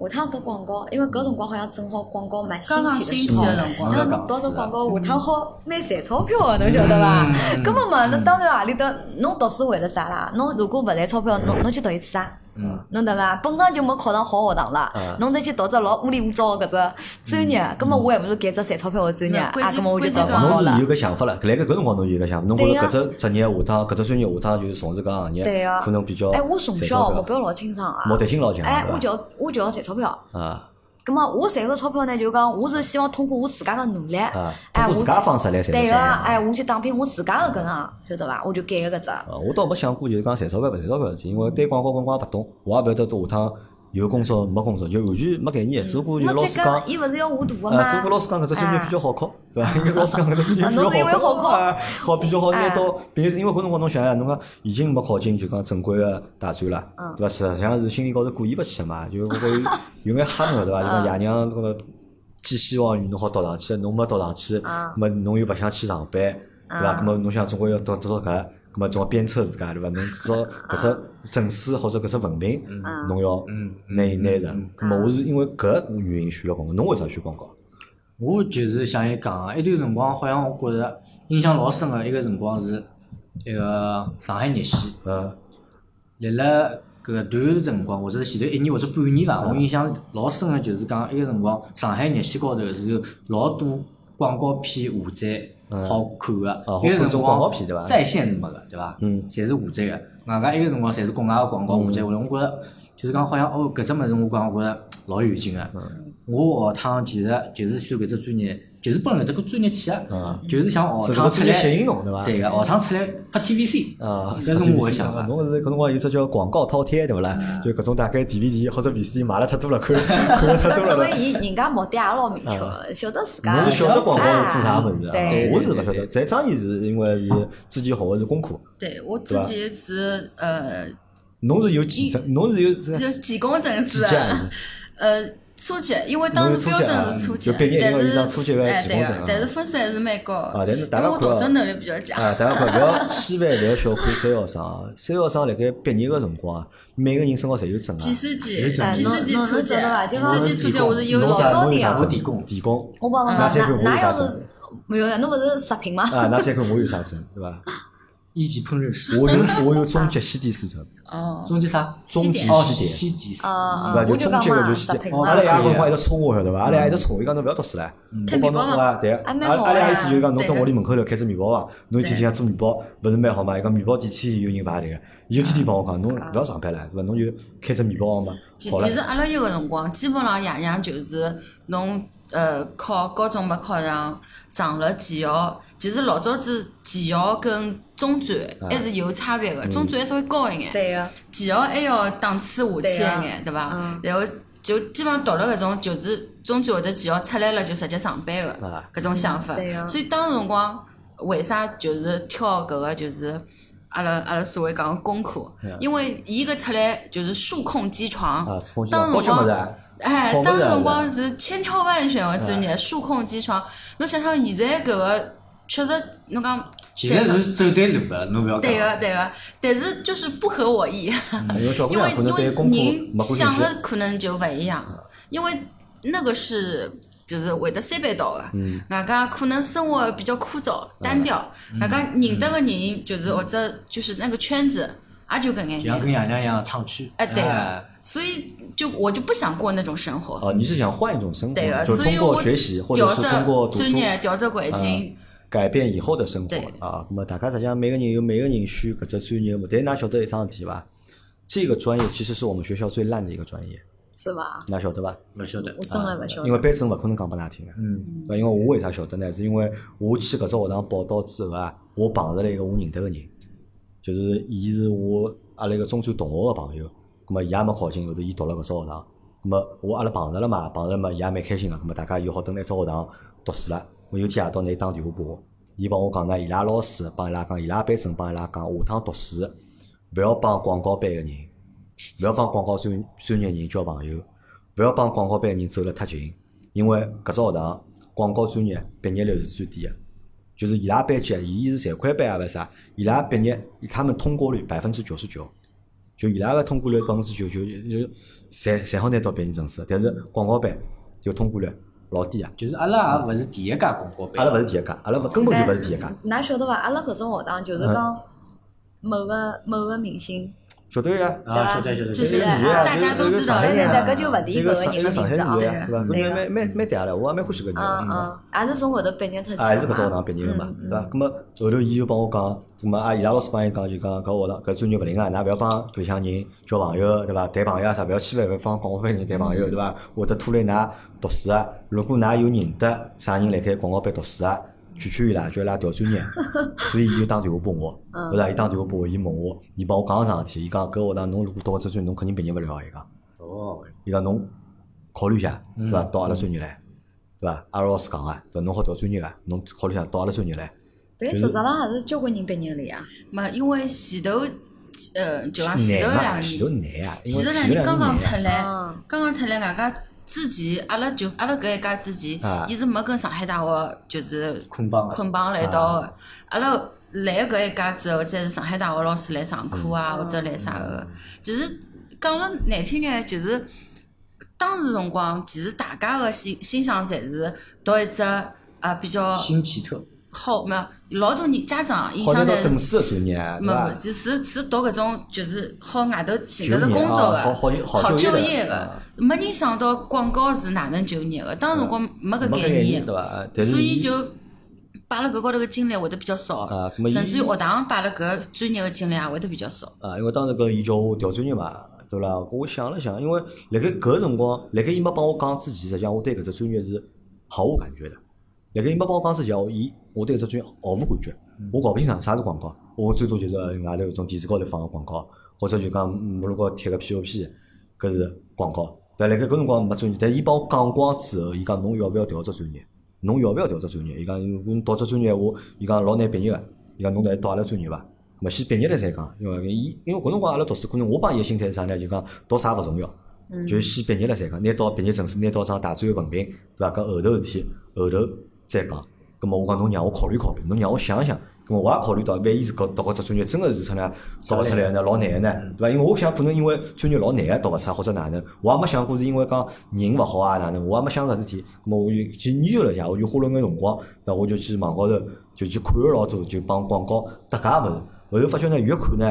Speaker 2: 下趟做广告，因为搿辰光好像正好广告蛮兴
Speaker 4: 刚刚
Speaker 2: 起
Speaker 4: 兴
Speaker 2: 的时候。
Speaker 4: 起的辰光，
Speaker 2: 然后侬读只广告，下趟好蛮赚钞票个，侬晓得伐？
Speaker 3: 嗯
Speaker 2: 咁么嘛，那当然啊，里头侬读书为了啥啦？侬如果勿赚钞票，侬侬去读一次啊啥？
Speaker 3: 嗯，
Speaker 2: 侬对伐？本身就没考上好学堂了
Speaker 1: 嗯，
Speaker 2: 侬再去读只老乌里乌糟个搿只专业，咁么我还不如改只赚钞票个专业，
Speaker 4: 嗯
Speaker 2: 啊，
Speaker 4: 关
Speaker 2: 咁
Speaker 4: 键
Speaker 2: 么我就读
Speaker 4: 关键
Speaker 2: 广告
Speaker 1: 侬
Speaker 2: 了
Speaker 1: 是有。个想法了，辣盖搿辰光侬有一个想法，侬觉
Speaker 2: 对
Speaker 1: 着
Speaker 2: 呀
Speaker 1: 搿只职业下趟，搿只专业下趟就是从事搿行业，
Speaker 2: 对呀
Speaker 1: 可能比较
Speaker 2: 哎，我从
Speaker 1: 赚
Speaker 2: 小
Speaker 1: 钞
Speaker 2: 目
Speaker 1: 票
Speaker 2: 标老清爽啊
Speaker 1: 目，的性老强，
Speaker 2: 哎
Speaker 1: 对，吧
Speaker 2: 我就要我就要赚钞票。
Speaker 1: 啊
Speaker 2: 咁么我赚个钞票呢，就讲我是希望通过我自家个努力，
Speaker 1: 啊，
Speaker 2: 哎，
Speaker 1: 通
Speaker 2: 我
Speaker 1: 过自家
Speaker 2: 去
Speaker 1: 方式来赚啊
Speaker 2: 对个，
Speaker 1: 钞票。
Speaker 2: 哎，我去打拼我自家个搿能，啊晓得伐？我就改个搿只。
Speaker 1: 啊，我倒没想过就是讲赚钞票勿赚钞票的事体，因为对广告搿光勿懂，我也勿晓得下趟有工作没工作，就完全没概念。只不过就是
Speaker 2: 没
Speaker 1: 老
Speaker 2: 再
Speaker 1: 师讲
Speaker 2: 讲，，伊勿是要下大个
Speaker 1: 啊，只不
Speaker 2: 嘛？
Speaker 1: 过老师讲搿只专业
Speaker 2: 哎
Speaker 1: 比较好考，对伐？因为老师讲搿只专业
Speaker 2: 啊侬
Speaker 1: 比
Speaker 2: 是因
Speaker 1: 较
Speaker 2: 为
Speaker 1: 好
Speaker 2: 好
Speaker 1: 考
Speaker 2: 考
Speaker 1: 啊，好比较好拿
Speaker 2: 哎
Speaker 1: 到毕业生，因为搿辰光侬想想，侬讲已经没考进就讲正规个大专了，
Speaker 2: 嗯
Speaker 1: 对伐？实际上是心里高头过意勿去的嘛，就我觉着 有有眼吓侬个对伐？就讲
Speaker 2: 嗯
Speaker 1: 爷娘搿个寄希望于侬好读上去，侬没读上去，
Speaker 2: 嗯
Speaker 1: 么侬又勿想去上班，对伐？
Speaker 2: 嗯
Speaker 1: 搿么侬想总归要读读到搿。搿么总要鞭策自家对伐？侬至少搿只证书或者搿只文凭，
Speaker 2: 嗯
Speaker 1: 侬要
Speaker 3: 嗯
Speaker 1: 拿拿着
Speaker 3: 嗯。
Speaker 1: 搿么我是因为搿原因选了广告，侬为啥选广告？
Speaker 3: 我就是像伊讲哎个，一段辰光好像我觉着印象老深个，一个辰光是那个上海热线，
Speaker 1: 嗯
Speaker 3: 辣辣搿段辰光或者前头一年或者半年
Speaker 1: 嗯
Speaker 3: 伐，我印象老深个就是讲一个辰光上海热线高头是有老多广告片下载
Speaker 1: 嗯
Speaker 3: 好看
Speaker 1: 好
Speaker 3: 个，
Speaker 1: 看
Speaker 3: 一个
Speaker 1: 这
Speaker 3: 辰
Speaker 1: 种
Speaker 3: 光
Speaker 1: 广告片对伐
Speaker 3: 在线是没个对伐？
Speaker 1: 嗯
Speaker 3: 侪是下载个，外加一个辰光侪是国外个广告下载下来，我觉着就是讲好像哦搿只物事我讲我觉着老有劲个。
Speaker 1: 嗯
Speaker 3: 我学堂其实就是选搿只专业，就是奔搿只专业去个
Speaker 1: 嗯，
Speaker 3: 就是想
Speaker 1: 是
Speaker 3: 学
Speaker 1: 搿
Speaker 3: 堂
Speaker 1: 只
Speaker 3: 出
Speaker 1: 专业吸
Speaker 3: 哦来
Speaker 1: 引，侬对伐？
Speaker 3: 对个，学堂出来拍 TVC。
Speaker 1: 啊，
Speaker 3: 搿是我的想嗯法
Speaker 1: 侬是搿辰光有只叫广告饕餮对勿啦？就搿种大概 DVD 或者 VCD 买了太多了， 看看了太多
Speaker 2: 哎 作
Speaker 1: 了
Speaker 2: 为
Speaker 1: 对伐。
Speaker 2: 伊人家目的也老明确个，晓得自家哎
Speaker 1: 侬是晓得广告是做啥
Speaker 2: 物
Speaker 1: 物事啊？
Speaker 2: 对，
Speaker 1: 我是勿晓得。但张毅是因为是之前学的是功课，
Speaker 4: 对我自己是呃
Speaker 1: 侬是有几证，侬是有几
Speaker 4: 有几公证
Speaker 1: 几
Speaker 4: 是
Speaker 1: 级
Speaker 4: 啊
Speaker 1: 啊？
Speaker 4: 呃，初级，因为当时标准是初级，
Speaker 1: 侬有初级啊就毕业以
Speaker 4: 但
Speaker 1: 后有张初级
Speaker 4: 是
Speaker 1: 还有
Speaker 4: 哎
Speaker 1: 几
Speaker 4: 对
Speaker 1: 公证啊
Speaker 4: 个，但是分数还是蛮高的。
Speaker 1: 啊但是大家
Speaker 4: 因为我
Speaker 1: 看啊
Speaker 4: 读书能力比较强。
Speaker 1: 啊，大家看，勿要千万勿要小看三幺三啊！三幺三辣盖毕业个辰光啊，每个人身高侪有证啊。
Speaker 4: 计算机
Speaker 3: 有，证
Speaker 4: 计算机
Speaker 2: 哎侬
Speaker 4: 初级
Speaker 2: 侬侬晓得伐，
Speaker 4: 计
Speaker 2: 就
Speaker 4: 算机初级我是优
Speaker 1: 侬
Speaker 4: 秀
Speaker 1: 啥
Speaker 4: 的。
Speaker 1: 侬有啥
Speaker 3: 我
Speaker 1: 证
Speaker 3: 地供
Speaker 1: 地供
Speaker 2: 我帮侬
Speaker 1: 哪三个我有
Speaker 2: 讲，哪哪
Speaker 1: 啥
Speaker 2: 要
Speaker 1: 证
Speaker 2: 是勿晓得，侬勿是食品吗？
Speaker 1: 啊，那三个我有啥证对伐？
Speaker 3: 一级烹饪师，
Speaker 1: 我有我有中级西点四证。
Speaker 4: 哦，
Speaker 3: 中级啥？
Speaker 1: 中级
Speaker 3: 哦，
Speaker 1: 西点
Speaker 3: 西点师
Speaker 2: 啊。
Speaker 4: 嗯
Speaker 1: 对伐？，
Speaker 2: 啊
Speaker 1: 就
Speaker 2: 我就
Speaker 1: 中
Speaker 2: 讲
Speaker 1: 间个
Speaker 2: 嘛，
Speaker 1: 就
Speaker 2: 食
Speaker 1: 是啊
Speaker 2: 品
Speaker 3: 哦
Speaker 2: 嘛
Speaker 1: 阿，
Speaker 4: 啊
Speaker 1: 拉爷搿辰光一直吵我晓得伐？阿拉爷一直吵我，伊讲侬勿要读书了，我帮
Speaker 4: 摊嗯面
Speaker 1: 侬
Speaker 4: 包
Speaker 1: 啊，
Speaker 4: 嘛
Speaker 1: 对，阿
Speaker 2: 还蛮
Speaker 1: 拉
Speaker 2: 好
Speaker 1: 阿拉
Speaker 2: 啊
Speaker 1: 意思就是讲侬
Speaker 4: 对
Speaker 1: 到
Speaker 4: 个
Speaker 1: 我里门口头开只面包房，侬天天想做面包，勿是蛮好嘛？伊讲面包店天天有人排队个，伊就天天帮我讲，侬勿要上班了，对伐？侬就开只面包房嘛
Speaker 4: 啊其，
Speaker 1: 好
Speaker 4: 其实
Speaker 1: 了，
Speaker 4: 阿拉有个辰光，基本上爷娘就是侬呃考高中没考上，上了技校。其实老早子技校跟中专还
Speaker 1: 啊
Speaker 4: 是有差别的，中专还稍微高一眼。
Speaker 1: 嗯
Speaker 2: 对啊呀、
Speaker 4: 技校还要哎档次下去一眼，对伐
Speaker 2: 嗯？
Speaker 4: 然后就基本上读了搿种就是中专或者技校出来了就直接上班
Speaker 1: 啊
Speaker 4: 的搿种想法
Speaker 2: 嗯对。呀
Speaker 4: 所以当时辰光为啥就是挑搿个就是阿拉阿拉所谓讲的工科，因为伊搿出来就是数控机床
Speaker 1: 啊，数控，机
Speaker 4: 当
Speaker 1: 床
Speaker 4: 时
Speaker 1: 高级物
Speaker 4: 辰
Speaker 1: 事
Speaker 4: 光
Speaker 1: 啊。
Speaker 4: 哎
Speaker 1: 好，物
Speaker 4: 当
Speaker 1: 事
Speaker 4: 时
Speaker 1: 啊
Speaker 4: 辰光是千挑万选的专业，数控机床。侬想想现在搿个，确实侬讲，
Speaker 3: 其实是走对路的，侬勿要
Speaker 4: 对
Speaker 3: 讲。
Speaker 4: 个对个，但是就是不合我意。
Speaker 1: 因为小姑
Speaker 4: 因为
Speaker 1: 娘可能对功课
Speaker 4: 因
Speaker 1: 没
Speaker 4: 为
Speaker 1: 过
Speaker 4: 人
Speaker 1: 兴
Speaker 4: 想
Speaker 1: 趣
Speaker 4: 的可能就勿一样，因为那个是就是会得三班倒的，
Speaker 1: 嗯
Speaker 4: 外加可能生活比较枯燥单调，外加
Speaker 1: 嗯
Speaker 4: 认得个人就是或者就是那个圈子也就搿眼
Speaker 3: 就像跟
Speaker 4: 人，
Speaker 3: 爷娘一样唱区。
Speaker 4: 哎对个，所以就我就不想过那种生活，
Speaker 1: 啊，你是想换一种生活
Speaker 4: 对个，，
Speaker 1: 就
Speaker 4: 所
Speaker 1: 通
Speaker 4: 以我
Speaker 1: 过学习或者
Speaker 4: 调
Speaker 1: 是通过
Speaker 4: 整
Speaker 1: 读书嗯
Speaker 4: 专业，调整环境，
Speaker 1: 改变以后的生活
Speaker 4: 对
Speaker 1: 啊。那么大家实际上每个人有每个人选搿只专业嘛，但㑚晓得一桩事体伐？这个专业其实是我们学校最烂的一个专业，
Speaker 2: 是吧？
Speaker 1: 㑚晓得伐？
Speaker 3: 勿晓得
Speaker 2: 我。真的不晓
Speaker 1: 啊因为
Speaker 2: 得。
Speaker 1: 班主任勿可能讲拨㑚听的。
Speaker 3: 嗯，
Speaker 1: 那因为我为啥晓得呢？是因为我去搿只学堂报到之后啊，我碰着了一个我认得个人，就是伊是我阿拉一个中专同学个朋友，葛末伊也没考进，后头伊读了搿只学堂，葛末我阿拉碰着了嘛，碰着嘛伊也蛮开心个，葛末大家又好蹲辣一只学堂读书了，我有天夜到拿伊打电话拨我，伊帮我讲呢，伊拉老师帮伊拉讲，伊拉班主任帮伊拉讲，下趟读书勿要帮广告班个人，勿要帮广告专专业人交朋友，勿要帮广告班个人走了太近，因为搿只学堂广告专业毕业率是最低个，就是伊拉班级啊，伊是财会班啊，勿是啥，伊拉毕业，他们通过率百分之九十九，就伊拉个通过率百分之九十九，就就侪侪好拿到毕业证书，但是广告班就通过率老低啊，
Speaker 3: 就是阿拉也勿是第一家广告
Speaker 1: 阿拉
Speaker 3: 班。
Speaker 1: 勿是第一家，阿拉勿根本就勿是第一家，
Speaker 2: 哪晓得伐？阿拉搿种学堂
Speaker 1: 嗯
Speaker 2: 就是讲某个某个明星，
Speaker 1: 晓得呀。
Speaker 3: 啊，晓得晓得。
Speaker 4: 就是
Speaker 2: 对啊
Speaker 4: 大家都知道
Speaker 1: 对
Speaker 2: 对对对，
Speaker 1: 呀
Speaker 2: 搿就勿提
Speaker 1: 一
Speaker 2: 搿
Speaker 1: 个
Speaker 2: 个
Speaker 1: 上一
Speaker 2: 人
Speaker 1: 啊个上海
Speaker 2: 的名字
Speaker 1: 女的
Speaker 2: 啊，对
Speaker 1: 呀，对伐？搿
Speaker 2: 个对
Speaker 1: 个
Speaker 2: 个
Speaker 1: 蛮蛮蛮嗲的，啊我也蛮欢喜搿人
Speaker 2: 嗯
Speaker 1: 的。
Speaker 2: 嗯，也是从搿头毕业出去的嘛，
Speaker 1: 啊，也是搿只学堂毕业个嘛，
Speaker 2: 嗯
Speaker 1: 对伐？葛末后头伊就帮我讲，葛末啊，伊拉老师帮伊讲就讲搿学堂搿专业勿灵啊，㑚勿要帮里向人交朋友，对伐？谈朋友啊啥，勿要千万勿要帮广告班人谈朋友，对伐？会得拖累㑚读书啊。如果㑚有认得啥人辣盖广告班读书啊，劝劝伊拉，叫伊拉调专业。所以伊就打电话拨我，后来伊打电话拨我，伊问我，伊帮我讲桩事体，伊讲搿学堂侬如果读搿只专业，侬肯定毕业勿了，伊讲。
Speaker 3: 哦，
Speaker 1: 伊讲侬考虑一下，对
Speaker 4: 嗯
Speaker 1: 伐？到阿拉专业来，对伐？阿拉老师讲个，对伐？侬好调专业个，侬考虑一下到阿拉专业来。
Speaker 2: 但
Speaker 1: 就是
Speaker 2: 实质上也是交关人毕业了呀。
Speaker 4: 没因为前头呃就讲前头
Speaker 1: 难
Speaker 4: 两
Speaker 1: 嘛，前头
Speaker 4: 年。
Speaker 1: 难啊，因
Speaker 4: 前
Speaker 1: 为
Speaker 4: 头
Speaker 1: 前
Speaker 4: 两
Speaker 1: 头两
Speaker 4: 年刚刚
Speaker 1: 年
Speaker 4: 出
Speaker 1: 难啊
Speaker 4: 来
Speaker 2: 嗯，
Speaker 4: 刚刚出来，外加之前阿拉就阿拉搿一家之前
Speaker 1: 啊，
Speaker 4: 伊是没跟上海大学就是
Speaker 3: 捆绑的
Speaker 4: 捆绑辣一道
Speaker 1: 啊
Speaker 4: 个。阿拉来搿一家之后，再是上海大学老师来上课
Speaker 1: 嗯
Speaker 4: 啊，或者来啥个。其实讲了难听眼，就是当时辰光，其实大家个心心想侪是读一只啊比较
Speaker 3: 新奇特。
Speaker 4: 好，没有老多人家长印
Speaker 1: 好拿
Speaker 4: 象
Speaker 1: 到
Speaker 4: 侪是
Speaker 1: 正式个专业，对
Speaker 4: 没
Speaker 1: 伐
Speaker 4: 没，？其实是读搿种就是好外头寻得着
Speaker 1: 就业
Speaker 4: 工作
Speaker 1: 啊好好
Speaker 4: 个，
Speaker 1: 好就业
Speaker 4: 就
Speaker 1: 的
Speaker 4: 业个
Speaker 1: 啊，
Speaker 4: 没人想到广告是哪能就业个，当时辰光没搿
Speaker 1: 没
Speaker 4: 概
Speaker 1: 概
Speaker 4: 念
Speaker 1: 念，对，伐？但是
Speaker 4: 所以
Speaker 1: 伊
Speaker 4: 就摆辣搿高头个精力会得比较少
Speaker 1: 啊咾么，伊
Speaker 4: 甚至于学堂摆辣搿专业个精力也会得比较少。
Speaker 1: 啊，因为当时搿伊叫我调专业嘛，对伐？我想了想，因为辣盖搿个辰光，辣盖伊没帮我讲之前，实际上我对搿只专业是毫无感觉的。辣盖伊没帮我讲之前，我伊我对搿只专业毫无感觉，我搞不清爽啥是广告，我最多就是外头搿种电视高头放个广告，或者就讲马路高头贴个 POP，搿是广告。但辣盖搿辰光没专业，但伊帮我讲光之后，伊讲侬要勿要调只专业？侬要勿要调只专业？伊讲如果侬调只专业，我伊讲老难毕业个，伊讲侬来到阿拉专业伐？咁么先毕业了再讲，因为伊因为搿辰光阿拉读书，可能我帮伊个心态是啥呢？就讲读啥勿重要，就先毕业了再讲，拿到毕业证书，拿到张大专个文凭，对伐？搿后头事体后头再讲。咁么我讲侬让我考虑考虑，侬让我想想。咁么我也考虑到，万一是搞读搿只专业真个是出来读勿出来呢，老难个呢，对伐？因为我想可能因为专业老难个读勿出或者哪能，我也没想过是因为讲人勿好啊哪能，我也没想搿事体。咁么我就去研究了一下，我就花了眼辰光，那我就去网高头就去看了老多，就帮广告搭界物事。后头发觉呢，越看呢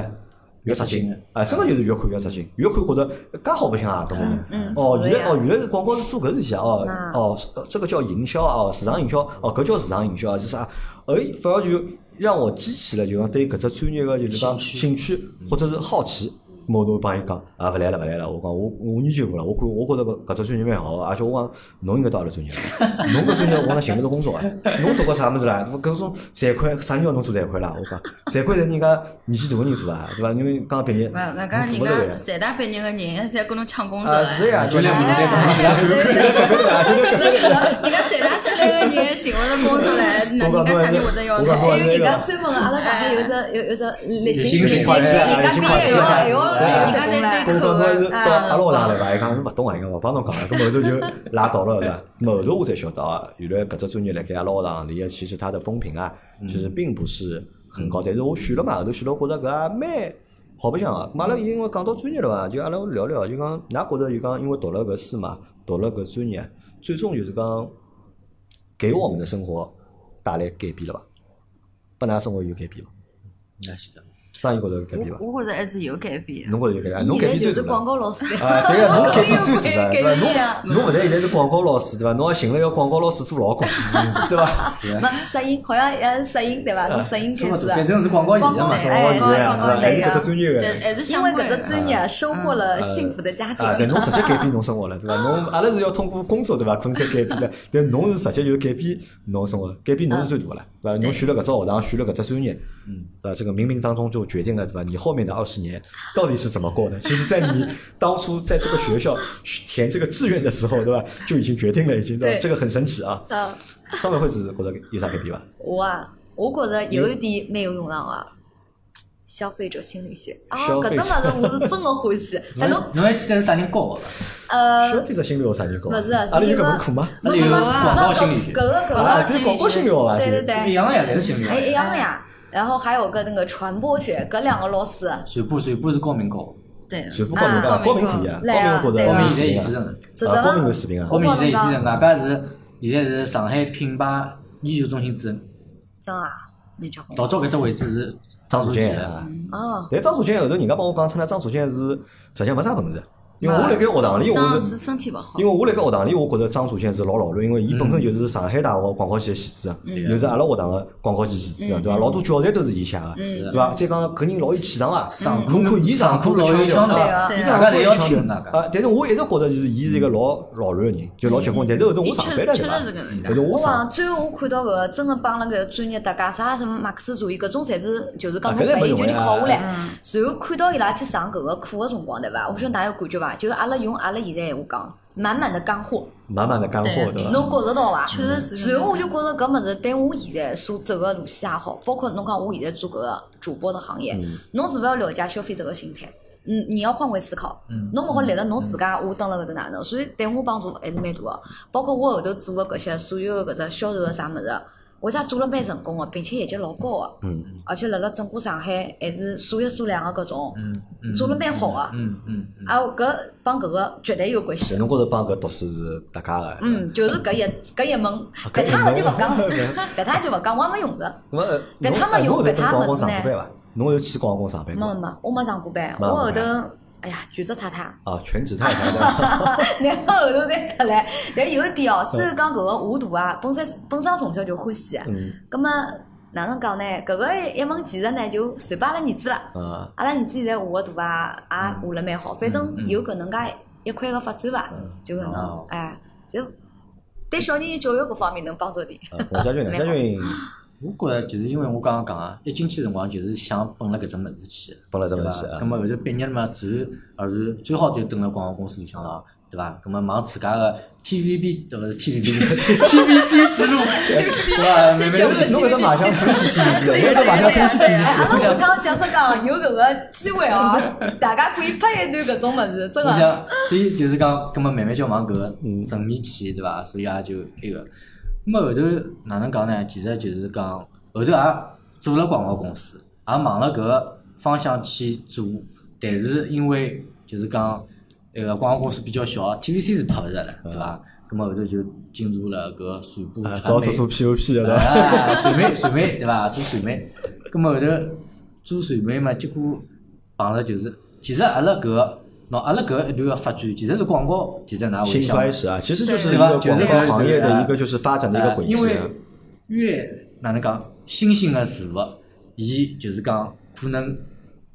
Speaker 1: 越扎
Speaker 3: 越扎
Speaker 1: 劲
Speaker 3: 劲
Speaker 1: 啊！真个就是越看越扎劲，越看觉得呃介好白相啊，懂伐？
Speaker 2: 嗯
Speaker 1: 哦，
Speaker 2: 是
Speaker 1: 原来
Speaker 2: 呀
Speaker 1: 哦，原来是广告是做搿事体啊！哦
Speaker 2: 嗯
Speaker 1: 哦，是呃这个叫营销啊，哦市场营销哦，搿叫市场营销啊，是啥？哎，反而就让我激起了就讲对搿只专业个就是讲
Speaker 3: 兴趣
Speaker 1: 兴
Speaker 3: 嗯
Speaker 1: 趣或者是好奇。咾某侬帮伊讲啊，勿来了勿来了，我讲我我研究过了，我看我觉着搿搿只专业蛮好的，而且我讲侬应该到阿拉专业，侬搿专业我讲寻勿到工作啊，侬读个啥物事啦？搿种财会啥人要侬做财会啦？我讲财会是人家年纪大个人做啊，对伐？因为刚毕业，
Speaker 4: 勿，
Speaker 1: 侬
Speaker 4: 外加人
Speaker 1: 做勿到
Speaker 4: 家
Speaker 1: 个。
Speaker 4: 财大毕业个人，侪跟侬抢工作
Speaker 1: 啊，是呀，
Speaker 3: 就来
Speaker 1: 人
Speaker 3: 问
Speaker 1: 家
Speaker 3: 再帮自家看看。
Speaker 4: 人家财大出来个人寻勿着工作 来，那人家差点会得要
Speaker 1: 我讲
Speaker 4: 侬。
Speaker 2: 还有人家专门的，阿拉上海有一只有有一只立新
Speaker 3: 立新
Speaker 2: 立新
Speaker 3: 快
Speaker 2: 系，
Speaker 3: 乐
Speaker 2: 人家毕业了，哎呦，人家在
Speaker 1: 跟
Speaker 4: 对
Speaker 1: 我
Speaker 2: 对
Speaker 1: 讲
Speaker 2: 口
Speaker 1: 侬是到
Speaker 2: 啊
Speaker 1: 阿
Speaker 2: 啊
Speaker 1: 拉学堂来伐？伊讲是勿懂啊，伊讲勿帮侬讲了，咁后头就拉倒了，对 伐？咁后头我才晓得啊，原来搿只专业辣盖阿拉学堂里，其实它的风评啊，其实并不是很高。但是我选了嘛，后头选了，觉着搿也蛮好白相啊。咁阿拉因为讲到专业了伐，就阿拉聊聊，就讲㑚觉着就讲，因为读了搿书嘛，读了搿专业，最终就是讲给我们的生活带来改变了伐？拨㑚生活有改变伐？
Speaker 3: 那是的，
Speaker 1: 生意高头有改变伐？
Speaker 4: 哎我我觉着还是有改变。
Speaker 1: 侬觉着有改变伐？啊侬
Speaker 2: 现
Speaker 1: 改
Speaker 2: 在
Speaker 1: 变最大
Speaker 2: 就是
Speaker 1: 了
Speaker 2: 广。告老师，
Speaker 1: 啊，对个，侬改变最大个，对伐？
Speaker 2: 改变呀
Speaker 1: 侬侬勿但现在是广告老师，对伐？侬还寻了一个广告老师做老公，对 伐？
Speaker 2: 没摄影，好像也是摄影对伐？从摄影开
Speaker 3: 差不
Speaker 2: 始
Speaker 3: 多，
Speaker 2: 啊
Speaker 3: 反。正是广告艺
Speaker 2: 广
Speaker 3: 人
Speaker 2: 告
Speaker 3: 嘛
Speaker 2: 类。
Speaker 1: 广告艺人
Speaker 4: 广告
Speaker 1: 哦对
Speaker 4: 类
Speaker 1: 伐？还
Speaker 4: 啊
Speaker 1: 是搿只专业
Speaker 4: 这
Speaker 1: 个。
Speaker 4: 还是
Speaker 2: 因
Speaker 4: 相
Speaker 2: 为
Speaker 4: 关
Speaker 2: 搿
Speaker 4: 的
Speaker 2: 只专业收获了幸福的家
Speaker 1: 啊，但
Speaker 2: 庭，
Speaker 1: 侬直接改变侬生活了，对伐？侬阿拉是要通过工作，对伐？可能才改变的，但侬是直接就改变侬生活，改变侬是最大个了，对伐？
Speaker 4: 嗯
Speaker 1: 侬选了�搿只学堂，选了搿只专业，嗯，对伐？这个冥冥当中就决定了，对伐？你后面的二十年到底是怎么过的？其实，在你当初在这个学校填这个志愿的时候，对吧？就已经决定了，已经对吧
Speaker 2: 对
Speaker 1: 这个很神奇啊。
Speaker 2: 嗯，
Speaker 1: 张委会是觉得有啥改变伐？
Speaker 2: 我啊，我觉着有一点蛮有用浪啊，消费者心理学啊，
Speaker 1: 嗯消
Speaker 2: 搿
Speaker 1: 费
Speaker 2: 只
Speaker 1: 者
Speaker 2: 物事我是真的 欢喜。哎，侬
Speaker 3: 侬侬还记得是啥人教我伐？
Speaker 2: 呃，
Speaker 1: 消费者心理学啥人讲？
Speaker 2: 勿是
Speaker 1: 阿
Speaker 2: 啊
Speaker 1: 拉
Speaker 2: 是
Speaker 1: 啊有
Speaker 2: 因
Speaker 1: 搿
Speaker 2: 为
Speaker 1: 门课吗？
Speaker 3: 那有广告心理学
Speaker 2: 搿个搿
Speaker 4: 广
Speaker 2: 个
Speaker 1: 啊，
Speaker 4: 告
Speaker 1: 这是
Speaker 4: 心理
Speaker 1: 广告
Speaker 4: 学
Speaker 1: 心理学伐？
Speaker 2: 对对
Speaker 1: 是
Speaker 3: 一
Speaker 2: 对，
Speaker 3: 样的啊呀，侪是心理
Speaker 2: 哎一
Speaker 3: 学。
Speaker 2: 样的呀。然后还有个那个传播学，搿两个老师，
Speaker 3: 传播传播是高明教我，
Speaker 4: 对，
Speaker 1: 全部高明
Speaker 4: 啊
Speaker 1: 啊，高明可以啊，
Speaker 2: 来啊
Speaker 1: 高明觉
Speaker 2: 对
Speaker 1: 得
Speaker 2: 啊
Speaker 3: 高
Speaker 1: 高
Speaker 3: 明
Speaker 1: 明
Speaker 3: 现在
Speaker 1: 水
Speaker 3: 有
Speaker 1: 平
Speaker 3: 资
Speaker 1: 啊，
Speaker 3: 深了，
Speaker 2: 实质
Speaker 1: 啊，高明
Speaker 2: 上
Speaker 1: 有水平啊
Speaker 3: 高。明现在有资
Speaker 2: 我
Speaker 3: 深，外加是现在是上海品牌研究中心主任，
Speaker 2: 真啊，那叫
Speaker 3: 老早搿只位置是张书记
Speaker 1: 对
Speaker 3: 的
Speaker 1: 啊。
Speaker 2: 哦，
Speaker 1: 但张楚健后头人家帮我讲出来，张楚健是实际上没啥本事，因为我辣盖学堂里，
Speaker 2: 啊
Speaker 4: 张老
Speaker 1: 我
Speaker 4: 师
Speaker 1: 是
Speaker 4: 身体勿好
Speaker 1: 因，为我辣盖学堂里，我觉得张楚健是老老卵，因为伊本身就是上海大学广告系的系主任，又是阿拉学堂的广告系系主任，对伐？老多教材都是伊写的，对伐？再讲搿人老有气场啊，
Speaker 3: 上
Speaker 1: 侬看伊上
Speaker 3: 上
Speaker 1: 课
Speaker 3: 课老有
Speaker 1: 腔
Speaker 3: 腔
Speaker 1: 调
Speaker 3: 调
Speaker 1: 啊，
Speaker 4: 对啊
Speaker 1: 大家
Speaker 3: 大家
Speaker 1: 侪
Speaker 3: 侪
Speaker 1: 要
Speaker 3: 要
Speaker 1: 听
Speaker 3: 听
Speaker 1: 的
Speaker 3: 的
Speaker 1: 啊，但是我一直觉得就是伊是一个老老卵的人，就老结棍。但是后头我
Speaker 4: 伊
Speaker 1: 上
Speaker 4: 确
Speaker 1: 班了，
Speaker 4: 确
Speaker 1: 对伐
Speaker 4: 实是搿能？介
Speaker 1: 后头我
Speaker 2: 我
Speaker 1: 上
Speaker 2: 讲，最后我看到搿个，真的帮了搿专业搭界，啥什么马克思主义搿种，侪是就是讲
Speaker 1: 啊
Speaker 2: 侬
Speaker 1: 搿侪
Speaker 2: 白
Speaker 1: 没
Speaker 2: 研
Speaker 1: 用
Speaker 2: 究去
Speaker 1: 呀嗯
Speaker 2: 考下来。然后看到伊拉去上搿个课个辰光，对伐？我不晓得㑚有感觉伐？就是阿拉用阿拉现在闲话讲，满满的干货，
Speaker 1: 满满的干货，
Speaker 4: 对
Speaker 1: 对伐？
Speaker 2: 侬觉着到伐？
Speaker 3: 嗯
Speaker 4: 确实是。
Speaker 2: 然后我就觉着搿物事对我现在所走个路线也好，包括侬讲我现在做搿个主播的行业，
Speaker 3: 嗯
Speaker 2: 侬是勿是要了解消费者个心态？嗯，你要换位思考，
Speaker 3: 嗯
Speaker 2: 侬勿好立了侬自家我蹲辣搿头哪能，所以对我帮助还是蛮大个。包括我后头做个搿些所有个搿只销售个啥物事，我也做了蛮成功个，并且业绩老高个，
Speaker 1: 嗯，
Speaker 2: 而且辣辣整个上海还是数一数两个搿种，
Speaker 3: 嗯嗯
Speaker 2: 做了蛮好个。
Speaker 3: 嗯嗯嗯，
Speaker 2: 啊，搿帮搿个绝对有关系
Speaker 1: 对，。侬觉着帮搿读书是搭界个？
Speaker 2: 嗯，就是搿一搿一门，搿趟
Speaker 1: 搿
Speaker 2: 我
Speaker 1: 一
Speaker 2: 就
Speaker 1: 门
Speaker 2: 勿 讲了，搿趟就勿讲，我也没用着。
Speaker 1: 咾么呃
Speaker 2: 但
Speaker 1: 侬
Speaker 2: 他们
Speaker 1: 哎
Speaker 2: 有
Speaker 1: 侬后头
Speaker 2: 搿他
Speaker 1: 广告
Speaker 2: 们是
Speaker 1: 上
Speaker 2: 呢
Speaker 1: 过班伐？侬有去广告上班
Speaker 2: 没
Speaker 1: 过
Speaker 2: 没
Speaker 1: 伐？
Speaker 2: 没，我没上过班，
Speaker 1: 没
Speaker 2: 我
Speaker 1: 上过
Speaker 2: 后头
Speaker 1: 班，
Speaker 2: 哎呀，全职太太，
Speaker 1: 啊，全职太太的
Speaker 2: 然后后头再出来。但有一点哦，虽然讲搿个糊涂啊，本身本身从小就欢喜，
Speaker 1: 嗯
Speaker 2: 葛么哪能讲呢？搿个一门技术呢，就随拨阿拉儿子了。
Speaker 1: 啊，
Speaker 2: 阿拉儿子现在画个图啊，也画了蛮好，反正有搿能介一块个发展伐，就搿能
Speaker 3: 哦，
Speaker 2: 哎，就对小人教育搿方面能帮助点。
Speaker 1: 啊王家俊呢，
Speaker 2: 没
Speaker 1: 家俊
Speaker 3: 我觉着就是因为我刚刚讲啊，一进去辰光就是想奔了搿只物事去，
Speaker 1: 本来这
Speaker 3: 对
Speaker 1: 么
Speaker 3: 伐
Speaker 1: 是？啊
Speaker 3: 咁，么后头毕业了嘛，之后而是最好就蹲辣广告公司里向了，对伐？咁么忙自家个 TVB 呃勿是 TVB，TVC 之路，对伐？慢
Speaker 2: 谢
Speaker 1: 侬
Speaker 2: 谢
Speaker 3: 慢
Speaker 1: 搿侬搿只马相可以去见面
Speaker 2: 可
Speaker 1: 的，
Speaker 2: 以
Speaker 1: 侬搿只马相可以去见面
Speaker 2: 阿拉下趟假设讲有搿个机会哦，大家可以拍一段搿种物事，真
Speaker 3: 你
Speaker 2: 的。
Speaker 3: 想，所以就是讲，葛末慢慢叫嗯往搿个层面去，对伐？所以也就那个。葛末后头哪能讲呢？其实就是讲，后头也做了广告公司，也往了搿个方向去做，但是因为就是讲，那个广告公司比较小，TVC 是拍勿着了，对伐？葛末后头就进入了搿个传播
Speaker 1: 啊，
Speaker 3: 传
Speaker 1: 早做
Speaker 3: 媒。
Speaker 1: 做 POP 的了，
Speaker 3: 啊，传媒传媒对伐？做传媒，葛啊末后头做传媒嘛，结果碰着就是，其实阿拉搿个，喏阿拉搿一段个发展，其实是广告，其实㑚
Speaker 1: 新
Speaker 3: 回想
Speaker 1: 开，始啊，其实就是一个
Speaker 4: 对
Speaker 3: 吧
Speaker 1: 广
Speaker 3: 就是
Speaker 1: 告行业的
Speaker 3: 对
Speaker 1: 一个就是发展的一个
Speaker 3: 呃
Speaker 1: 轨迹
Speaker 3: 因为
Speaker 1: 啊。
Speaker 3: 越哪能讲，新兴个事物，伊就是讲可能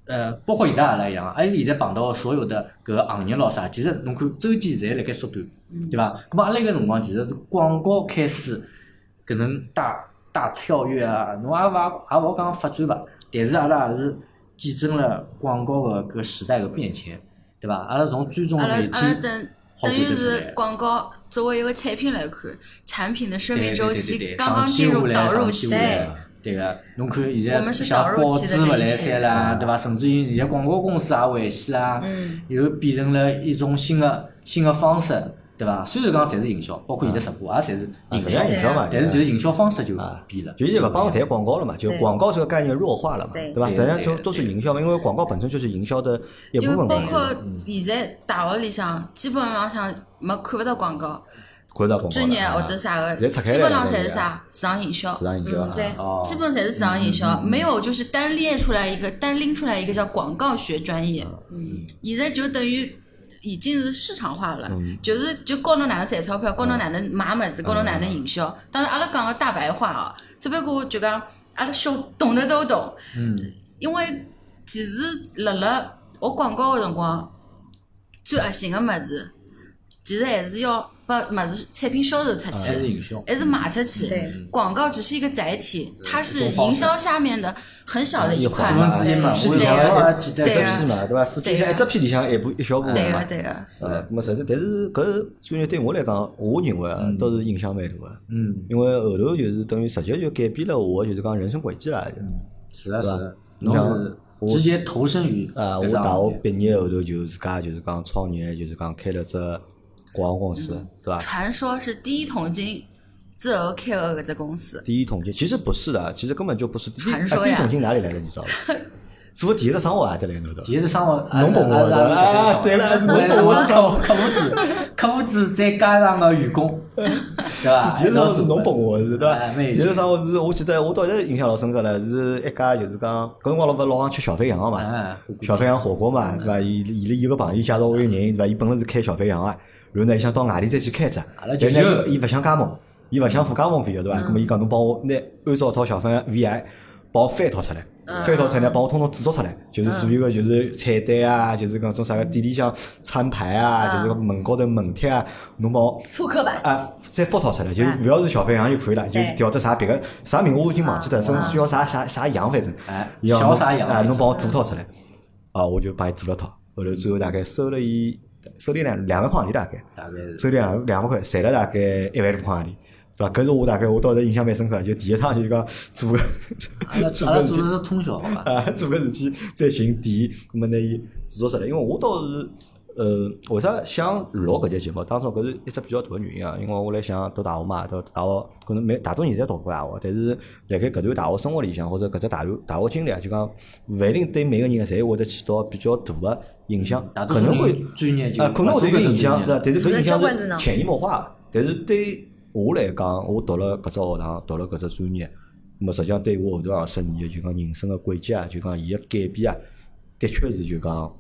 Speaker 3: 呃，包括现在阿拉一样，阿拉现在碰到的所有的搿个行业咯啥，其实侬看周期侪辣盖缩短，
Speaker 1: 嗯
Speaker 3: 对伐？咁么阿拉搿辰光其实是广告开始搿能大大跳跃啊，侬也勿也勿好讲发展伐，但是阿拉也是见证了广告的搿个时代的变迁，对伐？阿拉从最终
Speaker 4: 阿拉
Speaker 3: 媒体
Speaker 4: 阿拉等
Speaker 3: 好
Speaker 4: 等
Speaker 3: 看
Speaker 4: 于
Speaker 3: 得出
Speaker 4: 是
Speaker 3: 来。
Speaker 4: 广告作为一个产品来看，产品的生
Speaker 3: 对
Speaker 4: 命
Speaker 3: 对
Speaker 4: 周
Speaker 3: 对
Speaker 4: 期
Speaker 3: 对对，
Speaker 4: 刚刚
Speaker 3: 上
Speaker 4: 进
Speaker 3: 新
Speaker 4: 入
Speaker 3: 来
Speaker 4: 导入
Speaker 3: 上
Speaker 4: 期
Speaker 3: 新。来对个，侬看现
Speaker 4: 我
Speaker 3: 在
Speaker 4: 们是
Speaker 3: 像
Speaker 4: 导入
Speaker 3: 报
Speaker 4: 期的
Speaker 3: 纸
Speaker 4: 这
Speaker 3: 勿
Speaker 4: 一
Speaker 3: 来
Speaker 4: 批
Speaker 3: 三啦，对伐？甚至于现在广告公司也回去啦，
Speaker 4: 嗯
Speaker 3: 又变成了一种新的新的方式，对伐？虽然讲侪是营销，包
Speaker 4: 嗯
Speaker 3: 括现在直播也侪是
Speaker 1: 啊
Speaker 3: 营
Speaker 1: 实
Speaker 3: 销
Speaker 1: 际，营销嘛，
Speaker 3: 但是
Speaker 1: 就
Speaker 3: 就是营销方式就
Speaker 1: 啊
Speaker 3: 变了，
Speaker 1: 就现在勿帮我谈广告了嘛，就
Speaker 2: 对
Speaker 1: 广告这个概念弱化了嘛，
Speaker 2: 对
Speaker 1: 对吧？
Speaker 3: 对
Speaker 1: 大家
Speaker 3: 对
Speaker 1: 都
Speaker 3: 对
Speaker 1: 都是营销嘛，因为广告本身就是营销的一
Speaker 4: 因
Speaker 1: 部
Speaker 4: 为
Speaker 1: 分
Speaker 4: 包
Speaker 1: 嘛，
Speaker 4: 括现在大学里向，基本浪向没看不到广告，
Speaker 1: 看到广告了
Speaker 4: 专业
Speaker 1: 啊
Speaker 4: 或者啥个，
Speaker 1: 侪拆开
Speaker 4: 基本
Speaker 1: 来
Speaker 4: 上
Speaker 1: 了
Speaker 4: 侪是
Speaker 1: 对
Speaker 4: 啥市场营销
Speaker 1: 市，场营销啊
Speaker 2: 嗯，对
Speaker 3: 哦，
Speaker 4: 基本侪是市场营销，没有就是单列出来一个单拎出来一个叫广告学专业。嗯，现在就等于已经是市场化了，就是就教侬哪能赚钞票，教侬哪能买物事，教侬哪能营销。当然，阿拉讲个大白话哦，只不过就讲阿拉小懂的都懂，
Speaker 3: 嗯，
Speaker 4: 因为其实辣辣学广告个辰光，最核心个物事，其实还是要把物事产品销售出
Speaker 3: 还是
Speaker 4: 去，
Speaker 3: 营销，
Speaker 4: 还是卖出去。
Speaker 2: 对
Speaker 4: 广告只是一个载体，它是
Speaker 3: 一种方式
Speaker 4: 营销下面的很小的一
Speaker 1: 一
Speaker 4: 块
Speaker 1: 环
Speaker 3: 四分
Speaker 1: 嘛，
Speaker 4: 嘛。
Speaker 3: 之
Speaker 1: 四
Speaker 3: 一嘛，我
Speaker 1: 批
Speaker 4: 对
Speaker 1: 里
Speaker 3: 讲
Speaker 1: 向
Speaker 4: 啊
Speaker 3: 多几
Speaker 1: 一
Speaker 3: 单
Speaker 4: 对
Speaker 1: 只
Speaker 4: 啊
Speaker 1: 批嘛，对吧？四批里向一只批里向一部一小部
Speaker 4: 对啊
Speaker 1: 分
Speaker 4: 个
Speaker 1: 嘛。
Speaker 4: 对个，
Speaker 1: 呃，那么实际，但是搿专业对我来讲，我认为啊，倒是影响蛮大个，
Speaker 3: 嗯，
Speaker 1: 因为后头就是等于直接就改变了我的就是讲人生轨迹啦，
Speaker 3: 嗯
Speaker 1: 就是
Speaker 3: 是的，是的，
Speaker 1: 对吧啊
Speaker 3: 侬
Speaker 1: 我
Speaker 3: 是直接投身于
Speaker 1: 啊，我
Speaker 3: 搿
Speaker 1: 大学
Speaker 3: 桩行业
Speaker 1: 毕业后头就自家就是讲创业，就是讲开了只广告公司，
Speaker 3: 嗯
Speaker 1: 对伐？
Speaker 4: 传说是第一桶金自由开个搿只公司，
Speaker 1: 第一桶金其实不是的，其实根本就不是。第一
Speaker 4: 传说
Speaker 1: 啊第一
Speaker 4: 呀
Speaker 1: 桶金哪里来的，你知道 吗？是我第一个生活啊，得来侬知道
Speaker 3: 第。一是生活，
Speaker 1: 侬捧我的啊对了侬捧我
Speaker 3: 我
Speaker 1: 的
Speaker 3: 是客户客户制，客户制再加上个员工，对伐？
Speaker 1: 第一个生活是侬拨我的，是对伐
Speaker 3: 哎？没有
Speaker 1: 第一个生活是我记得我到现在印象老深刻了，是一家就是讲搿辰光老勿老想吃小肥羊个嘛，
Speaker 3: 哎，火锅
Speaker 1: 小肥羊火锅嘛，对伐？伊伊拉有个朋友介绍我一个人，对伐？伊本来是开小肥羊啊，然后呢，伊想到外地再去开一只，
Speaker 3: 阿拉
Speaker 1: 但
Speaker 3: 舅
Speaker 1: 是呢
Speaker 3: 舅
Speaker 1: 伊勿想加盟，伊勿想付加盟费个，对伐？咁么伊讲侬帮我拿按照一套小肥羊 VI 帮我翻一套出来，翻一套出来呢帮我统统制作出来，就是所有个就是菜单啊，就是讲种啥个店里向餐牌啊，就是门高头门贴啊，侬帮我。
Speaker 2: 复刻版，
Speaker 1: 啊，再复套出来，就
Speaker 2: 嗯
Speaker 1: 勿要是小肥羊就可以了，就
Speaker 2: 对
Speaker 1: 调只啥别个啥名我已经忘记了，真是叫啥啥啥羊反正
Speaker 3: 哎，
Speaker 1: 伊要
Speaker 3: 小
Speaker 1: 侬
Speaker 3: 啥羊
Speaker 1: 啊，
Speaker 3: 反
Speaker 1: 侬
Speaker 3: 正
Speaker 1: 帮我做套出来，啊，我就帮伊做了套，后头最后大概收了伊收了两两万块钿大概，
Speaker 3: 大概
Speaker 1: 收
Speaker 3: 是
Speaker 1: 了两两万块，赚了大概一万多块钿。对伐？搿是我大概我到现在印象蛮深刻，就第一趟就是讲做个
Speaker 3: 阿拉
Speaker 1: 做
Speaker 3: 阿拉
Speaker 1: 个
Speaker 3: 做
Speaker 1: 事
Speaker 3: 的是通宵，好伐？
Speaker 1: 啊，做个事体再寻店，咁么拿伊制作出来。因为我倒是，呃，为啥想录搿节节目？当初搿是一只比较大个原因啊。因为我来想读大学嘛，读大学可能没大多现在读过大学，但是辣盖搿段大学生活里向，或者搿只大学大学经历啊，就讲勿一定对每个人侪会得起到比较大个影响
Speaker 3: 嗯大，多
Speaker 1: 可
Speaker 3: 数
Speaker 1: 能会
Speaker 3: 人专业就
Speaker 1: 啊，可能会有影响，
Speaker 3: 对
Speaker 1: 对吧，但是
Speaker 2: 是
Speaker 1: 搿
Speaker 2: 的
Speaker 1: 影响
Speaker 2: 交关是呢
Speaker 1: 是潜移默化的。但是对我来讲，我读了搿只学堂，读了搿只专业，那么实际上对我后头二十年的就讲人生的轨迹啊，就讲伊个改变啊，的确是就讲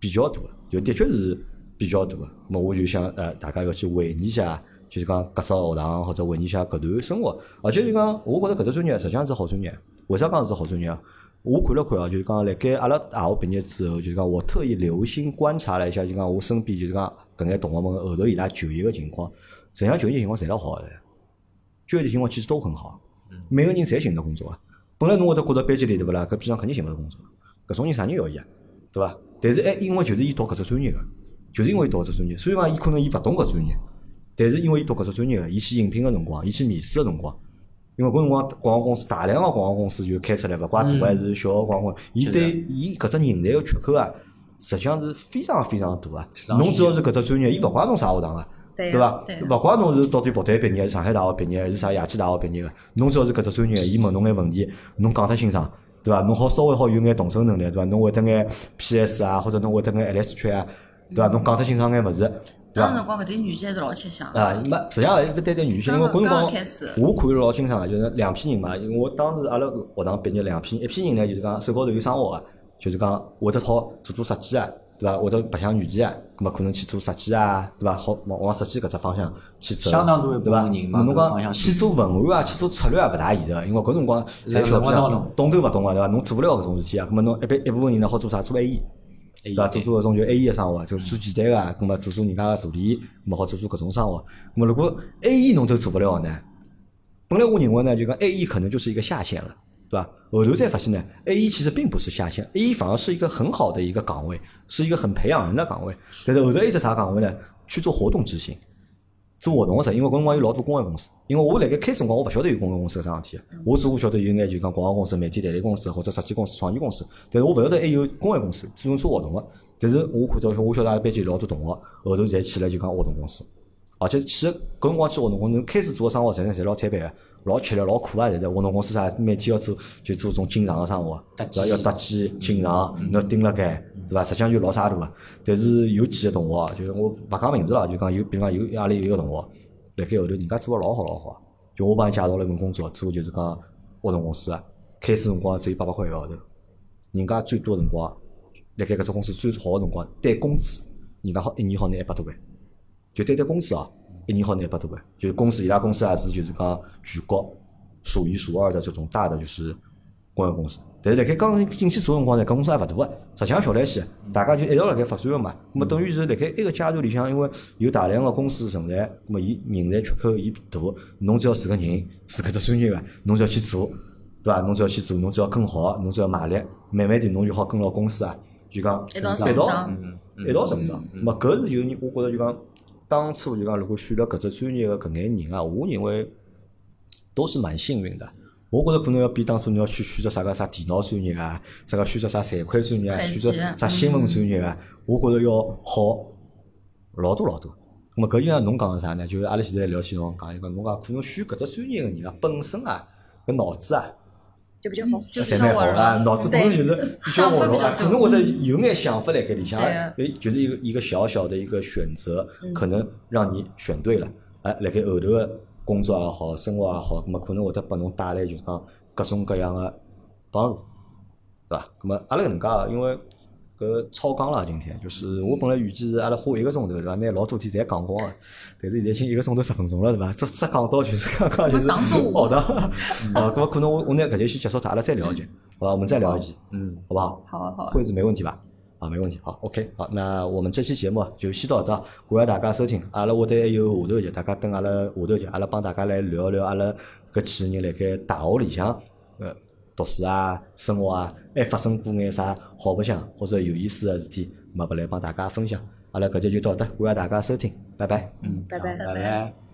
Speaker 1: 比较大的，就的确是比较大的。那么我就想呃，大家要去回忆一下。就是讲搿只学堂或者回忆一下搿段生活，而且就讲，我觉着搿只专业实际上是好专业。为啥讲是好专业啊？我看了看啊，就是讲，辣盖阿拉啊大学毕业之后，就是讲我特意留心观察了一下，就讲我身边就是讲搿眼同学们后头伊拉就业个情况，实际上就业情况侪老好个，就业情况其实都很好，每个人侪寻得工作啊。本来侬会得觉着班级里对勿啦，搿边上肯定寻勿着工作，搿种人啥人要伊啊，对伐？但是哎，因为就是伊读搿只专业个，就是因为伊读搿只专业，虽然讲伊可能伊勿懂搿专业，但是因为伊读搿只专业个，伊去应聘个辰光，伊去面试个辰光。因为搿辰光广告公司大量个广告公司就开出来，勿怪大还是小个广告，伊
Speaker 3: 是的
Speaker 1: 对伊搿只人才个缺口啊，实际上是非常非常大啊
Speaker 3: 市。场
Speaker 1: 侬只要
Speaker 3: 需
Speaker 1: 是搿只专业，伊勿怪侬啥学堂啊，
Speaker 2: 对
Speaker 1: 对伐
Speaker 4: 对？
Speaker 1: 勿怪侬是到底复旦毕业、上海大学毕业还是啥野鸡大学毕业个，侬只要是搿只专业，伊问侬眼问题，侬讲得清爽，对伐？侬好稍微好有眼动手能力，对伐？侬会得眼 PS 啊，或者侬会得眼 LS 圈啊，对伐？侬讲得清爽眼物事，对
Speaker 4: 当时
Speaker 1: 伐？
Speaker 4: 辰光搿点女性还是老吃香。
Speaker 1: 啊，没，实际上也勿单单女性，因为
Speaker 4: 刚
Speaker 1: 搿辰
Speaker 4: 刚
Speaker 1: 光
Speaker 4: 开始
Speaker 1: 我看老清爽个，啊就是两批人嘛，因为我当时阿拉学堂毕业两批，一批人呢就是讲手高头有生活个，就是讲会得好做做设计啊，对伐？会得白相软件啊，咁么可能去做设计啊，对伐？好往往设计搿只方向去走，
Speaker 3: 相当多一部
Speaker 1: 对伐？
Speaker 3: 分人
Speaker 1: 侬
Speaker 3: 往搿个方
Speaker 1: 讲
Speaker 3: 向
Speaker 1: 去
Speaker 3: 去
Speaker 1: 做文案啊，去做策略也勿大现实，因为搿辰光侪小
Speaker 3: 轮勿到
Speaker 1: 相
Speaker 3: 侬
Speaker 1: 懂都勿懂啊，对伐？侬做勿了搿种事体啊，咁么侬一般一部分人呢好做啥？做 AE。对伐？做做搿种就 A E 个生活，就是最简单啊个，葛末做做人家个助理，葛末好做做搿种生活。葛末如果 A E 侬都做勿了呢？本来我认为呢，就讲 A E 可能就是一个下限了，对吧？后头才发现呢，A E 其实并不是下限，A E 反而是一个很好的一个岗位，是一个很培养人的岗位。但是后头还有一只啥岗位呢？去做活动执行。做活动个时候，因为搿辰光有老多公关公司，因为我辣盖开始辰光我勿晓得有公关公司搿桩事体，我只顾晓得有眼就讲广告公司、媒体代理公司或者设计公司、创意公司，但是我勿晓得还有公关公司专门做活动个。但是我看到我晓得阿拉班级有老多同学后头侪去了就讲活动公司，而且去搿辰光去活动公司，侬开始做个生活侪侪老惨白个，老吃力老苦啊！现在活动公司啥，每天要做就做种经常个生活，
Speaker 3: 搭
Speaker 1: 对
Speaker 3: 机
Speaker 1: 伐？要搭机进场，侬要盯辣盖，对伐？实际上就老沙大个。但是有几个同学啊，就是我勿讲名字了，就讲有，比如讲有阿里有一个同学，辣盖后头人家做个老好老好啊，就我帮伊介绍了一份工作，做就是讲活动公司啊，开始辰光只有八百块一个号头，人家最多辰光，辣盖搿只公司最好个辰光，单工资，人家好一年好拿一百多万。就单单工资啊，一年好拿一百多万。就是公司，伊拉公司也是就是讲全国数一数二的这种大的就是公关公司。但是辣盖刚进去做辰光呢，搿公司也勿大个，实际上小来些，大家就一道辣盖发展个嘛。那么等于是辣盖一个阶段里向，因为有大量个公司存在，那么伊人才缺口伊大，侬只要是个人，是搿只专业个，侬只要去做，对伐？侬只要去做，侬只要跟好，侬只要卖力，慢慢点侬就好跟牢公司啊，就讲
Speaker 4: 一道
Speaker 1: 一
Speaker 4: 成
Speaker 1: 道
Speaker 3: 嗯
Speaker 4: 长，
Speaker 1: 一道成长。咹搿是就是我觉着就讲，当初就讲如果选了搿只专业的搿眼人啊，我认为都是蛮幸运的。我觉着可能要比当初侬要去选择啥个啥电脑专业啊，啥个选择啥财会专业啊，
Speaker 4: 会
Speaker 1: 选
Speaker 4: 计嗯
Speaker 1: 择啥新闻专业啊，我觉着要好老多老多。那么搿就像侬讲的啥呢？就是阿拉现在聊天侬讲一个，侬讲可能选搿只专业个人啊，本身啊搿脑子啊。
Speaker 2: 就比较好。
Speaker 4: 就是
Speaker 1: 侪
Speaker 4: 小
Speaker 1: 蛮好
Speaker 4: 活
Speaker 1: 啊，
Speaker 4: 了，
Speaker 1: 脑子可能就是比较
Speaker 4: 想
Speaker 1: 活
Speaker 4: 法比
Speaker 1: 络
Speaker 4: 较
Speaker 1: 啊，
Speaker 4: 多嗯
Speaker 1: 可能会得有眼想法辣盖里向
Speaker 4: 对啊，嗯
Speaker 1: 哎，就是一个一个小小的一个选择，可能让你选对了，哎，辣盖后头个工作也好，生活也好，那么可能会得拨侬带来就是讲各种各样的帮助，对伐？那么阿拉搿能介啊，因为搿超纲了，今天就是我本来预计是阿拉花一个钟头对伐？拿老多天侪讲光个，但是现在已经一个钟头十分钟了对伐？只只讲到就是刚刚就是
Speaker 4: 我们上周五
Speaker 1: 好的，啊，那么可能 我我拿搿节先结束脱，阿拉再聊一节，
Speaker 4: 嗯
Speaker 1: 好吧？我们再聊一集，
Speaker 3: 嗯。
Speaker 1: 好不好？
Speaker 4: 好啊好啊，
Speaker 1: 会子没问题吧？啊，没问题，好，OK，好，那我们这期节目啊就先到这，感谢大家收听。阿拉会得还有下头一集，大家等阿拉下头一集，阿拉帮大家来聊一聊阿拉搿几个人辣盖大学里向呃读书啊、生活啊，还发生过眼啥好白相或者有意思的事体，那么来帮大家分享。阿拉搿节就到这，感谢大家收听，拜拜。
Speaker 3: 嗯，
Speaker 2: 拜拜
Speaker 3: 好拜拜。